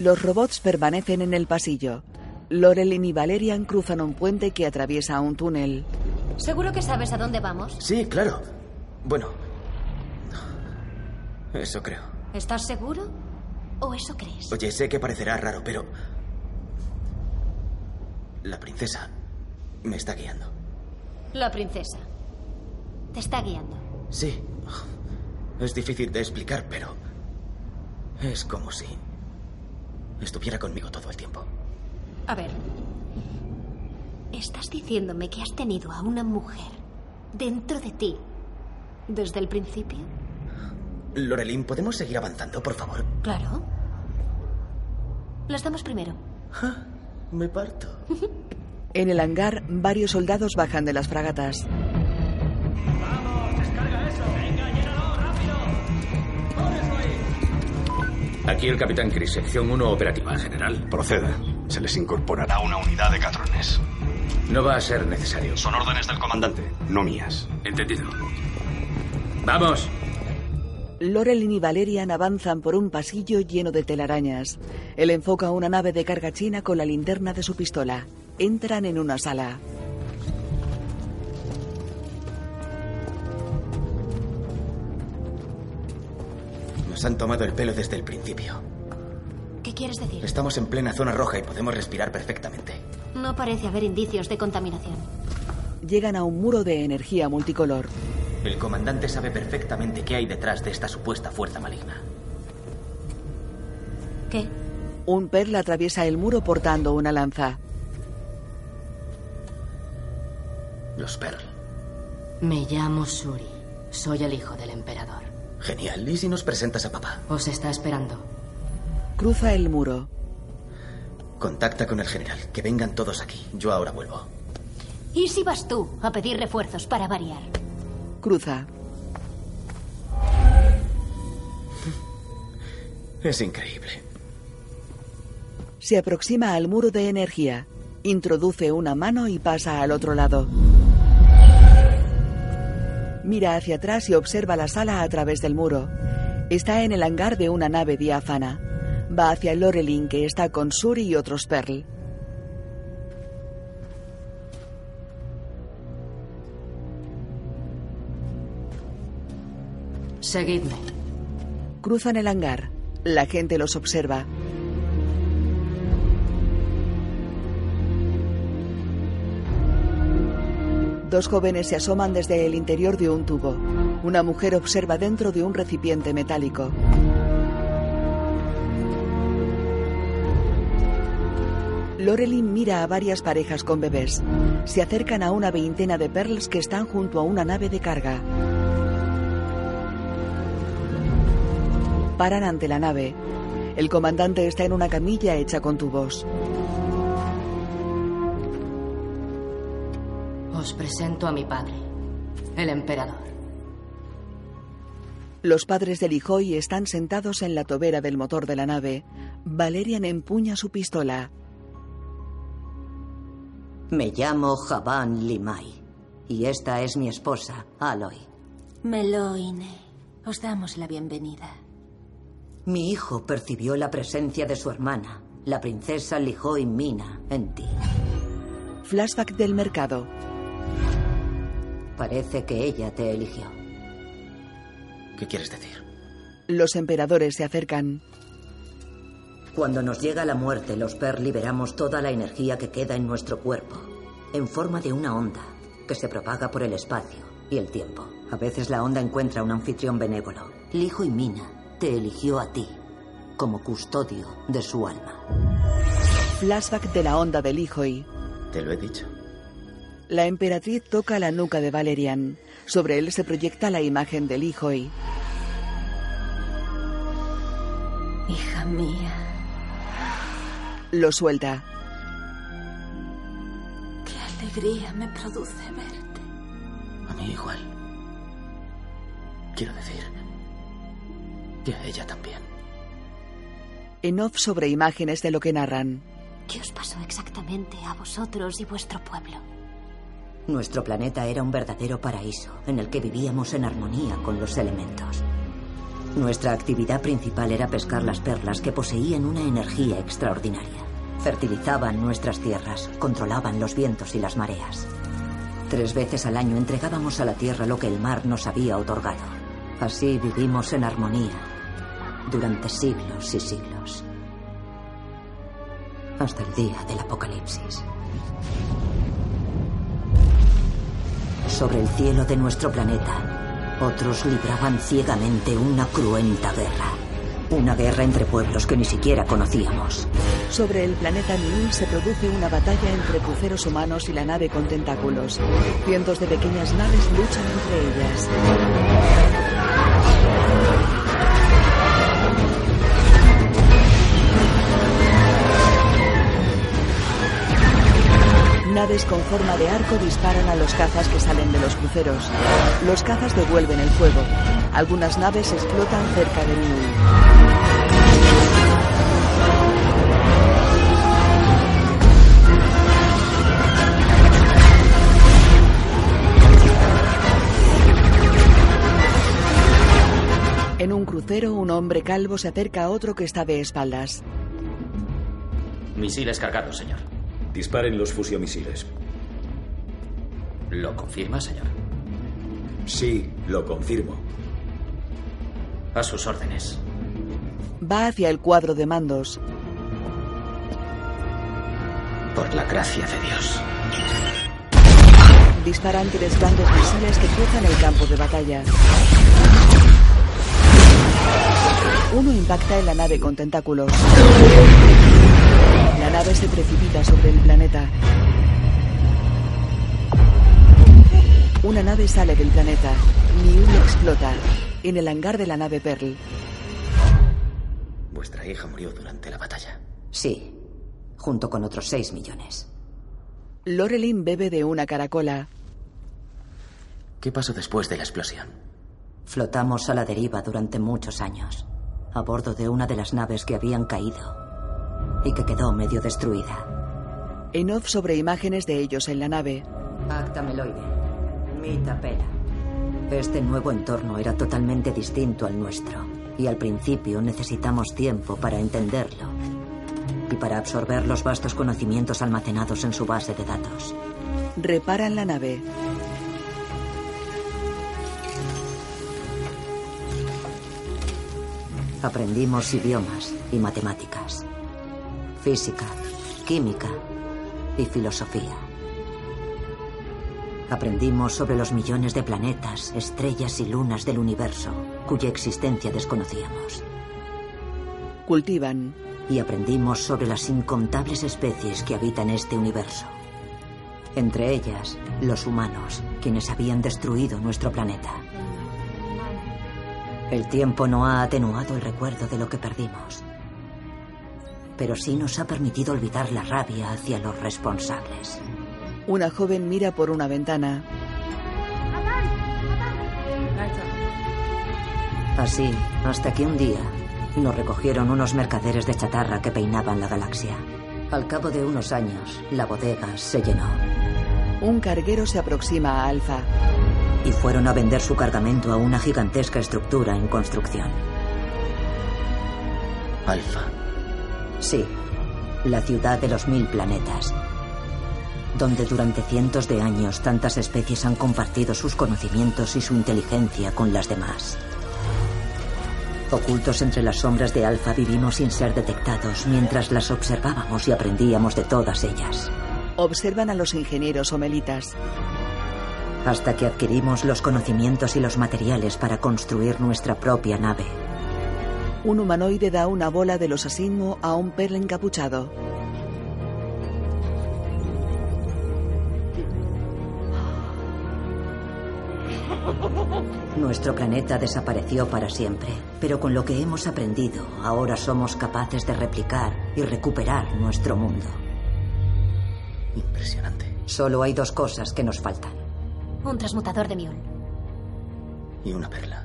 Speaker 1: los robots permanecen en el pasillo. Lorelyn y Valerian cruzan un puente que atraviesa un túnel.
Speaker 5: ¿Seguro que sabes a dónde vamos?
Speaker 6: Sí, claro. Bueno. Eso creo.
Speaker 5: ¿Estás seguro? ¿O eso crees?
Speaker 6: Oye, sé que parecerá raro, pero... La princesa me está guiando.
Speaker 5: La princesa. Te está guiando.
Speaker 6: Sí. Es difícil de explicar, pero... Es como si... Estuviera conmigo todo el tiempo.
Speaker 5: A ver. Estás diciéndome que has tenido a una mujer dentro de ti desde el principio.
Speaker 6: Lorelin, ¿podemos seguir avanzando, por favor?
Speaker 5: Claro. Las damos primero.
Speaker 6: Me parto.
Speaker 1: En el hangar, varios soldados bajan de las fragatas.
Speaker 16: Aquí el Capitán Chris, sección 1 operativa. General.
Speaker 19: Proceda. Se les incorporará una unidad de catrones.
Speaker 16: No va a ser necesario.
Speaker 19: Son órdenes del comandante, no mías.
Speaker 16: Entendido. ¡Vamos!
Speaker 1: Lorelin y Valerian avanzan por un pasillo lleno de telarañas. Él enfoca una nave de carga china con la linterna de su pistola. Entran en una sala.
Speaker 6: Nos han tomado el pelo desde el principio.
Speaker 5: ¿Qué quieres decir?
Speaker 6: Estamos en plena zona roja y podemos respirar perfectamente.
Speaker 5: No parece haber indicios de contaminación.
Speaker 1: Llegan a un muro de energía multicolor.
Speaker 6: El comandante sabe perfectamente qué hay detrás de esta supuesta fuerza maligna.
Speaker 5: ¿Qué?
Speaker 1: Un perla atraviesa el muro portando una lanza.
Speaker 6: Los Pearl.
Speaker 34: Me llamo Suri. Soy el hijo del emperador.
Speaker 6: Genial. ¿Y si nos presentas a papá?
Speaker 34: Os está esperando.
Speaker 1: Cruza el muro.
Speaker 6: Contacta con el general. Que vengan todos aquí. Yo ahora vuelvo.
Speaker 5: ¿Y si vas tú a pedir refuerzos para variar?
Speaker 1: Cruza.
Speaker 6: Es increíble.
Speaker 1: Se aproxima al muro de energía. Introduce una mano y pasa al otro lado. Mira hacia atrás y observa la sala a través del muro. Está en el hangar de una nave diáfana. Va hacia Lorelin, que está con Suri y otros Pearl.
Speaker 34: Seguidme.
Speaker 1: Cruzan el hangar. La gente los observa. Dos jóvenes se asoman desde el interior de un tubo. Una mujer observa dentro de un recipiente metálico. Lorelin mira a varias parejas con bebés. Se acercan a una veintena de perls que están junto a una nave de carga. Paran ante la nave. El comandante está en una camilla hecha con tubos.
Speaker 34: Os presento a mi padre, el emperador.
Speaker 1: Los padres de Lijoy están sentados en la tobera del motor de la nave. Valerian empuña su pistola.
Speaker 20: Me llamo Javan Limay y esta es mi esposa, Aloy.
Speaker 26: Meloine, os damos la bienvenida.
Speaker 20: Mi hijo percibió la presencia de su hermana, la princesa Lijoy Mina, en ti.
Speaker 1: Flashback del mercado.
Speaker 20: Parece que ella te eligió.
Speaker 6: ¿Qué quieres decir?
Speaker 1: Los emperadores se acercan.
Speaker 20: Cuando nos llega la muerte, los Per liberamos toda la energía que queda en nuestro cuerpo, en forma de una onda que se propaga por el espacio y el tiempo. A veces la onda encuentra un anfitrión benévolo. Lijo y Mina te eligió a ti como custodio de su alma.
Speaker 1: Flashback de la onda del hijo y...
Speaker 6: Te lo he dicho.
Speaker 1: La emperatriz toca la nuca de Valerian. Sobre él se proyecta la imagen del hijo y...
Speaker 26: Hija mía,
Speaker 1: Lo suelta.
Speaker 26: qué alegría me produce verte.
Speaker 6: A mí igual. Quiero decir que a ella también.
Speaker 1: En off sobre imágenes de lo que narran.
Speaker 5: ¿Qué os pasó exactamente a vosotros y vuestro pueblo?
Speaker 20: Nuestro planeta era un verdadero paraíso en el que vivíamos en armonía con los elementos. Nuestra actividad principal era pescar las perlas que poseían una energía extraordinaria. Fertilizaban nuestras tierras, controlaban los vientos y las mareas. Tres veces al año entregábamos a la tierra lo que el mar nos había otorgado. Así vivimos en armonía, durante siglos y siglos. Hasta el día del apocalipsis. Sobre el cielo de nuestro planeta, otros libraban ciegamente una cruenta guerra. Una guerra entre pueblos que ni siquiera conocíamos.
Speaker 1: Sobre el planeta Niul se produce una batalla entre cruceros humanos y la nave con tentáculos. Cientos de pequeñas naves luchan entre ellas. Naves con forma de arco disparan a los cazas que salen de los cruceros. Los cazas devuelven el fuego. Algunas naves explotan cerca de Niul. En un crucero, un hombre calvo se acerca a otro que está de espaldas.
Speaker 9: Misiles cargados, señor.
Speaker 2: Disparen los fusiomisiles.
Speaker 9: ¿Lo confirma, señor?
Speaker 2: Sí, lo confirmo.
Speaker 9: A sus órdenes.
Speaker 1: Va hacia el cuadro de mandos.
Speaker 9: Por la gracia de Dios.
Speaker 1: Disparan tres grandes misiles que cruzan el campo de batalla. Uno impacta en la nave con tentáculos. La nave se precipita sobre el planeta. Una nave sale del planeta. Niul explota. En el hangar de la nave Pearl,
Speaker 6: Vuestra hija murió durante la batalla.
Speaker 20: Sí, junto con otros 6 millones.
Speaker 1: Lorelin bebe de una caracola.
Speaker 6: ¿Qué pasó después de la explosión?
Speaker 20: Flotamos a la deriva durante muchos años, a bordo de una de las naves que habían caído y que quedó medio destruida.
Speaker 1: En off sobre imágenes de ellos en la nave.
Speaker 20: Acta meloide. Mita pela. Este nuevo entorno era totalmente distinto al nuestro, y al principio necesitamos tiempo para entenderlo y para absorber los vastos conocimientos almacenados en su base de datos.
Speaker 1: Reparan la nave.
Speaker 20: Aprendimos idiomas y matemáticas, física, química y filosofía. Aprendimos sobre los millones de planetas, estrellas y lunas del universo, cuya existencia desconocíamos.
Speaker 1: Cultivan.
Speaker 20: Y aprendimos sobre las incontables especies que habitan este universo. Entre ellas, los humanos, quienes habían destruido nuestro planeta. El tiempo no ha atenuado el recuerdo de lo que perdimos, pero sí nos ha permitido olvidar la rabia hacia los responsables.
Speaker 1: Una joven mira por una ventana.
Speaker 20: Así, hasta que un día nos recogieron unos mercaderes de chatarra que peinaban la galaxia. Al cabo de unos años, la bodega se llenó
Speaker 1: Un carguero se aproxima a Alfa.
Speaker 20: y fueron a vender su cargamento a una gigantesca estructura en construcción.
Speaker 6: Alfa.
Speaker 20: Sí, la ciudad de los mil planetas, donde durante cientos de años tantas especies han compartido sus conocimientos y su inteligencia con las demás. Ocultos entre las sombras de Alfa vivimos sin ser detectados mientras las observábamos y aprendíamos de todas ellas,
Speaker 1: Observan a los ingenieros homelitas.
Speaker 20: hasta que adquirimos los conocimientos y los materiales para construir nuestra propia nave.
Speaker 1: Un humanoide da una bola de los asismo a un perro encapuchado.
Speaker 20: Nuestro planeta desapareció para siempre, pero con lo que hemos aprendido, ahora somos capaces de replicar y recuperar nuestro mundo.
Speaker 6: Impresionante.
Speaker 20: Solo hay dos cosas que nos faltan.
Speaker 5: Un transmutador de Miul.
Speaker 6: Y una perla.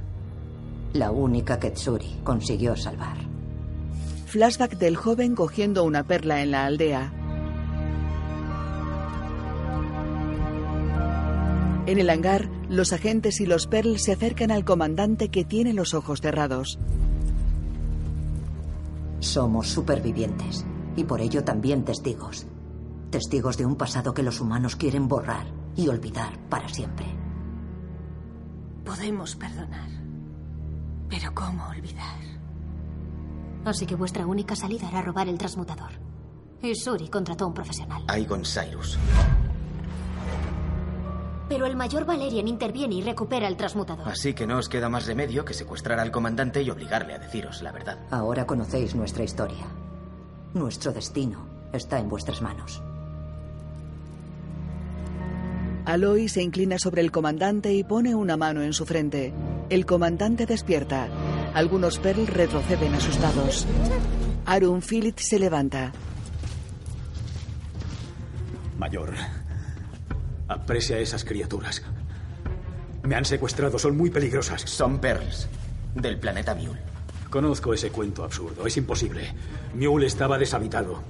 Speaker 20: La única que Tsuri consiguió salvar.
Speaker 1: Flashback del joven cogiendo una perla en la aldea. En el hangar, los agentes y los Pearl se acercan al comandante que tiene los ojos cerrados.
Speaker 20: Somos supervivientes y por ello también testigos. Testigos de un pasado que los humanos quieren borrar y olvidar para siempre.
Speaker 21: Podemos perdonar. Pero ¿cómo olvidar?
Speaker 5: Así que vuestra única salida era robar el transmutador. Y Suri contrató a un profesional.
Speaker 6: Aegon Cyrus.
Speaker 5: Pero el mayor Valerian interviene y recupera el transmutador.
Speaker 6: Así que no os queda más remedio que secuestrar al comandante y obligarle a deciros la verdad.
Speaker 20: Ahora conocéis nuestra historia. Nuestro destino está en vuestras manos.
Speaker 1: Aloy se inclina sobre el comandante y pone una mano en su frente. El comandante despierta. Algunos Perl retroceden asustados. Arun Philip se levanta.
Speaker 3: Mayor, aprecie a esas criaturas. Me han secuestrado, son muy peligrosas.
Speaker 6: Son Perls, del planeta Mule.
Speaker 3: Conozco ese cuento absurdo, es imposible. Mule estaba deshabitado.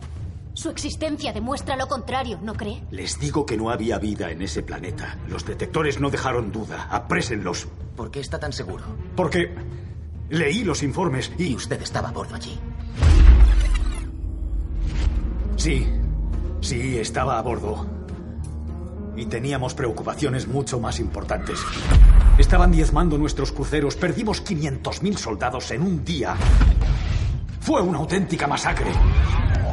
Speaker 5: Su existencia demuestra lo contrario, ¿no cree?
Speaker 3: Les digo que no había vida en ese planeta. Los detectores no dejaron duda. Aprésenlos.
Speaker 6: ¿Por qué está tan seguro?
Speaker 3: Porque leí los informes y...
Speaker 6: Y usted estaba a bordo allí.
Speaker 3: Sí, sí, estaba a bordo. Y teníamos preocupaciones mucho más importantes. Estaban diezmando nuestros cruceros. Perdimos 500.000 soldados en un día. Fue una auténtica masacre.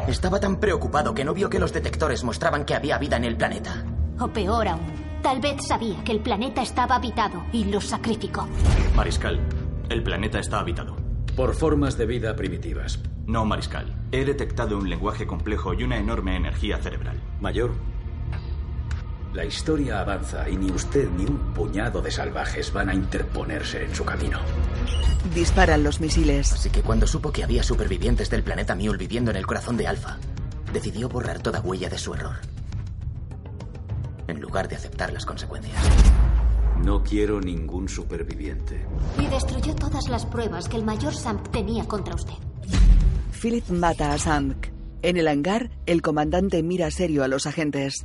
Speaker 6: Estaba tan preocupado que no vio que los detectores mostraban que había vida en el planeta.
Speaker 5: O peor aún, tal vez sabía que el planeta estaba habitado y lo sacrificó.
Speaker 35: Mariscal, el planeta está habitado.
Speaker 36: Por formas de vida primitivas.
Speaker 35: No, Mariscal. He detectado un lenguaje complejo y una enorme energía cerebral.
Speaker 36: Mayor, la historia avanza y ni usted ni un puñado de salvajes van a interponerse en su camino.
Speaker 1: Disparan los misiles.
Speaker 6: Así que cuando supo que había supervivientes del planeta Mule viviendo en el corazón de Alpha, decidió borrar toda huella de su error. En lugar de aceptar las consecuencias.
Speaker 36: No quiero ningún superviviente.
Speaker 5: Y destruyó todas las pruebas que el mayor Samk tenía contra usted.
Speaker 1: Philip mata a Samk. En el hangar, el comandante mira serio a los agentes.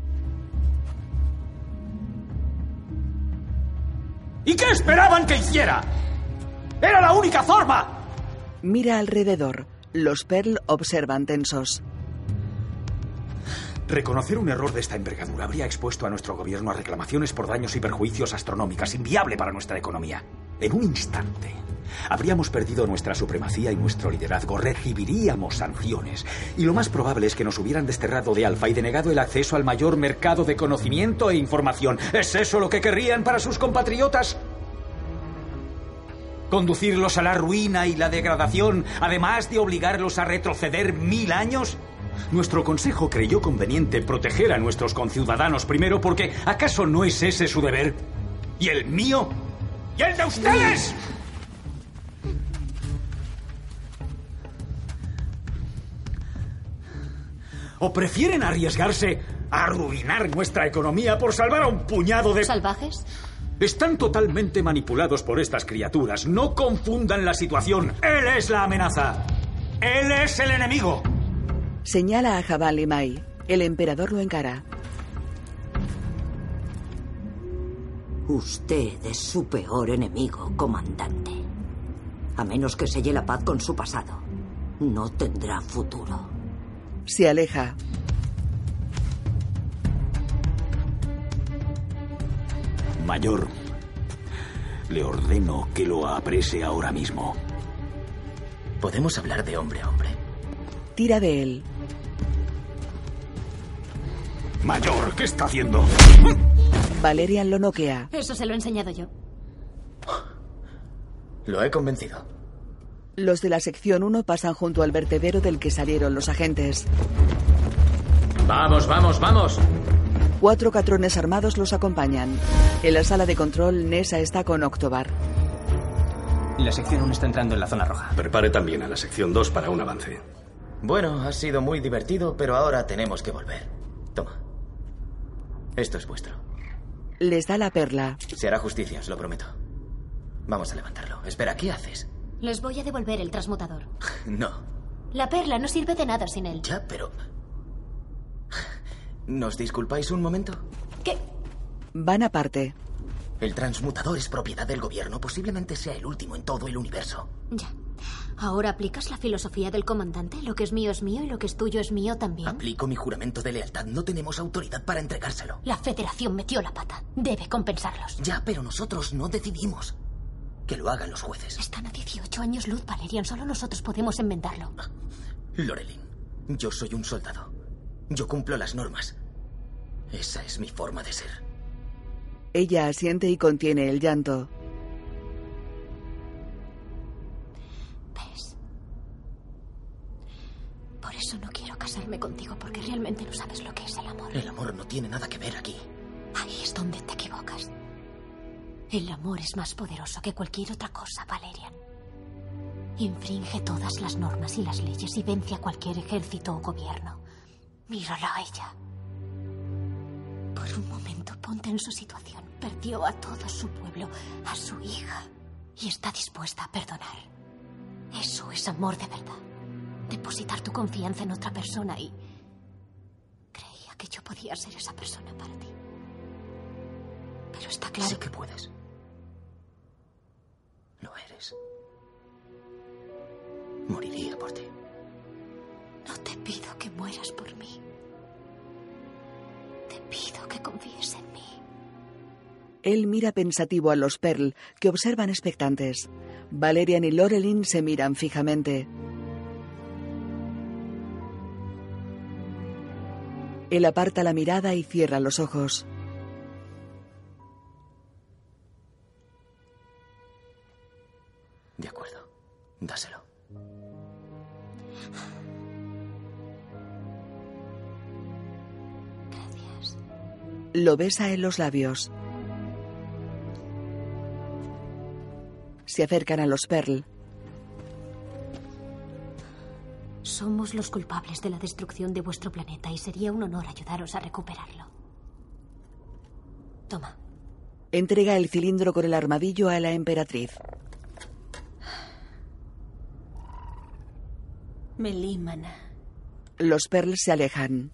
Speaker 35: ¿Y qué esperaban que hiciera? Era la única forma.
Speaker 1: Mira alrededor. Los Pearl observan tensos.
Speaker 3: Reconocer un error de esta envergadura habría expuesto a nuestro gobierno a reclamaciones por daños y perjuicios astronómicas, inviable para nuestra economía. En un instante, habríamos perdido nuestra supremacía y nuestro liderazgo, recibiríamos sanciones, y lo más probable es que nos hubieran desterrado de Alfa y denegado el acceso al mayor mercado de conocimiento e información. ¿Es eso lo que querrían para sus compatriotas? ¿Conducirlos a la ruina y la degradación, además de obligarlos a retroceder mil años? Nuestro consejo creyó conveniente proteger a nuestros conciudadanos primero porque ¿acaso no es ese su deber? ¿Y el mío? ¿Y el de ustedes? ¿O prefieren arriesgarse a arruinar nuestra economía por salvar a un puñado de...
Speaker 5: ¿Salvajes?
Speaker 3: Están totalmente manipulados por estas criaturas. No confundan la situación. Él es la amenaza. Él es el enemigo.
Speaker 1: Señala a Jabal Limay. El emperador lo encara.
Speaker 20: Usted es su peor enemigo, comandante. A menos que selle la paz con su pasado, no tendrá futuro.
Speaker 1: Se aleja.
Speaker 3: Mayor, le ordeno que lo aprese ahora mismo.
Speaker 6: Podemos hablar de hombre a hombre.
Speaker 1: Tira de él.
Speaker 3: Mayor, ¿qué está haciendo?
Speaker 1: Valerian lo noquea.
Speaker 5: Eso se lo he enseñado yo.
Speaker 6: Lo he convencido.
Speaker 1: Los de la sección 1 pasan junto al vertedero del que salieron los agentes.
Speaker 37: Vamos, vamos, vamos.
Speaker 1: Cuatro catrones armados los acompañan. En la sala de control, Nessa está con Octobar.
Speaker 37: La sección 1 está entrando en la zona roja.
Speaker 38: Prepare también a la sección 2 para un avance.
Speaker 6: Bueno, ha sido muy divertido, pero ahora tenemos que volver. Toma. Esto es vuestro.
Speaker 1: Les da la perla.
Speaker 6: Se hará justicia, os lo prometo. Vamos a levantarlo. Espera, ¿qué haces?
Speaker 5: Les voy a devolver el transmutador.
Speaker 6: No.
Speaker 5: La perla no sirve de nada sin él.
Speaker 6: Ya, pero... ¿Nos disculpáis un momento?
Speaker 5: ¿Qué?
Speaker 1: Van aparte.
Speaker 6: El transmutador es propiedad del gobierno. Posiblemente sea el último en todo el universo.
Speaker 5: Ya. Ahora aplicas la filosofía del comandante. Lo que es mío es mío y lo que es tuyo es mío también.
Speaker 6: Aplico mi juramento de lealtad. No tenemos autoridad para entregárselo.
Speaker 5: La Federación metió la pata. Debe compensarlos.
Speaker 6: Ya, pero nosotros no decidimos.
Speaker 18: Que lo hagan los jueces.
Speaker 5: Están a 18 años luz, Valerian. Solo nosotros podemos enmendarlo.
Speaker 18: Lorelin, yo soy un soldado. Yo cumplo las normas. Esa es mi forma de ser.
Speaker 1: Ella asiente y contiene el llanto.
Speaker 5: ¿Ves? Por eso no quiero casarme contigo, porque realmente no sabes lo que es el amor.
Speaker 18: El amor no tiene nada que ver aquí.
Speaker 5: Ahí es donde te equivocas. El amor es más poderoso que cualquier otra cosa, Valerian. Infringe todas las normas y las leyes y vence a cualquier ejército o gobierno. Mírala a ella. Por un momento ponte en su situación. Perdió a todo su pueblo, a su hija, y está dispuesta a perdonar. Eso es amor de verdad. Depositar tu confianza en otra persona y... Creía que yo podía ser esa persona para ti. Pero está claro
Speaker 18: Sí que puedes. Lo eres. Moriría por ti.
Speaker 5: No te pido que mueras por mí. Te pido que confíes en mí.
Speaker 1: Él mira pensativo a los Pearl, que observan expectantes. Valerian y Lorelin se miran fijamente. Él aparta la mirada y cierra los ojos.
Speaker 18: De acuerdo. Dáselo.
Speaker 1: Lo besa en los labios. Se acercan a los Pearl.
Speaker 5: Somos los culpables de la destrucción de vuestro planeta y sería un honor ayudaros a recuperarlo. Toma,
Speaker 1: Entrega el cilindro con el armadillo a la emperatriz.
Speaker 21: Melímana.
Speaker 1: Los Pearl se alejan.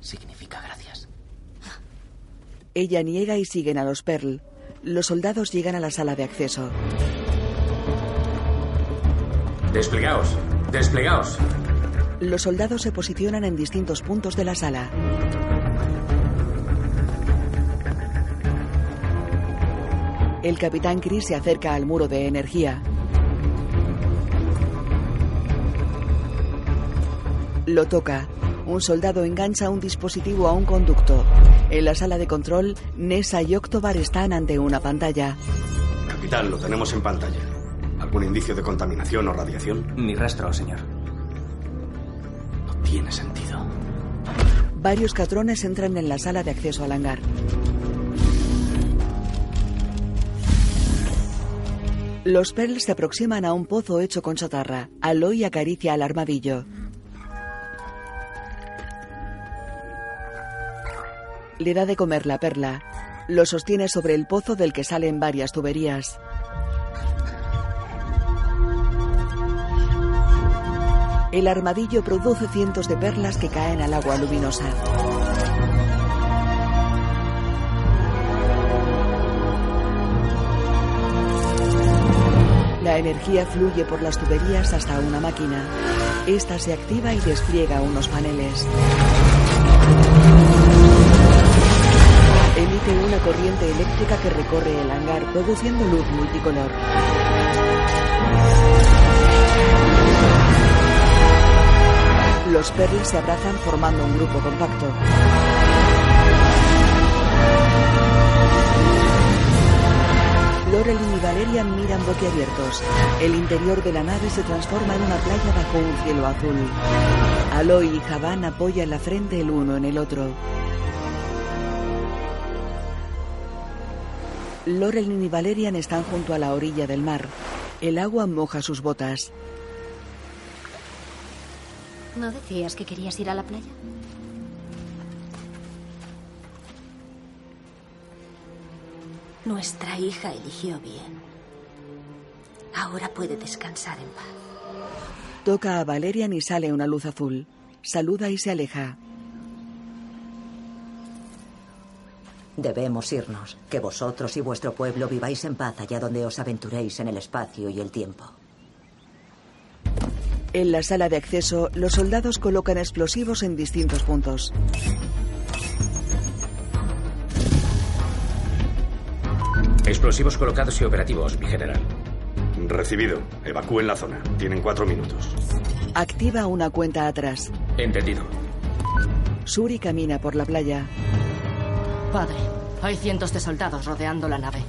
Speaker 18: Significa gracias.
Speaker 1: Ella niega y siguen a los Pearl. Los soldados llegan a la sala de acceso.
Speaker 3: Desplegaos, desplegaos.
Speaker 1: Los soldados se posicionan en distintos puntos de la sala. El capitán Chris se acerca al muro de energía. Lo toca. Un soldado engancha un dispositivo a un conducto. En la sala de control, Nessa y Octobar están ante una pantalla.
Speaker 19: Capitán, lo tenemos en pantalla. ¿Algún indicio de contaminación o radiación?
Speaker 18: Ni rastro, señor.
Speaker 19: No tiene sentido.
Speaker 1: Varios catrones entran en la sala de acceso al hangar. Los Pearl se aproximan a un pozo hecho con chatarra. Aloy acaricia al armadillo. Le da de comer la perla. Lo sostiene sobre el pozo del que salen varias tuberías. El armadillo produce cientos de perlas que caen al agua luminosa. La energía fluye por las tuberías hasta una máquina. Esta se activa y despliega unos paneles. Emite una corriente eléctrica que recorre el hangar produciendo luz multicolor. Los Perry se abrazan formando un grupo compacto. Lorelin y Valeria miran boquiabiertos. El interior de la nave se transforma en una playa bajo un cielo azul. Aloy y Javan apoyan la frente el uno en el otro. Lorelin y Valerian están junto a la orilla del mar. El agua moja sus botas.
Speaker 5: ¿no decías que querías ir a la playa?
Speaker 21: Nuestra hija eligió bien. Ahora puede descansar en paz.
Speaker 1: Toca a Valerian y sale una luz azul. Saluda y se aleja.
Speaker 20: Debemos irnos. Que vosotros y vuestro pueblo viváis en paz allá donde os aventuréis en el espacio y el tiempo.
Speaker 1: En la sala de acceso, los soldados colocan explosivos en distintos puntos.
Speaker 3: Explosivos colocados y operativos, mi general.
Speaker 19: Recibido. Evacúen la zona. Tienen cuatro minutos.
Speaker 1: Activa una cuenta atrás.
Speaker 3: Entendido.
Speaker 1: Suri camina por la playa.
Speaker 39: Padre, hay cientos de soldados rodeando la nave.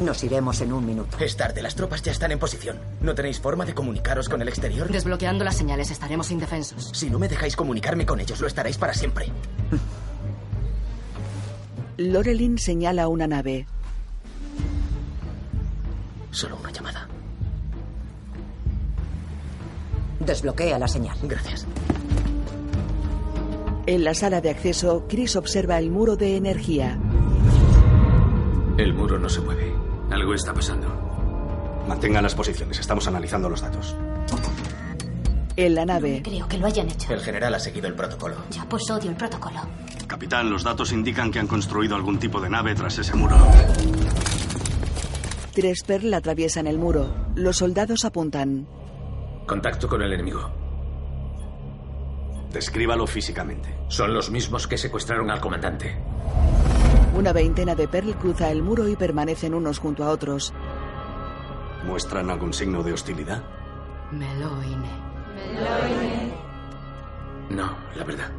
Speaker 20: Nos iremos en un minuto.
Speaker 6: Es tarde, las tropas ya están en posición. ¿No tenéis forma de comunicaros con el exterior?
Speaker 39: Desbloqueando las señales estaremos indefensos.
Speaker 6: Si no me dejáis comunicarme con ellos, lo estaréis para siempre.
Speaker 1: Lorelin señala una nave.
Speaker 6: Solo una llamada.
Speaker 20: Desbloquea la señal.
Speaker 6: Gracias.
Speaker 1: En la sala de acceso, Chris observa el muro de energía.
Speaker 3: El muro no se mueve. Algo está pasando.
Speaker 19: Mantengan las posiciones. Estamos analizando los datos.
Speaker 1: En la nave.
Speaker 5: Creo que lo hayan hecho.
Speaker 6: El general ha seguido el protocolo.
Speaker 5: Ya, pues odio el protocolo.
Speaker 19: Capitán, los datos indican que han construido algún tipo de nave tras ese muro.
Speaker 1: Tres perl atraviesan el muro. Los soldados apuntan.
Speaker 3: Contacto con el enemigo.
Speaker 19: Descríbalo físicamente.
Speaker 3: Son los mismos que secuestraron al comandante.
Speaker 1: Una veintena de perl cruza el muro y permanecen unos junto a otros.
Speaker 19: ¿Muestran algún signo de hostilidad?
Speaker 39: Meloine.
Speaker 3: No, la verdad.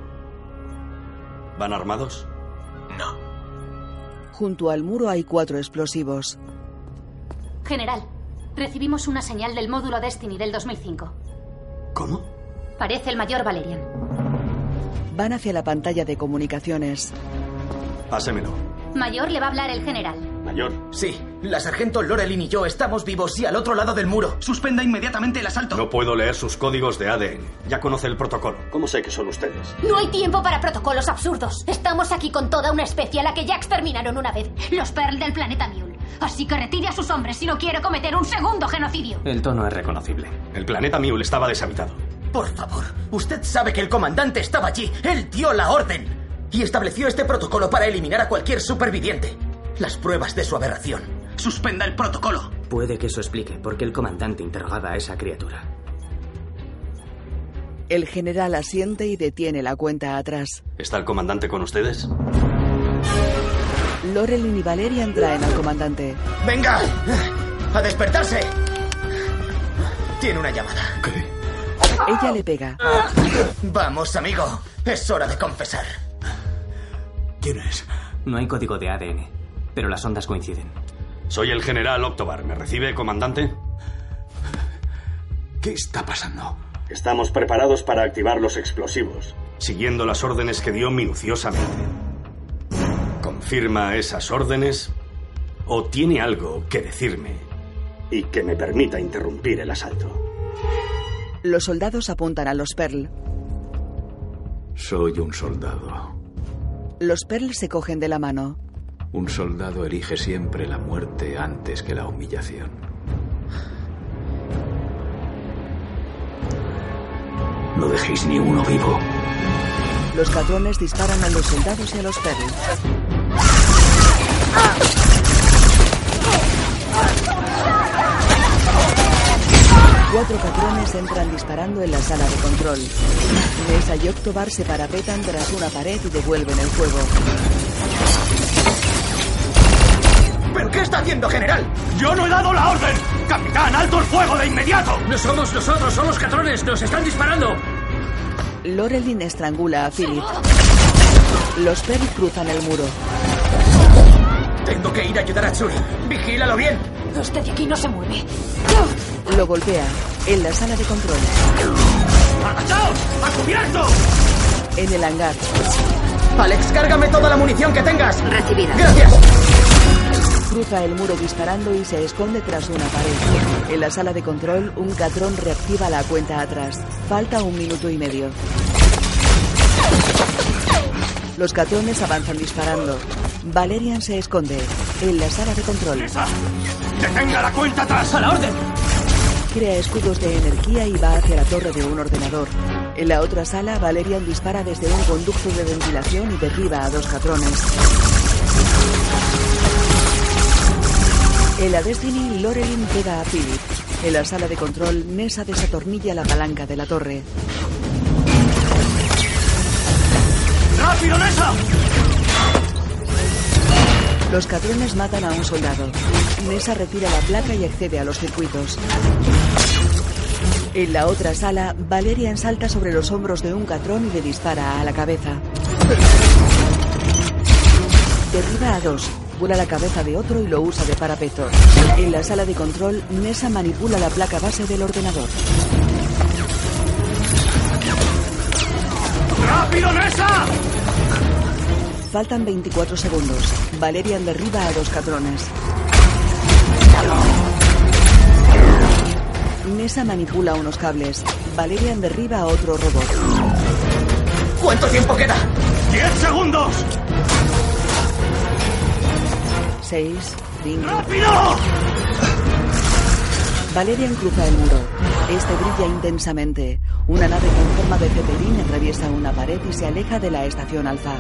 Speaker 19: ¿Van armados?
Speaker 3: No.
Speaker 1: Junto al muro hay cuatro explosivos.
Speaker 5: General, recibimos una señal del módulo Destiny del 2005.
Speaker 19: ¿Cómo?
Speaker 5: Parece el mayor Valerian.
Speaker 1: Van hacia la pantalla de comunicaciones.
Speaker 19: Pásemelo.
Speaker 5: Mayor le va a hablar el general.
Speaker 19: Mayor.
Speaker 6: Sí, la sargento Lorelin y yo estamos vivos y al otro lado del muro. Suspenda inmediatamente el asalto.
Speaker 19: No puedo leer sus códigos de ADN. Ya conoce el protocolo. ¿Cómo sé que son ustedes?
Speaker 5: No hay tiempo para protocolos absurdos. Estamos aquí con toda una especie a la que ya exterminaron una vez, los Pearl del planeta Mule. Así que retire a sus hombres si no quiere cometer un segundo genocidio.
Speaker 40: El tono es reconocible.
Speaker 19: El planeta Mule estaba deshabitado.
Speaker 6: Por favor, usted sabe que el comandante estaba allí. Él dio la orden y estableció este protocolo para eliminar a cualquier superviviente. Las pruebas de su aberración. Suspenda el protocolo.
Speaker 40: Puede que eso explique por qué el comandante interrogaba a esa criatura.
Speaker 1: El general asiente y detiene la cuenta atrás.
Speaker 19: ¿Está el comandante con ustedes?
Speaker 1: Lorelin y Valerian traen al comandante.
Speaker 6: ¡Venga! ¡A despertarse! Tiene una llamada.
Speaker 1: Ella le pega.
Speaker 6: Vamos, amigo. Es hora de confesar.
Speaker 19: ¿Quién es?
Speaker 40: No hay código de ADN, pero las ondas coinciden.
Speaker 19: Soy el general Octobar. ¿Me recibe, comandante?
Speaker 41: ¿Qué está pasando?
Speaker 19: Estamos preparados para activar los explosivos, siguiendo las órdenes que dio minuciosamente. ¿Confirma esas órdenes o tiene algo que decirme y que me permita interrumpir el asalto?
Speaker 1: Los soldados apuntan a los Perl.
Speaker 3: Soy un soldado.
Speaker 1: Los Perl se cogen de la mano.
Speaker 3: Un soldado erige siempre la muerte antes que la humillación.
Speaker 19: No dejéis ni uno vivo.
Speaker 1: Los catrones disparan a los soldados y a los Perl. Cuatro catrones entran disparando en la sala de control. Mesa y Octobar se parapetan tras una pared y devuelven el fuego.
Speaker 6: ¿Pero qué está haciendo, general?
Speaker 42: ¡Yo no he dado la orden! ¡Capitán, alto el fuego de inmediato!
Speaker 43: No somos nosotros, son los catrones, nos están disparando.
Speaker 1: Lorelin estrangula a Philip. Los Perry cruzan el muro.
Speaker 6: Tengo que ir a ayudar a Churi. Vigílalo bien.
Speaker 5: Usted de aquí no se mueve.
Speaker 1: Lo golpea en la sala de control.
Speaker 42: ¡Agachaos! ¡A cubierto!
Speaker 1: En el hangar.
Speaker 6: Alex, cárgame toda la munición que tengas.
Speaker 5: Recibida.
Speaker 6: Gracias.
Speaker 1: Cruza el muro disparando y se esconde tras una pared. En la sala de control, un catrón reactiva la cuenta atrás. Falta un minuto y medio. Los catrones avanzan disparando. Valerian se esconde en la sala de control.
Speaker 42: ¡Esa! ¡Detenga la cuenta atrás!
Speaker 6: ¡A la orden!
Speaker 1: Crea escudos de energía y va hacia la torre de un ordenador. En la otra sala, Valerian dispara desde un conducto de ventilación y derriba a dos catrones. En la Destiny, Lorelin pega a Philip. En la sala de control, Nessa desatornilla la palanca de la torre.
Speaker 42: ¡Rápido, Nessa!
Speaker 1: Los catrones matan a un soldado. Nessa retira la placa y accede a los circuitos. En la otra sala, Valerian salta sobre los hombros de un catrón y le dispara a la cabeza. Derriba a dos, vuela la cabeza de otro y lo usa de parapeto. En la sala de control, Nessa manipula la placa base del ordenador.
Speaker 16: ¡Rápido, Nessa!
Speaker 1: Faltan 24 segundos. Valerian derriba a dos catrones. Nessa manipula unos cables. Valerian derriba a otro robot.
Speaker 18: ¿Cuánto tiempo queda?
Speaker 16: ¡Diez segundos!
Speaker 1: 6, 5.
Speaker 16: ¡Rápido!
Speaker 1: Valerian cruza el muro. Este brilla intensamente. Una nave con forma de cepelín atraviesa una pared y se aleja de la estación Alfa.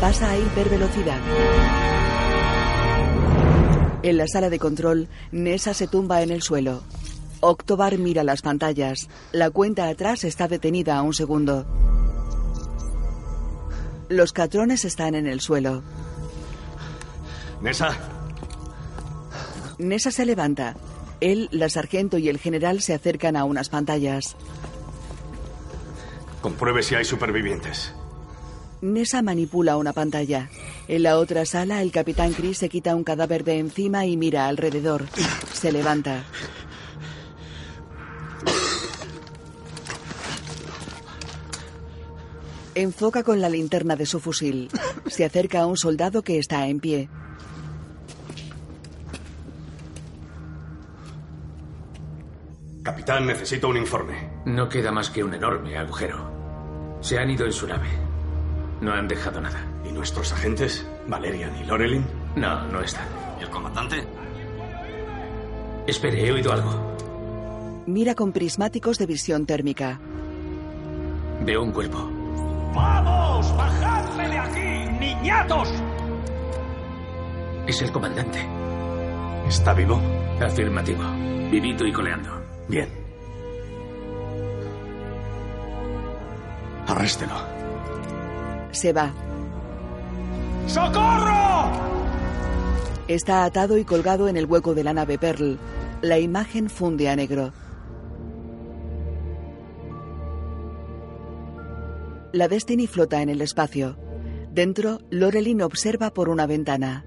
Speaker 1: Pasa a hipervelocidad. En la sala de control, Nessa se tumba en el suelo. Octobar mira las pantallas. La cuenta atrás está detenida a un segundo. Los catrones están en el suelo.
Speaker 19: Nessa,
Speaker 1: Nessa se levanta. Él, la sargento y el general se acercan a unas pantallas.
Speaker 19: compruebe si hay supervivientes.
Speaker 1: Nessa manipula una pantalla. En la otra sala, el capitán Chris se quita un cadáver de encima y mira alrededor. Se levanta. Enfoca con la linterna de su fusil. Se acerca a un soldado que está en pie.
Speaker 19: Capitán, necesito un informe.
Speaker 2: No queda más que un enorme agujero. Se han ido en su nave. No han dejado nada.
Speaker 19: ¿Y nuestros agentes? ¿Valerian y Lorelin?
Speaker 2: No, no están.
Speaker 10: ¿El comandante?
Speaker 2: Espere, he oído algo.
Speaker 1: Mira con prismáticos de visión térmica.
Speaker 2: Veo un cuerpo.
Speaker 16: ¡Vamos! ¡Bajadme de aquí, niñatos!
Speaker 2: Es el comandante.
Speaker 19: ¿Está vivo?
Speaker 2: Afirmativo. Vivito y coleando.
Speaker 19: Bien. Arréstelo.
Speaker 1: Se va.
Speaker 16: ¡Socorro!
Speaker 1: Está atado y colgado en el hueco de la nave Pearl. La imagen funde a negro. La Destiny flota en el espacio. Dentro, Lorelin observa por una ventana.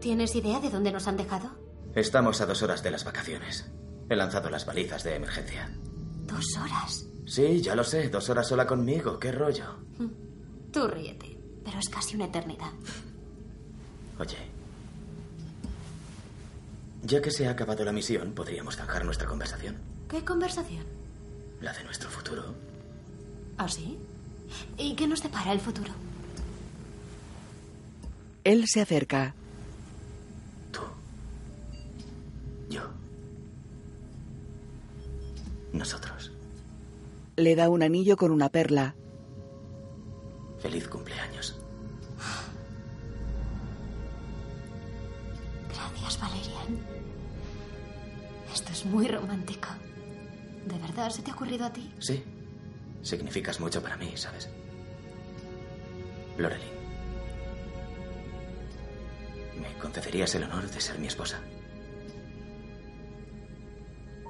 Speaker 5: ¿Tienes idea de dónde nos han dejado?
Speaker 6: Estamos a dos horas de las vacaciones. He lanzado las balizas de emergencia.
Speaker 5: Dos horas.
Speaker 6: Sí, ya lo sé, dos horas sola conmigo, qué rollo.
Speaker 5: Tú ríete, pero es casi una eternidad.
Speaker 6: Oye. Ya que se ha acabado la misión, podríamos zanjar nuestra conversación.
Speaker 5: ¿Qué conversación?
Speaker 6: La de nuestro futuro.
Speaker 5: ¿Ah, sí? ¿Y qué nos depara el futuro?
Speaker 1: Él se acerca.
Speaker 6: Yo. Nosotros.
Speaker 1: Le da un anillo con una perla.
Speaker 6: Feliz cumpleaños.
Speaker 5: Gracias, Valerian. ¿eh? Esto es muy romántico. ¿De verdad se te ha ocurrido a ti?
Speaker 6: Sí. Significas mucho para mí, ¿sabes? Lorelin. ¿Me concederías el honor de ser mi esposa?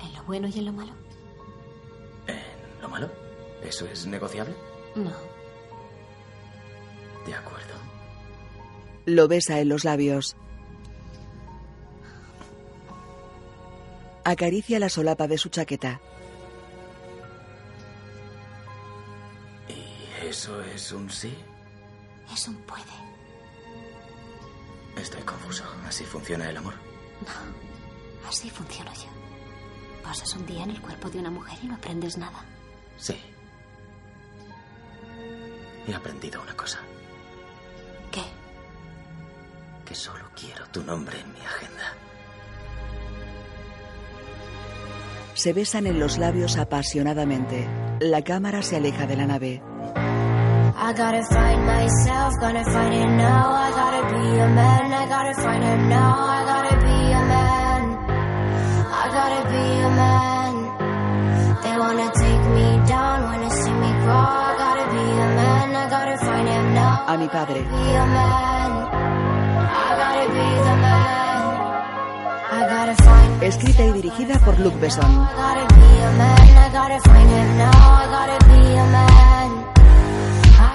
Speaker 5: ¿En lo bueno y en lo malo?
Speaker 6: ¿En lo malo? ¿Eso es negociable?
Speaker 5: No.
Speaker 6: De acuerdo.
Speaker 1: Lo besa en los labios. Acaricia la solapa de su chaqueta.
Speaker 6: ¿Y eso es un sí?
Speaker 5: Es un puede.
Speaker 6: Estoy confuso. Así funciona el amor.
Speaker 5: No. Así funciono yo. Pasas un día en el cuerpo de una mujer y no aprendes nada.
Speaker 6: Sí. He aprendido una cosa.
Speaker 5: ¿Qué?
Speaker 6: Que solo quiero tu nombre en mi agenda.
Speaker 1: Se besan en los labios apasionadamente. La cámara se aleja de la nave.
Speaker 8: I gotta find myself, gonna find it now. I gotta be a man, I gotta find him now. I gotta be a man, I gotta be a man. They wanna take me down, wanna
Speaker 1: a mi padre. Escrita y dirigida por Luc Besson.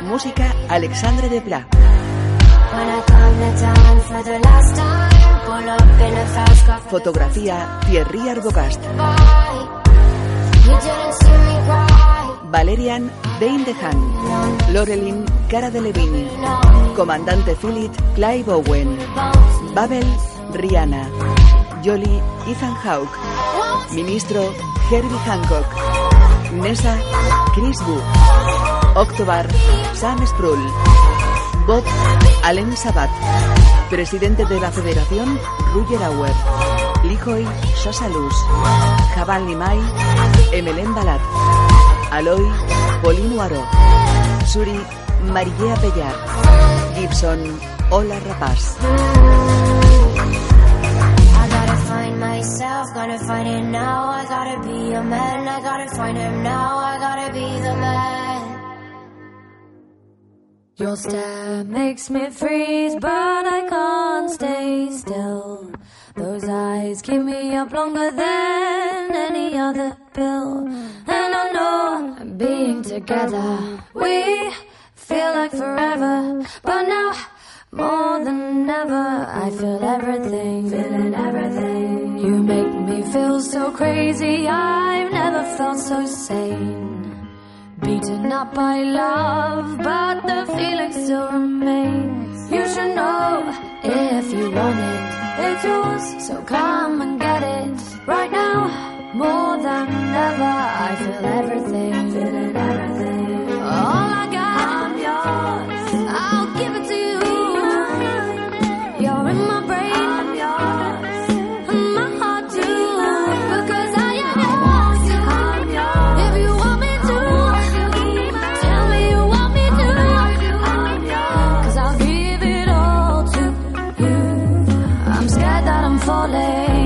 Speaker 1: Música Alexandre de Pla. Fotografía Thierry Arbogast. Valerian Dane DeHaan. Lorelin Cara de Levine. Comandante Philip Clive Owen. Babel Rihanna. Jolly Ethan Hawke. Ministro Herbie Hancock. Nessa Chris Wood. Octobar Sam Sproul. Bot Alem Sabat. Presidente de la Federación Ruger Auer. Lijoy Sosa Luz. Jabal Limay Emelén Balat. Aloy Polino Aro. Suri Marillea Pellar. Gibson Ola Rapaz.
Speaker 8: find myself, gonna find it now. I gotta be a man, I gotta find him now. I gotta be the man.
Speaker 13: Your stare makes me freeze, but I can't stay still. Those eyes keep me up longer than any other pill. And I know being together, we feel like forever. But now, more than ever, I feel everything. Feeling everything. You make me feel so crazy, I've never felt so sane. Beaten up by love, but the feeling still remains. You should know if you want it, it's yours, so come and get it. Right now, more than ever, I feel everything. Feeling everything. All I got, I'm yours. I'll give it to you. You're in my brain. I'm yours. And my heart too. Because I am yours. I'm yours. If you want me to, tell me you want me to. I'm yours. Cause I'll give it all to you. I'm scared that I'm falling.